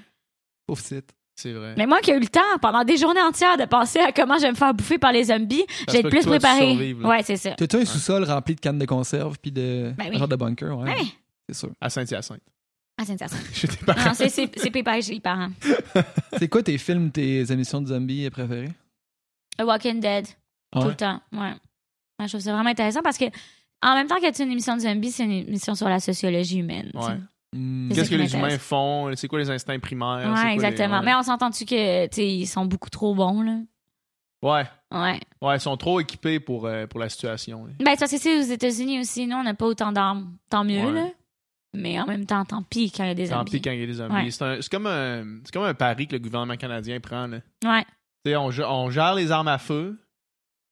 Speaker 2: Pauvre site.
Speaker 1: C'est vrai.
Speaker 3: Mais moi qui ai eu le temps pendant des journées entières de penser à comment je vais me faire bouffer par les zombies,
Speaker 1: Ça
Speaker 3: j'ai
Speaker 1: se peut
Speaker 3: été plus
Speaker 1: que toi, tu
Speaker 3: préparée.
Speaker 1: survives, là.
Speaker 3: Ouais, c'est ça.
Speaker 2: T'as-tu un sous-sol rempli de cannes de conserve, puis de.
Speaker 3: Ben oui.
Speaker 2: un genre de bunker, ouais.
Speaker 3: Ouais.
Speaker 2: C'est sûr.
Speaker 1: À Saint-Hyacinthe.
Speaker 3: Ah, c'est intéressant.
Speaker 1: Chez tes parents.
Speaker 3: Non, c'est- c'est c'est pépère chez les parents.
Speaker 2: C'est quoi tes films, tes émissions de zombies préférées?
Speaker 3: A Walking Dead,
Speaker 2: Ah
Speaker 3: tout
Speaker 2: ouais?
Speaker 3: le temps. Ouais. Ouais, Je trouve ça vraiment intéressant parce que, en même temps que tu une émission de zombies, c'est une émission sur la sociologie humaine.
Speaker 1: Ouais.
Speaker 2: Hmm.
Speaker 3: Ah, C'est
Speaker 1: Qu'est-ce que
Speaker 3: ça qui
Speaker 1: les humains
Speaker 3: m'intéresse.
Speaker 1: font? C'est quoi les instincts primaires?
Speaker 3: Ouais,
Speaker 1: C'est quoi les-
Speaker 3: exactement.
Speaker 1: ouais.
Speaker 3: Mais on s'entend-tu que, tu sais, ils sont beaucoup trop bons, là?
Speaker 1: Ouais.
Speaker 3: Ouais.
Speaker 1: Ouais, ils sont trop équipés pour, euh, pour la situation. là.
Speaker 3: Ben, c'est parce que c'est aux États-Unis aussi. Nous, on n'a pas autant d'armes. Tant mieux,
Speaker 1: Ouais.
Speaker 3: là. Mais en même temps, tant pis quand il y a des
Speaker 1: Tant
Speaker 3: zombies.
Speaker 1: pis quand il y a des zombies.
Speaker 3: Ouais.
Speaker 1: C'est, un- c'est comme un, c'est comme un pari que le gouvernement canadien prend. Là.
Speaker 3: Ouais.
Speaker 1: Tu sais, On, ge- on gère les armes à feu,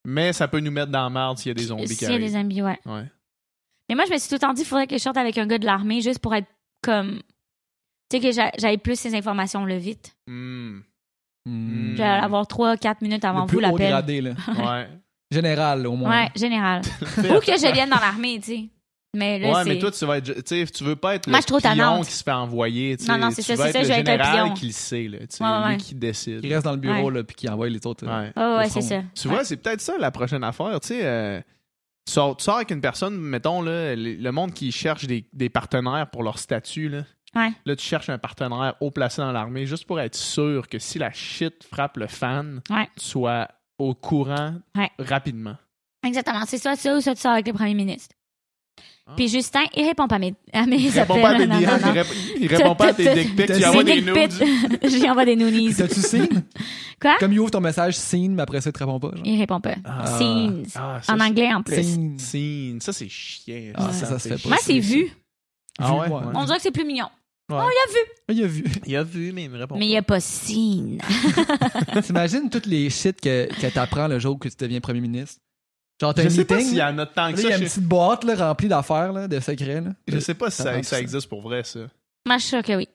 Speaker 1: mais ça peut nous mettre dans la merde s'il y a des zombies qui
Speaker 3: S'il y a
Speaker 1: arrivent.
Speaker 3: des zombies, ouais.
Speaker 1: Ouais.
Speaker 3: Mais moi, je me suis tout le temps dit, il faudrait que je sorte avec un gars de l'armée juste pour être comme. Tu sais, que j'a- j'aille plus ces informations-là vite.
Speaker 1: Hmm. Mm.
Speaker 2: Hmm.
Speaker 3: Je vais avoir 3-4 minutes avant
Speaker 2: Le plus
Speaker 3: vous
Speaker 2: haut
Speaker 3: l'appel.
Speaker 2: gradé, là.
Speaker 1: Ouais.
Speaker 2: Général, au moins.
Speaker 3: Ouais, général. Ou que je vienne dans l'armée, tu sais. Mais là,
Speaker 1: ouais,
Speaker 3: c'est.
Speaker 1: mais toi, tu vas être. Tu sais, tu veux pas être
Speaker 3: Moi, je
Speaker 1: le
Speaker 3: suis trop
Speaker 1: pion
Speaker 3: tannante.
Speaker 1: qui se fait envoyer. tu sais.
Speaker 3: Non, non, c'est
Speaker 1: Tu
Speaker 3: ça,
Speaker 1: vas
Speaker 3: c'est ça,
Speaker 1: le
Speaker 3: je vais être un
Speaker 1: général
Speaker 3: pion.
Speaker 1: qui le sait, là. tu sais,
Speaker 3: Ouais, ouais, ouais.
Speaker 1: Lui qui décide.
Speaker 2: Qui reste dans le bureau,
Speaker 3: Ouais.
Speaker 2: là, puis qui envoie les autres. euh,
Speaker 1: Ouais.
Speaker 3: Ah Ouais, ouais,
Speaker 2: Au
Speaker 3: c'est ça.
Speaker 2: front.
Speaker 1: Tu vois, c'est peut-être ça la prochaine affaire. Tu sais, euh, tu, sors, tu sors avec une personne, mettons, là, le le monde qui cherche des, des partenaires pour leur statut. Là.
Speaker 3: Ouais.
Speaker 1: là, tu cherches un partenaire haut placé dans l'armée juste pour être sûr que si la shit frappe le fan,
Speaker 3: Ouais.
Speaker 1: tu sois au courant
Speaker 3: Ouais.
Speaker 1: rapidement.
Speaker 3: Exactement. C'est soit ça ou soit tu sors avec le premier ministre.
Speaker 1: Ah.
Speaker 3: Puis Justin, il répond pas à mes, à mes
Speaker 1: Il répond
Speaker 3: appels.
Speaker 1: pas à tes
Speaker 3: Non, non,
Speaker 1: DMs,
Speaker 3: non.
Speaker 1: il rép- il répond pas à tes dick pics, il envoie des
Speaker 3: Mes dick pics.
Speaker 1: nudes.
Speaker 3: J'y envoie des
Speaker 2: Puis
Speaker 3: noonies.
Speaker 2: T'as-tu signe?
Speaker 3: Quoi?
Speaker 2: Comme il ouvre ton message, signe, mais après ça, il te répond pas. genre.
Speaker 3: Il répond pas.
Speaker 1: Ah.
Speaker 3: Scenes.
Speaker 1: Ah, ça,
Speaker 3: En anglais, en plus.
Speaker 2: Signe.
Speaker 1: c'est- Scene. Ça, c'est chiant.
Speaker 2: Ah, ça, ça se
Speaker 1: me
Speaker 2: fait
Speaker 1: fait
Speaker 2: pas.
Speaker 3: Moi, c'est vu.
Speaker 1: Ah ouais?
Speaker 2: Vu,
Speaker 1: Ouais.
Speaker 3: On dirait que c'est plus mignon.
Speaker 2: Il a vu.
Speaker 1: Il a vu, mais il me répond
Speaker 3: Mais il
Speaker 1: pas.
Speaker 3: n'y a pas signe.
Speaker 2: T'imagines toutes les shit que, que t'apprends le jour que tu deviens premier ministre? Genre, t'as
Speaker 1: Je
Speaker 2: un
Speaker 1: sais pas
Speaker 2: meeting.
Speaker 1: s'il y en a tant
Speaker 2: là,
Speaker 1: que
Speaker 2: il y a
Speaker 1: ça.
Speaker 2: une
Speaker 1: Je,
Speaker 2: petite boîte là, remplie d'affaires, là, de secrets. Là.
Speaker 1: je sais pas si
Speaker 2: Ça
Speaker 1: ça,
Speaker 2: rentre,
Speaker 1: ça
Speaker 2: ça.
Speaker 1: existe pour vrai, ça.
Speaker 3: Moi, je suis sûre que oui.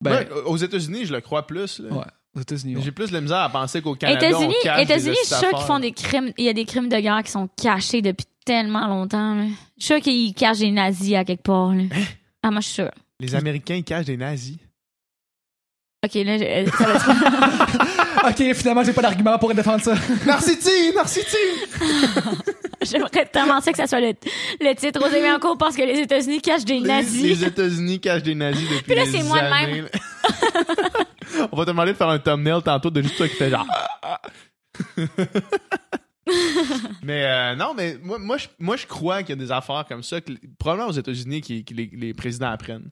Speaker 2: Ben,
Speaker 1: Ben, aux États-Unis, je le crois plus. là.
Speaker 2: Ouais. aux États-Unis. ouais.
Speaker 1: J'ai plus de la misère à penser qu'au Canada,
Speaker 3: États-Unis,
Speaker 1: on cache des
Speaker 3: États-Unis, je suis sûre qu'ils
Speaker 1: affaires.
Speaker 3: font des crimes. Il y a des crimes de guerre qui sont cachés depuis tellement longtemps. là. Je suis sûre qu'ils cachent des nazis à quelque part. là.
Speaker 1: Hein?
Speaker 3: Ah, moi, je suis sûre.
Speaker 1: Les Américains, ils cachent des nazis.
Speaker 3: OK, là, je- euh, ça va être-
Speaker 2: ok, finalement, j'ai pas d'argument pour défendre ça.
Speaker 1: Narcity! Narcity!
Speaker 3: j'aimerais tellement ça que ça soit le, le titre aux en cours parce que les États-Unis cachent des
Speaker 1: Les,
Speaker 3: nazis.
Speaker 1: les États-Unis cachent des nazis depuis
Speaker 3: Puis là,
Speaker 1: des
Speaker 3: c'est moi de
Speaker 1: années, là. On va te demander de faire un thumbnail tantôt de juste toi qui fais genre. Ah, ah. mais euh, non, mais moi, moi, je, moi, je crois qu'il y a des affaires comme ça, que, probablement aux États-Unis, qui, qui les, les présidents apprennent.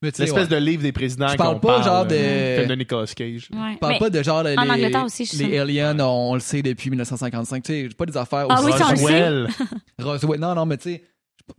Speaker 2: Mais tu sais,
Speaker 1: L'espèce
Speaker 2: ouais.
Speaker 1: de livre des présidents
Speaker 2: Je
Speaker 1: qu'on
Speaker 2: parle pas, genre,
Speaker 1: euh,
Speaker 2: de-
Speaker 1: film de Nicolas Cage. là.
Speaker 3: Ouais,
Speaker 2: Je parle
Speaker 3: mais-
Speaker 2: pas de genre. les,
Speaker 3: en Angleterre aussi, je suis
Speaker 2: Les
Speaker 3: sûre.
Speaker 2: aliens, on, on le sait depuis 1955. Tu sais, pas des affaires
Speaker 3: Ah oui,
Speaker 2: aussi-
Speaker 3: ça, on le sait.
Speaker 1: Roswell.
Speaker 2: Roswell. Non, non, mais tu sais,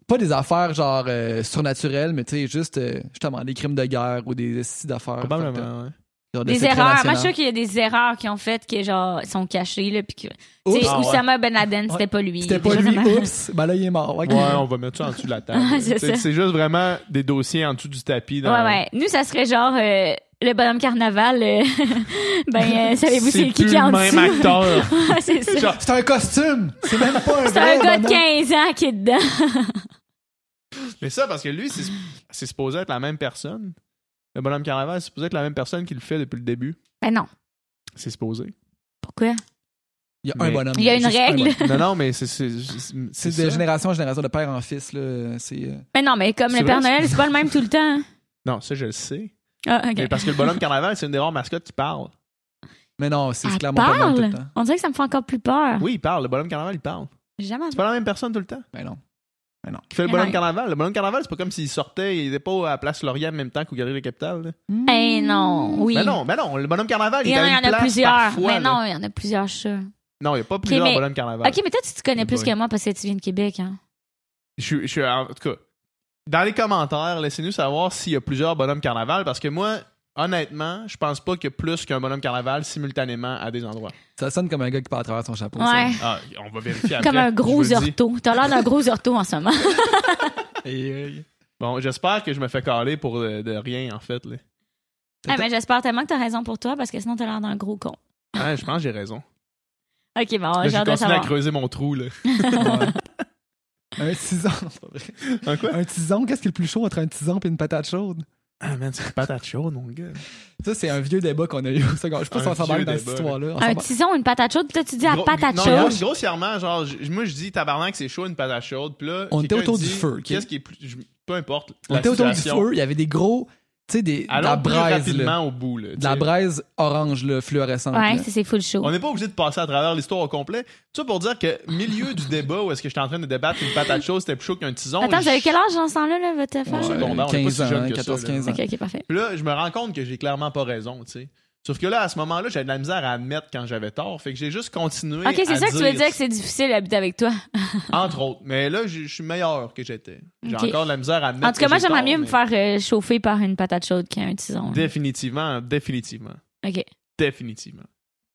Speaker 2: pas des affaires genre euh, surnaturelles, mais tu sais, juste euh, justement des crimes de guerre ou des styles d'affaires.
Speaker 1: Probablement, ouais.
Speaker 2: Genre de
Speaker 3: Des
Speaker 2: secrets
Speaker 3: erreurs. Moi, je
Speaker 2: nationaux.
Speaker 3: suis sûre qu'il y a des erreurs qui ont faites qui genre, sont cachées. Là, puis que,
Speaker 2: Oups,
Speaker 3: tu sais,
Speaker 1: Ah ouais.
Speaker 3: Oussama Ben Laden, c'était pas lui.
Speaker 2: C'était
Speaker 3: Des
Speaker 2: pas
Speaker 3: choses
Speaker 2: lui,
Speaker 3: de même.
Speaker 2: oups, ben là, il est mort. ok.
Speaker 1: Ouais, on va mettre ça en dessous de la table.
Speaker 3: Ah, c'est
Speaker 1: C'est
Speaker 3: ça.
Speaker 1: c'est juste vraiment des dossiers en dessous du tapis. Dans...
Speaker 3: Ouais, ouais. Nous, ça serait genre euh, le bonhomme carnaval. euh, ben, euh, savez-vous c'est qui
Speaker 1: plus
Speaker 3: qui est en
Speaker 1: le
Speaker 3: dessous?
Speaker 1: même acteur.
Speaker 3: Ouais, Ah, c'est ça.
Speaker 1: Genre,
Speaker 2: C'est un costume! C'est même pas un
Speaker 3: C'est
Speaker 2: vrai
Speaker 3: un gars de
Speaker 2: bonhomme.
Speaker 3: 15 ans qui est dedans.
Speaker 1: Mais ça, parce que lui, c'est c'est supposé être la même personne. Le bonhomme carnaval, c'est supposé être la même personne qui le fait depuis le début.
Speaker 3: Ben non.
Speaker 1: C'est supposé.
Speaker 3: Pourquoi?
Speaker 2: Il y a un
Speaker 1: Mais-
Speaker 2: bonhomme.
Speaker 3: Il y a une
Speaker 2: juste un
Speaker 3: règle.
Speaker 2: bonhomme.
Speaker 1: Non, non, mais c'est. C'est c'est-
Speaker 2: C'est
Speaker 1: ça.
Speaker 2: de génération en génération, de père en fils. Là. C'est, euh,
Speaker 3: Ben non, mais comme
Speaker 1: C'est
Speaker 3: le Père
Speaker 1: vrai,
Speaker 3: Noël, c'est pas le même tout le temps. hein.
Speaker 1: Non, ça, je le sais.
Speaker 3: Ah,
Speaker 1: Mais
Speaker 3: OK.
Speaker 1: parce que le bonhomme carnaval, c'est une des rares mascottes qui parle.
Speaker 2: Mais non, c'est
Speaker 3: Elle
Speaker 2: clairement pas le même tout
Speaker 3: parle?
Speaker 2: le temps.
Speaker 3: On dirait que ça me fait encore plus peur.
Speaker 1: Oui, il parle. Le bonhomme carnaval, il parle.
Speaker 3: J'ai Jamais.
Speaker 1: C'est pas la même personne tout le temps
Speaker 2: Ben non.
Speaker 1: qui fait le
Speaker 3: Mais
Speaker 1: bonhomme
Speaker 3: non.
Speaker 1: carnaval. Le bonhomme carnaval, c'est pas comme s'il sortait, il était pas à Place Laurier en même temps qu'au Galerie des Capitales. là.
Speaker 3: Eh non, oui.
Speaker 1: Mais Ben non, mais non, le bonhomme carnaval, il,
Speaker 3: Il y
Speaker 1: est
Speaker 3: en
Speaker 1: à
Speaker 3: il y
Speaker 1: une
Speaker 3: en a
Speaker 1: place
Speaker 3: plusieurs.
Speaker 1: par fois, là.
Speaker 3: Mais non, il y en a plusieurs, je suis sûre.
Speaker 1: Non, il n'y a pas plusieurs
Speaker 3: mais-
Speaker 1: bonhommes carnaval.
Speaker 3: OK, mais toi, tu te connais
Speaker 1: Oui.
Speaker 3: plus que moi parce que tu viens de Québec. Hein.
Speaker 1: Je, je, en tout cas, dans les commentaires, laissez-nous savoir s'il y a plusieurs bonhommes carnaval parce que moi, honnêtement, je pense pas qu'il y a plus qu'un bonhomme carnaval simultanément à des endroits.
Speaker 2: Ça sonne comme un gars qui part à travers son chapeau. ça.
Speaker 3: Ouais.
Speaker 1: Ah, on va vérifier après.
Speaker 3: Comme un
Speaker 1: je
Speaker 3: gros
Speaker 1: vous le dis.
Speaker 3: orto. T'as l'air d'un gros orto en ce moment.
Speaker 2: Et, euh,
Speaker 1: Bon, j'espère que je me fais caler pour euh, de, rien, en fait. là.
Speaker 3: Ah, mais j'espère tellement que t'as raison pour toi parce que sinon t'as l'air d'un gros con.
Speaker 1: Ah, je pense que j'ai raison.
Speaker 3: Ok, bon,
Speaker 1: Là,
Speaker 3: j'ai
Speaker 1: j'ai
Speaker 3: hâte
Speaker 1: continué
Speaker 3: de
Speaker 1: à
Speaker 3: savoir.
Speaker 1: creuser mon trou. Là.
Speaker 2: ouais. euh, Un tison, c'est pas vrai.
Speaker 1: Un Hein, quoi?
Speaker 2: Un tison, qu'est-ce qui est le plus chaud entre un tison et une patate chaude?
Speaker 1: Ah, man, c'est une patate chaude, mon gars.
Speaker 2: Ça, c'est un vieux débat qu'on a eu au secondaire. Je sais pas si
Speaker 1: Un
Speaker 2: on s'embarque
Speaker 1: vieux
Speaker 2: dans cette
Speaker 1: débat.
Speaker 2: histoire-là. On
Speaker 3: Un
Speaker 2: s'embarque-
Speaker 3: tison, une patate chaude, toi tu dis à
Speaker 1: Gros-
Speaker 3: patate
Speaker 1: non,
Speaker 3: chaude.
Speaker 1: gros- grossièrement, genre, je- moi, je dis tabarnak, c'est chaud, une patate chaude. Puis là,
Speaker 2: On était
Speaker 1: quelqu'un
Speaker 2: autour du
Speaker 1: dit,
Speaker 2: feu, ok?
Speaker 1: Qu'est-ce qui est plus. je- peu importe.
Speaker 2: On
Speaker 1: la
Speaker 2: était autour du
Speaker 1: situation.
Speaker 2: feu, il y avait des gros, tu sais, des, de la
Speaker 1: Allons plus
Speaker 2: braise,
Speaker 1: rapidement
Speaker 2: là.
Speaker 1: au bout. Là,
Speaker 2: De la
Speaker 1: tu sais.
Speaker 2: braise orange, là, fluorescente.
Speaker 3: Ouais,
Speaker 2: là.
Speaker 3: c'est- c'est full chaud.
Speaker 1: On n'est pas obligé de passer à travers l'histoire au complet. Tout ça pour dire que milieu du débat où est-ce que j'étais en train de débattre une patate chaude, c'était plus chaud qu'un tison.
Speaker 3: Attends, vous avez
Speaker 1: je-
Speaker 3: quel âge dans ce temps-là, là, votre
Speaker 2: Ouais,
Speaker 3: affaire?
Speaker 1: secondaire, on est pas si
Speaker 2: 15
Speaker 1: jeune
Speaker 2: ans,
Speaker 1: que ça,
Speaker 2: 14, 15 ans.
Speaker 3: Ok, ok, parfait.
Speaker 1: Puis là, je me rends compte que j'ai clairement pas raison, tu sais. Sauf que là, à ce moment-là, j'avais de la misère à admettre quand j'avais tort. Fait que j'ai juste continué.
Speaker 3: Ok,
Speaker 1: à
Speaker 3: c'est ça que tu veux dire que c'est difficile d'habiter avec toi.
Speaker 1: Entre autres. Mais là, je je suis meilleur que j'étais. J'ai
Speaker 3: Ok.
Speaker 1: encore de la misère à admettre.
Speaker 3: En tout cas,
Speaker 1: que
Speaker 3: moi,
Speaker 1: j'ai
Speaker 3: j'aimerais
Speaker 1: tort,
Speaker 3: mieux me
Speaker 1: mais
Speaker 3: faire euh, chauffer par une patate chaude qu'un tison. là.
Speaker 1: Définitivement, définitivement.
Speaker 3: Ok.
Speaker 1: Définitivement.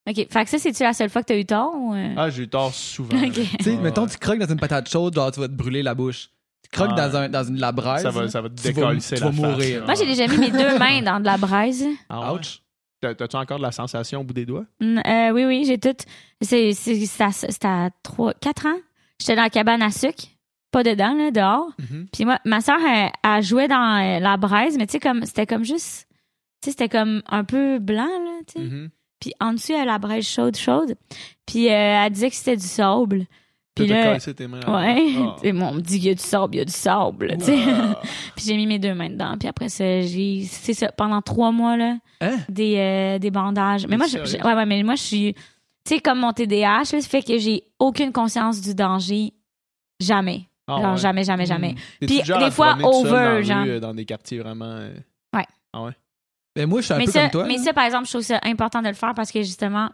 Speaker 3: Ok. Fait que ça, c'est-tu la seule fois que t'as eu tort ou. euh?
Speaker 1: Ah, j'ai eu tort souvent.
Speaker 3: Ok.
Speaker 2: Tu sais,
Speaker 1: Ah,
Speaker 2: mettons,
Speaker 1: ouais.
Speaker 2: tu croques dans une patate chaude, genre, tu vas te brûler la bouche. Tu croques
Speaker 1: Ah.
Speaker 2: dans, un, dans une de la braise.
Speaker 1: Ça va, ça va te
Speaker 2: Tu vas-
Speaker 1: décoller
Speaker 2: tu
Speaker 1: la
Speaker 2: vas
Speaker 1: face,
Speaker 2: mourir.
Speaker 1: là.
Speaker 3: Moi, j'ai déjà mis mes deux mains dans de la braise.
Speaker 1: Ah ouais?
Speaker 2: Ouch.
Speaker 1: T'as- T'as-tu encore de la sensation au bout des doigts?
Speaker 3: Mm, euh, oui, oui, j'ai tout. C'est c'est- c'est à- C'était à 3, 4 ans. J'étais dans la cabane à sucre. Pas dedans, là, dehors.
Speaker 1: Mm-hmm,
Speaker 3: Puis moi, ma soeur, elle, elle jouait dans euh, la braise, mais tu sais, comme c'était comme juste. Tu sais, c'était comme un peu blanc, là, tu sais.
Speaker 1: Mhm.
Speaker 3: Puis en dessous, elle a la braise chaude, chaude. Puis euh, elle disait que c'était du sable. Puis
Speaker 1: T'as
Speaker 3: là.
Speaker 1: cassé tes mains.
Speaker 3: Ouais.
Speaker 1: Ah.
Speaker 3: Tu sais, moi, on me dit, il y a du sable, il y a du sable, là, tu sais. Puis j'ai mis mes deux mains dedans. Puis après ça, j'ai. C'est ça, pendant trois mois, là
Speaker 2: Hein?
Speaker 3: des, euh, des bandages.
Speaker 1: Mais
Speaker 3: Mais moi,
Speaker 1: c'est
Speaker 3: je, je-
Speaker 1: sérieux?
Speaker 3: ouais, ouais, mais moi, je suis. Tu sais, comme mon TDAH, là, ça fait que j'ai aucune conscience du danger. Jamais.
Speaker 1: Ah
Speaker 3: Genre,
Speaker 1: ouais.
Speaker 3: jamais, jamais, jamais.
Speaker 1: T'es-tu
Speaker 3: Puis,
Speaker 1: du genre à
Speaker 3: des
Speaker 1: te
Speaker 3: fois,
Speaker 1: promener tout seul
Speaker 3: over,
Speaker 1: dans la
Speaker 3: genre.
Speaker 1: rue, euh, dans des quartiers vraiment. euh,
Speaker 2: Mais moi, je suis un
Speaker 3: Mais
Speaker 2: peu
Speaker 3: ça,
Speaker 2: comme toi.
Speaker 3: mais
Speaker 2: là.
Speaker 3: ça, par exemple, je trouve ça important de le faire parce que justement,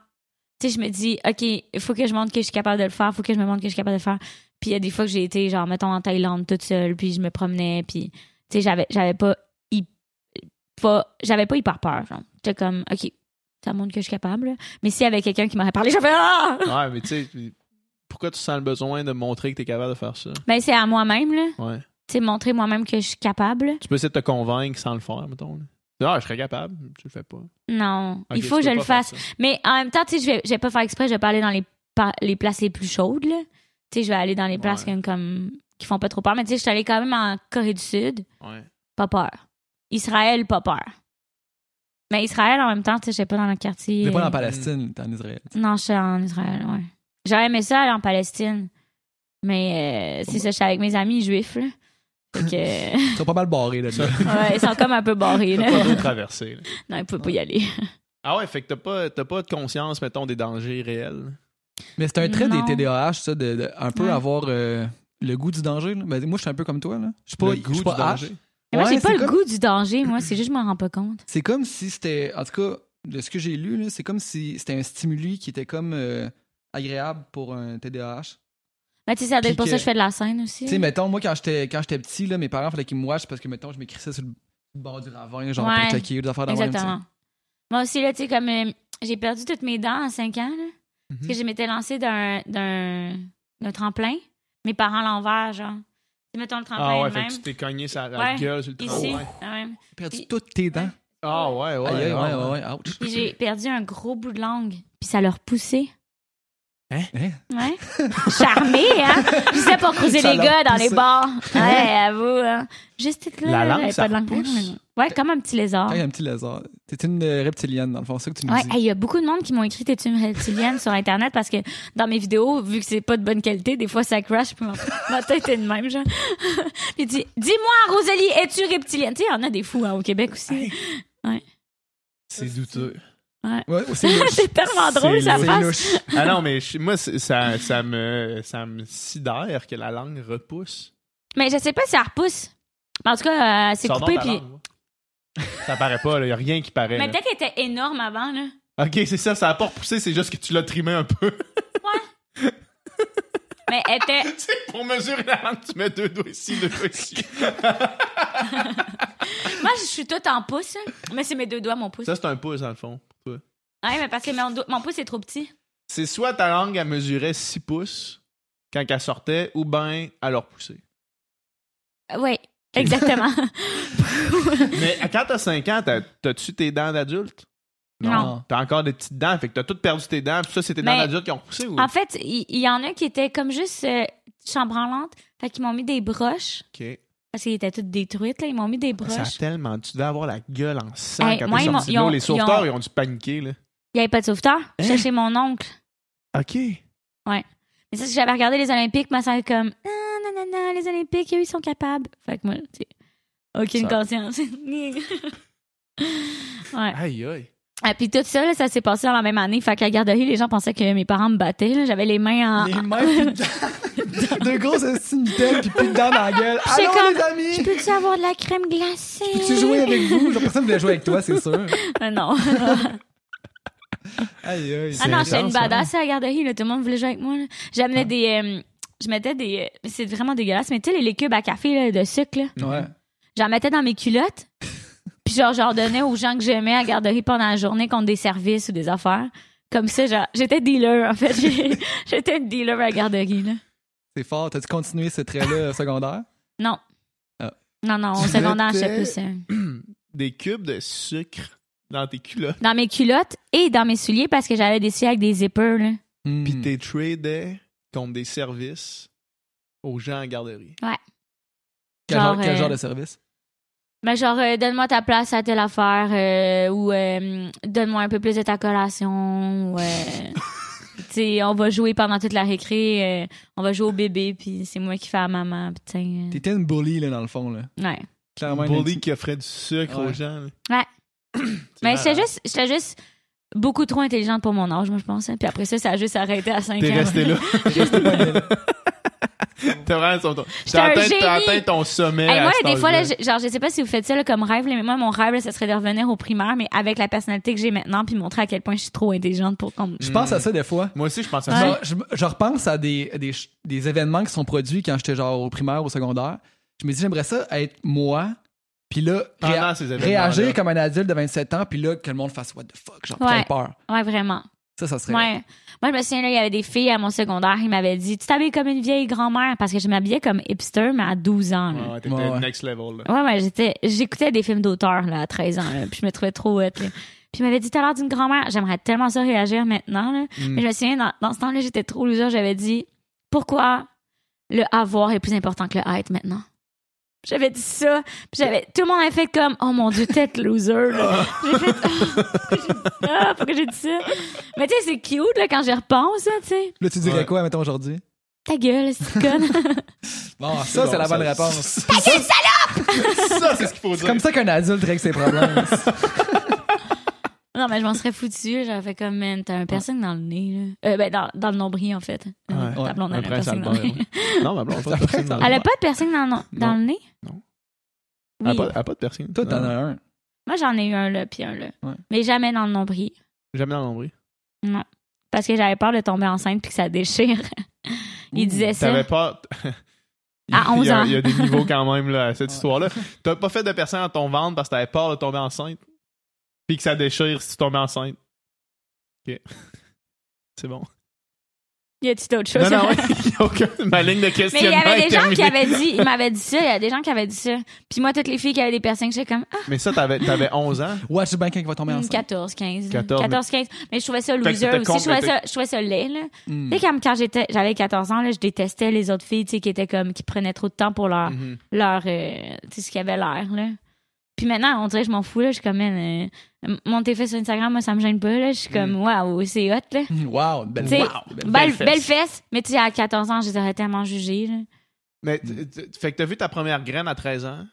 Speaker 3: tu sais, je me dis, OK, il faut que je montre que je suis capable de le faire, il faut que je me montre que je suis capable de le faire. Puis il y a des fois que j'ai été, genre, mettons, en Thaïlande toute seule, puis je me promenais, puis, tu sais, j'avais, j'avais pas, hy- pas, j'avais pas hyper peur, genre. J'étais comme, OK, ça montre que je suis capable. là. Mais s'il y avait quelqu'un qui m'aurait parlé, j'aurais fait, ah!
Speaker 1: Ouais, mais tu sais, tu- pourquoi tu sens le besoin de montrer que t'es capable de faire ça?
Speaker 3: Ben, c'est à moi-même, là.
Speaker 1: Ouais.
Speaker 3: Tu sais, montrer moi-même que je suis capable.
Speaker 1: Tu peux essayer de te convaincre sans le faire, mettons. là. Ah, je serais capable, tu le fais pas.
Speaker 3: Non,
Speaker 1: Ok,
Speaker 3: il faut
Speaker 1: tu
Speaker 3: que je
Speaker 1: peux
Speaker 3: le
Speaker 1: pas faire
Speaker 3: fasse.
Speaker 1: ça.
Speaker 3: Mais en même temps, tu sais, je vais, je vais pas faire exprès, je vais pas aller dans les, pa- les places les plus chaudes, là. Tu sais, je vais aller dans les places
Speaker 1: Ouais.
Speaker 3: comme, comme- qui font pas trop peur. Mais tu sais, je suis allée quand même en Corée du Sud,
Speaker 1: Ouais.
Speaker 3: pas peur. Israël, pas peur. Mais Israël, en même temps, tu sais, j'étais pas dans le quartier.
Speaker 2: T'es pas
Speaker 3: euh,
Speaker 2: en Palestine, t'es en Israël.
Speaker 3: Non, je suis en Israël, ouais. J'aurais aimé ça aller en Palestine. Mais euh, c'est ça, je suis avec mes amis juifs, là. Fait que, euh,
Speaker 2: Ils sont pas mal barrés, là. dedans
Speaker 3: ouais, ils sont comme un peu barrés,
Speaker 1: T'as
Speaker 3: là.
Speaker 1: pas trop traversé. là.
Speaker 3: Non, ils pouvaient pas y aller.
Speaker 1: Ah ouais, fait que t'as pas, t'as pas de conscience, mettons, des dangers réels.
Speaker 2: Mais c'est un trait
Speaker 3: Non.
Speaker 2: des TDAH, ça, de, de un peu
Speaker 3: Ouais.
Speaker 2: avoir euh, le goût du danger. là. Ben, moi, je suis un peu comme toi, là. Je suis pas,
Speaker 1: le
Speaker 2: je
Speaker 1: goût
Speaker 2: suis
Speaker 1: du
Speaker 2: pas H.
Speaker 1: danger.
Speaker 3: Mais moi,
Speaker 2: Ouais,
Speaker 3: j'ai pas
Speaker 2: c'est
Speaker 3: le
Speaker 2: comme-
Speaker 3: goût du danger, moi. C'est juste, je m'en rends pas compte.
Speaker 2: C'est comme si c'était. En tout cas, de ce que j'ai lu, là, c'est comme si c'était un stimuli qui était comme euh, agréable pour un TDAH.
Speaker 3: Mais tu sais, ça doit
Speaker 2: Puis
Speaker 3: être pour ça
Speaker 2: que-
Speaker 3: que je fais de la scène aussi.
Speaker 2: Tu sais, mettons, moi, quand j'étais quand j'étais petit, là, mes parents fallait qu'ils me watchent parce que, mettons, je m'écrissais sur le bord du ravin, genre
Speaker 3: Ouais.
Speaker 2: pour checker des affaires dans
Speaker 3: Exactement. Moi aussi, là, tu sais, comme euh, j'ai perdu toutes mes dents à 5 ans, là, parce que
Speaker 1: Mhm.
Speaker 3: je m'étais lancée d'un, d'un, d'un tremplin. Mes parents l'envers, genre. Tu sais, mettons le tremplin
Speaker 1: Ah ouais,
Speaker 3: de
Speaker 1: fait
Speaker 3: même.
Speaker 1: que tu t'es cogné sur la
Speaker 3: Ouais,
Speaker 1: gueule, sur le
Speaker 3: Ici,
Speaker 1: tramway.
Speaker 3: ouais.
Speaker 2: J'ai perdu
Speaker 3: Puis-
Speaker 2: toutes tes dents.
Speaker 1: Ah ouais, ouais.
Speaker 2: Aïe, aïe,
Speaker 1: ah
Speaker 2: ouais, ouais, ouais, ouch.
Speaker 3: Puis j'ai perdu un gros bout de langue, puis ça leur poussait.
Speaker 2: Hein?
Speaker 3: Ouais. Charmée, hein? Je sais pour croiser
Speaker 2: Ça
Speaker 3: les
Speaker 2: leur
Speaker 3: gars dans les
Speaker 2: poussait.
Speaker 3: bars. Ouais, avoue, hein. Juste toute
Speaker 1: La
Speaker 3: là,
Speaker 1: langue,
Speaker 3: j'avais
Speaker 1: ça
Speaker 3: pas de langue.
Speaker 1: repousse.
Speaker 3: Ouais, comme un petit lézard.
Speaker 2: Quand il y a un petit lézard. T'es une euh, reptilienne, dans le fond, c'est ça que tu me
Speaker 3: Ah. Ouais,
Speaker 2: dis.
Speaker 3: hey, il y a beaucoup de monde qui m'ont écrit T'es-tu une reptilienne sur Internet parce que dans mes vidéos, vu que c'est pas de bonne qualité, des fois ça crash. Puis ma, ma tête est de même, genre. Puis il dit Dis-moi, Rosalie, es-tu reptilienne Tu sais, il y en a des fous hein, au Québec aussi.
Speaker 1: C'est douteux.
Speaker 2: Ouais, c'est louche.
Speaker 3: c'est tellement drôle,
Speaker 1: C'est
Speaker 3: ça
Speaker 1: louche.
Speaker 2: C'est louche.
Speaker 3: passe.
Speaker 1: Ah non, mais je- moi, c'est- ça, ça, me, ça me sidère que la langue repousse.
Speaker 3: Mais je sais pas si ça repousse. Mais en tout cas, euh, c'est
Speaker 1: Sors
Speaker 3: coupé.
Speaker 1: donc ta
Speaker 3: Puis...
Speaker 1: langue, va. Ça paraît pas, il y a rien qui paraît.
Speaker 3: Mais
Speaker 1: là.
Speaker 3: peut-être qu'elle était énorme avant, là.
Speaker 1: Ok, c'est ça, ça a pas repoussé, c'est juste que tu l'as trimé un peu.
Speaker 3: Mais elle était.
Speaker 1: Tu sais, pour mesurer la langue, tu mets deux doigts ici, deux doigts ici.
Speaker 3: Moi, je suis toute en pouce. hein. Mais c'est mes deux doigts, mon pouce.
Speaker 1: Ça, c'est un pouce, dans le fond. pour toi.
Speaker 3: Ouais, mais parce que mon, do- mon pouce est trop petit.
Speaker 1: C'est soit ta langue, elle mesurait 6 pouces quand elle sortait, ou ben, elle a repoussé.
Speaker 3: Euh, Ouais, exactement.
Speaker 1: Mais quand t'as 5 ans, t'as- t'as-tu tes dents d'adulte?
Speaker 2: Non.
Speaker 1: T'as encore des petites dents, fait que t'as toutes perdu tes dents, puis ça, c'est tes dents
Speaker 3: Mais-
Speaker 1: d'adultes qui ont repoussé ou.
Speaker 3: En fait, il il y, en a qui étaient comme juste euh, chambranlantes. Fait qu'ils m'ont mis des broches.
Speaker 1: Ok.
Speaker 3: Parce qu'ils étaient toutes détruites, là. Ils m'ont mis des broches.
Speaker 1: Ça a tellement. Tu devais avoir la gueule en sang
Speaker 3: Hey,
Speaker 1: quand
Speaker 3: moi,
Speaker 1: t'es
Speaker 3: ils
Speaker 1: sorti de l'eau.
Speaker 3: m'ont- ils ont-
Speaker 1: Les sauveteurs, ils ont dû paniquer, là.
Speaker 3: Il n'y avait pas de sauveteur. Je
Speaker 1: Hein?
Speaker 3: J'étais chez mon oncle.
Speaker 1: OK.
Speaker 3: Mais ça, si j'avais regardé les Olympiques, ma soeur est comme Ah, non, non, non, les Olympiques, eux, ils sont capables. Fait que moi, tu sais, aucune
Speaker 1: Ça-
Speaker 3: conscience. ouais.
Speaker 1: Aïe, aïe.
Speaker 3: Ah, puis tout ça, là, ça s'est passé dans la même année. Fait que la garderie, les gens pensaient que mes parents me battaient. là. J'avais les mains en. Ah,
Speaker 2: Les
Speaker 3: en-
Speaker 2: mains pis dedans. Deux grosses astuces Nutella pis plus dedans dans la gueule.
Speaker 3: c'est
Speaker 2: Allô
Speaker 3: comme-
Speaker 2: les amis!
Speaker 3: Je peux-tu avoir de la crème glacée?
Speaker 2: Tu jouais avec vous? Genre, personne voulait jouer avec toi, c'est sûr.
Speaker 3: Ah, non.
Speaker 2: Aïe, aïe.
Speaker 3: Ah non,
Speaker 1: C'est
Speaker 3: j'étais une
Speaker 1: intense, hein.
Speaker 3: badass à la garderie, là. Tout le monde voulait jouer avec moi, là. J'amenais
Speaker 1: Ah.
Speaker 3: des. euh, je mettais des. euh, C'est vraiment dégueulasse, mais tu sais, les- les cubes à café, là, de sucre, là.
Speaker 2: Ouais.
Speaker 3: J'en mettais dans mes culottes. Puis genre, j'en donnais aux gens que j'aimais à la garderie pendant la journée contre des services ou des affaires. Comme ça, genre, j'étais dealer, en fait. J'ai- J'étais une dealer à la garderie, là.
Speaker 2: C'est fort. T'as-tu continué ce trait-là au secondaire?
Speaker 3: Non.
Speaker 2: Ah.
Speaker 3: Non, non, au
Speaker 1: Tu
Speaker 3: secondaire,
Speaker 1: mettais-
Speaker 3: j'étais plus. euh,
Speaker 1: Des cubes de sucre dans tes culottes.
Speaker 3: dans mes culottes et dans mes souliers parce que j'avais des souliers avec des zippers, là.
Speaker 2: Hmm.
Speaker 1: Puis t'es tradé contre des services aux gens en garderie.
Speaker 2: Quel genre,
Speaker 3: genre,
Speaker 2: quel
Speaker 3: euh,
Speaker 2: genre de service?
Speaker 3: Mais genre, euh, donne-moi ta place à telle affaire euh, ou euh, donne-moi un peu plus de ta collation. ou, euh, tu sais, on va jouer pendant toute la récré. euh, on va jouer au bébé, puis c'est moi qui fais à maman. Putain.
Speaker 2: T'étais une bully, là, dans le fond, là.
Speaker 3: euh, Ouais.
Speaker 2: Clairement. une
Speaker 1: Bully qui offrait du sucre
Speaker 2: Ah Ouais.
Speaker 1: aux gens.
Speaker 3: Ouais. Mais
Speaker 1: c'est
Speaker 3: j'étais juste, j'étais juste beaucoup trop intelligente pour mon âge, moi, je pense. hein. Puis après ça, ça a juste arrêté à 5
Speaker 1: T'es
Speaker 3: ans.
Speaker 1: resté là. T'as vraiment son-
Speaker 3: J'étais
Speaker 1: T'as
Speaker 3: un
Speaker 1: atteint, t'as
Speaker 3: génie.
Speaker 1: atteint ton sommet.
Speaker 3: Hey,
Speaker 1: à
Speaker 3: moi,
Speaker 1: cet
Speaker 3: des fois, là,
Speaker 1: âge-là.
Speaker 3: je- genre, je sais pas si vous faites ça là, comme rêve, là, mais moi, mon rêve, là, ça serait de revenir au primaire, mais avec la personnalité que j'ai maintenant, puis montrer à quel point je suis trop intelligente pour qu'on me-
Speaker 2: Je pense à ça des fois.
Speaker 1: Moi aussi, je pense à
Speaker 3: Ouais.
Speaker 1: ça.
Speaker 2: Genre, je, je repense à des, des, ch- des événements qui sont produits quand j'étais genre au primaire, au secondaire. Je me dis, j'aimerais ça être moi, puis là, réa-
Speaker 1: Pendant ces événements.
Speaker 2: réagir comme un adulte de 27 ans, puis là, que le monde fasse what the fuck, genre,
Speaker 3: Ouais.
Speaker 2: j'ai peur.
Speaker 3: Ouais, vraiment.
Speaker 2: Ça, ça serait.
Speaker 3: Ouais. Moi, je me souviens, là, il y avait des filles à mon secondaire, ils m'avaient dit, tu t'habilles comme une vieille grand-mère, parce que je m'habillais comme hipster, mais à 12 ans, là.
Speaker 1: Ouais, Ah, t'étais
Speaker 2: Ouais, ouais.
Speaker 1: next level. là.
Speaker 3: Ouais, ouais, j'étais, j'écoutais des films d'auteur là, à 13 ans, là, puis je me trouvais trop hot. là. Puis il m'avait dit tout à l'heure d'une grand-mère, j'aimerais tellement ça réagir maintenant. Là.
Speaker 1: Mm.
Speaker 3: Mais je me souviens, dans, dans ce temps-là, j'étais trop loser, j'avais dit pourquoi le avoir est plus important que le être maintenant. J'avais dit ça, puis j'avais tout le monde avait fait comme oh mon dieu, tête loser. là. J'ai fait ah, pourquoi j'ai dit ça Mais tu sais, c'est cute là quand j'y repense, là, tu sais.
Speaker 2: Là, tu dirais
Speaker 1: Ouais.
Speaker 2: quoi, mettons, aujourd'hui?
Speaker 3: Ta gueule, c'est conne.
Speaker 2: Bon, ça, c'est la bonne réponse.
Speaker 1: Ta gueule, salope! ça, c'est ce qu'il faut
Speaker 2: C'est
Speaker 1: dire.
Speaker 2: comme ça qu'un adulte règle ses problèmes.
Speaker 3: non, mais je m'en serais foutu, j'avais fait comme man, t'as un piercing dans le nez là. Euh, ben dans, dans le nombril en fait.
Speaker 1: Ouais.
Speaker 3: Ta blonde,
Speaker 1: Un
Speaker 3: elle a un
Speaker 1: prince
Speaker 3: piercing dans
Speaker 1: Albert,
Speaker 3: le nez.
Speaker 1: ouais. Non, ma blonde, pas de piercing dans le
Speaker 3: Elle
Speaker 1: nez.
Speaker 3: a pas de piercing dans, le no- dans
Speaker 1: Non.
Speaker 3: le nez?
Speaker 1: Non. Elle a
Speaker 3: Oui.
Speaker 1: pas- elle a pas de piercing.
Speaker 2: Toi, t'en
Speaker 1: Non.
Speaker 2: as un.
Speaker 3: Moi, j'en ai eu un là, puis un là.
Speaker 2: Ouais.
Speaker 3: Mais jamais dans le nombril.
Speaker 1: Jamais dans l'ombre.
Speaker 3: Parce que j'avais peur de tomber enceinte puis que ça déchire. Il
Speaker 2: Ouh.
Speaker 3: disait ça.
Speaker 1: T'avais pas.
Speaker 3: À
Speaker 1: Il y a-
Speaker 3: 11 ans.
Speaker 1: Il y a des niveaux quand même là, à cette
Speaker 2: Ouais.
Speaker 1: histoire-là. T'as pas fait de personne dans ton ventre parce que t'avais peur de tomber enceinte. Puis que ça déchire si tu tombes enceinte. Ok. C'est bon.
Speaker 3: Y a-tu d'autres choses?
Speaker 1: Non, non, ouais, il y a aucun... ma ligne de
Speaker 3: Mais il y
Speaker 1: questionnement
Speaker 3: avait
Speaker 1: est
Speaker 3: des gens qui
Speaker 1: terminée.
Speaker 3: avaient dit, ils m'avaient dit ça, il y a des gens qui avaient dit ça. Puis moi, toutes les filles qui avaient des piercings, j'étais comme, ah,
Speaker 1: Mais ça, t'avais, t'avais 11 ans.
Speaker 2: Watch the banking qui va tomber
Speaker 3: hmm,
Speaker 2: enceinte.
Speaker 3: 14, 15.
Speaker 1: 14,
Speaker 3: 14, 15. Mais je trouvais ça
Speaker 1: que
Speaker 3: loser
Speaker 1: t'étais
Speaker 3: aussi.
Speaker 1: contre,
Speaker 3: Je trouvais
Speaker 1: mais
Speaker 3: ça, je trouvais ça laid, là.
Speaker 2: Hmm.
Speaker 3: Tu sais, comme quand j'étais, j'avais 14 ans, là, je détestais les autres filles, tu sais, qui étaient comme, qui prenaient trop de temps pour leur,
Speaker 1: Mhm.
Speaker 3: leur euh, tu sais ce qu'il y avait l'air là puis maintenant on dirait que je m'en fous là je suis comme man, euh, monter fait sur Instagram moi ça me gêne pas là je suis comme waouh c'est hot là
Speaker 2: Hmm, Wow, belle
Speaker 3: T'sais,
Speaker 2: wow, belle-
Speaker 3: belle,
Speaker 1: Mm. fesse.
Speaker 3: belle fesse mais tu sais à 14 ans je les aurais tellement jugées là.
Speaker 1: Mais t- t- fait que t'as vu ta première graine à 13 ans.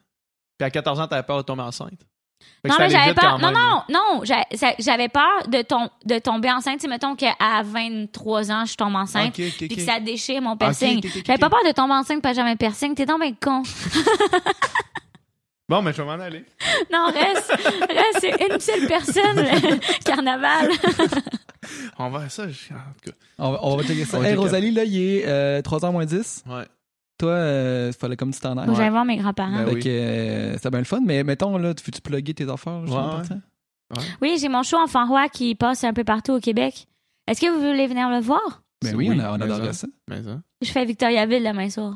Speaker 1: Puis à 14 ans, t'avais peur de tomber enceinte. Fait que
Speaker 3: non
Speaker 1: ça
Speaker 3: mais
Speaker 1: allait
Speaker 3: j'avais
Speaker 1: vite
Speaker 3: peur
Speaker 1: quand
Speaker 3: non
Speaker 1: même, là.
Speaker 3: non non j'a- ça- j'avais peur de tom- de tomber enceinte tu sais mettons qu'à 23 ans je tombe enceinte
Speaker 1: Ok, ok, ok.
Speaker 3: Puis que ça déchire mon piercing.
Speaker 1: ok, ok, ok,
Speaker 3: J'avais pas
Speaker 1: ok.
Speaker 3: peur de tomber enceinte parce que j'avais un piercing. T'es donc bien con.
Speaker 1: Bon, mais je vais m'en aller.
Speaker 3: Non, reste. reste, c'est une seule personne. le Carnaval.
Speaker 1: On va à ça. je- En tout cas,
Speaker 2: On va, on va checker ça.
Speaker 1: On va
Speaker 2: Hey,
Speaker 1: checker.
Speaker 2: Rosalie, là, il est 3h moins 10.
Speaker 1: ouais.
Speaker 2: Toi, euh, il fallait comme tu t'en ailles.
Speaker 3: J'allais voir mes grands-parents.
Speaker 1: Ben
Speaker 2: Fait
Speaker 1: oui.
Speaker 2: que, euh, c'était bien le fun, mais mettons, là, tu veux-tu plugger tes affaires? justement,
Speaker 1: Ouais,
Speaker 2: par
Speaker 1: ouais.
Speaker 2: ça?
Speaker 3: Oui, j'ai mon show Enfant Roi qui passe un peu partout au Québec. Est-ce que vous voulez venir le voir?
Speaker 2: Ben
Speaker 1: C'est-
Speaker 2: oui,
Speaker 1: oui,
Speaker 2: on, a- on
Speaker 1: mais
Speaker 2: adorerait
Speaker 1: ça.
Speaker 2: ça.
Speaker 1: Mais ça,
Speaker 3: Je fais Victoriaville demain soir.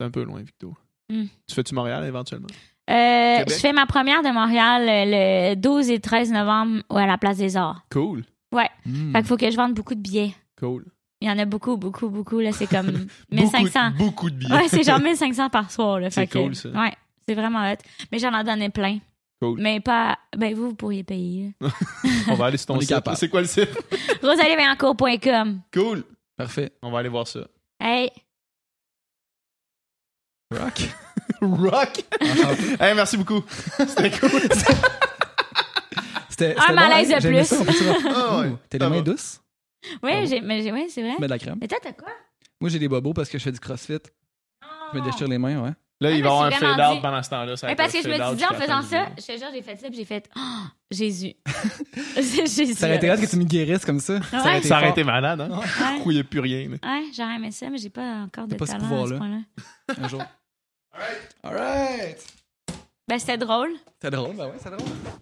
Speaker 1: c'est un peu loin, Victo.
Speaker 3: Hmm.
Speaker 1: Tu fais-tu Montréal éventuellement?
Speaker 3: Euh,
Speaker 1: Québec?
Speaker 3: je fais ma première de Montréal euh, le 12 et 13 novembre ouais, à la Place des Arts.
Speaker 1: Cool.
Speaker 2: Hmm.
Speaker 3: Fait qu'il faut que je vende beaucoup de billets.
Speaker 1: Cool.
Speaker 3: Il y en a beaucoup, beaucoup, beaucoup. Là, c'est comme
Speaker 1: Beaucoup-
Speaker 3: 1500.
Speaker 1: Beaucoup, de billets.
Speaker 3: Ouais, c'est genre 1500 par soir. là.
Speaker 1: C'est
Speaker 3: Fait que-
Speaker 1: cool, ça.
Speaker 3: Ouais, c'est vraiment hot. Mais j'en ai donné plein.
Speaker 1: Cool.
Speaker 3: Mais pas. Ben, vous, vous pourriez payer. là.
Speaker 1: On va aller sur
Speaker 2: On
Speaker 1: ton
Speaker 2: est
Speaker 1: site.
Speaker 2: capable.
Speaker 1: C'est quoi le site?
Speaker 3: RosalieVaillancourt.com.
Speaker 1: Cool.
Speaker 2: Parfait.
Speaker 1: On va aller voir ça.
Speaker 3: Hey,
Speaker 2: Rock.
Speaker 1: Rock!
Speaker 2: Enchanté.
Speaker 1: hey, merci beaucoup. C'était cool.
Speaker 2: C'était,
Speaker 3: Un
Speaker 2: c'était
Speaker 3: malaise
Speaker 2: bon, hein?
Speaker 3: de
Speaker 2: J'aimais
Speaker 3: plus.
Speaker 2: ça, on peut-tu re-
Speaker 1: Ah ouais,
Speaker 2: Ouh, T'as
Speaker 1: ça
Speaker 2: les mains
Speaker 1: va.
Speaker 2: douces?
Speaker 3: ouais,
Speaker 2: Ah bon?
Speaker 3: j'ai- mais j'ai- ouais c'est vrai.
Speaker 2: Mets de la crème.
Speaker 3: Mais toi, t'as quoi?
Speaker 2: Moi, j'ai des bobos parce que je fais du crossfit. Je me déchire les mains, ouais.
Speaker 1: Là,
Speaker 3: Ouais,
Speaker 1: il va y avoir
Speaker 3: Ah, mais
Speaker 1: un
Speaker 3: c'est vraiment
Speaker 1: fade-out
Speaker 3: dit.
Speaker 1: pendant ce temps-là. ça va
Speaker 3: Mais
Speaker 1: être
Speaker 3: parce
Speaker 1: un
Speaker 3: que je me
Speaker 1: fade-out
Speaker 3: suis dit en
Speaker 1: jusqu'à
Speaker 3: faisant
Speaker 1: la fin
Speaker 3: ça,
Speaker 1: du
Speaker 3: je te jure, j'ai fait ça, puis j'ai fait oh, Jésus. C'est Jésus.
Speaker 2: Ça aurait été hâte que tu me guérisses comme ça. Ça aurait
Speaker 3: Ouais.
Speaker 1: vidéo.
Speaker 2: été
Speaker 1: Ça aurait
Speaker 2: fort.
Speaker 1: été malade, hein?
Speaker 3: Ouais,
Speaker 1: Il n'y a plus rien. là.
Speaker 3: ouais j'aurais aimé ça, mais j'ai pas encore de
Speaker 2: pas ce
Speaker 3: talent à ce
Speaker 2: pouvoir-là.
Speaker 3: point-là.
Speaker 2: un jour. Alright!
Speaker 3: Ben, c'était drôle.
Speaker 2: C'est drôle, ben ouais, c'est drôle.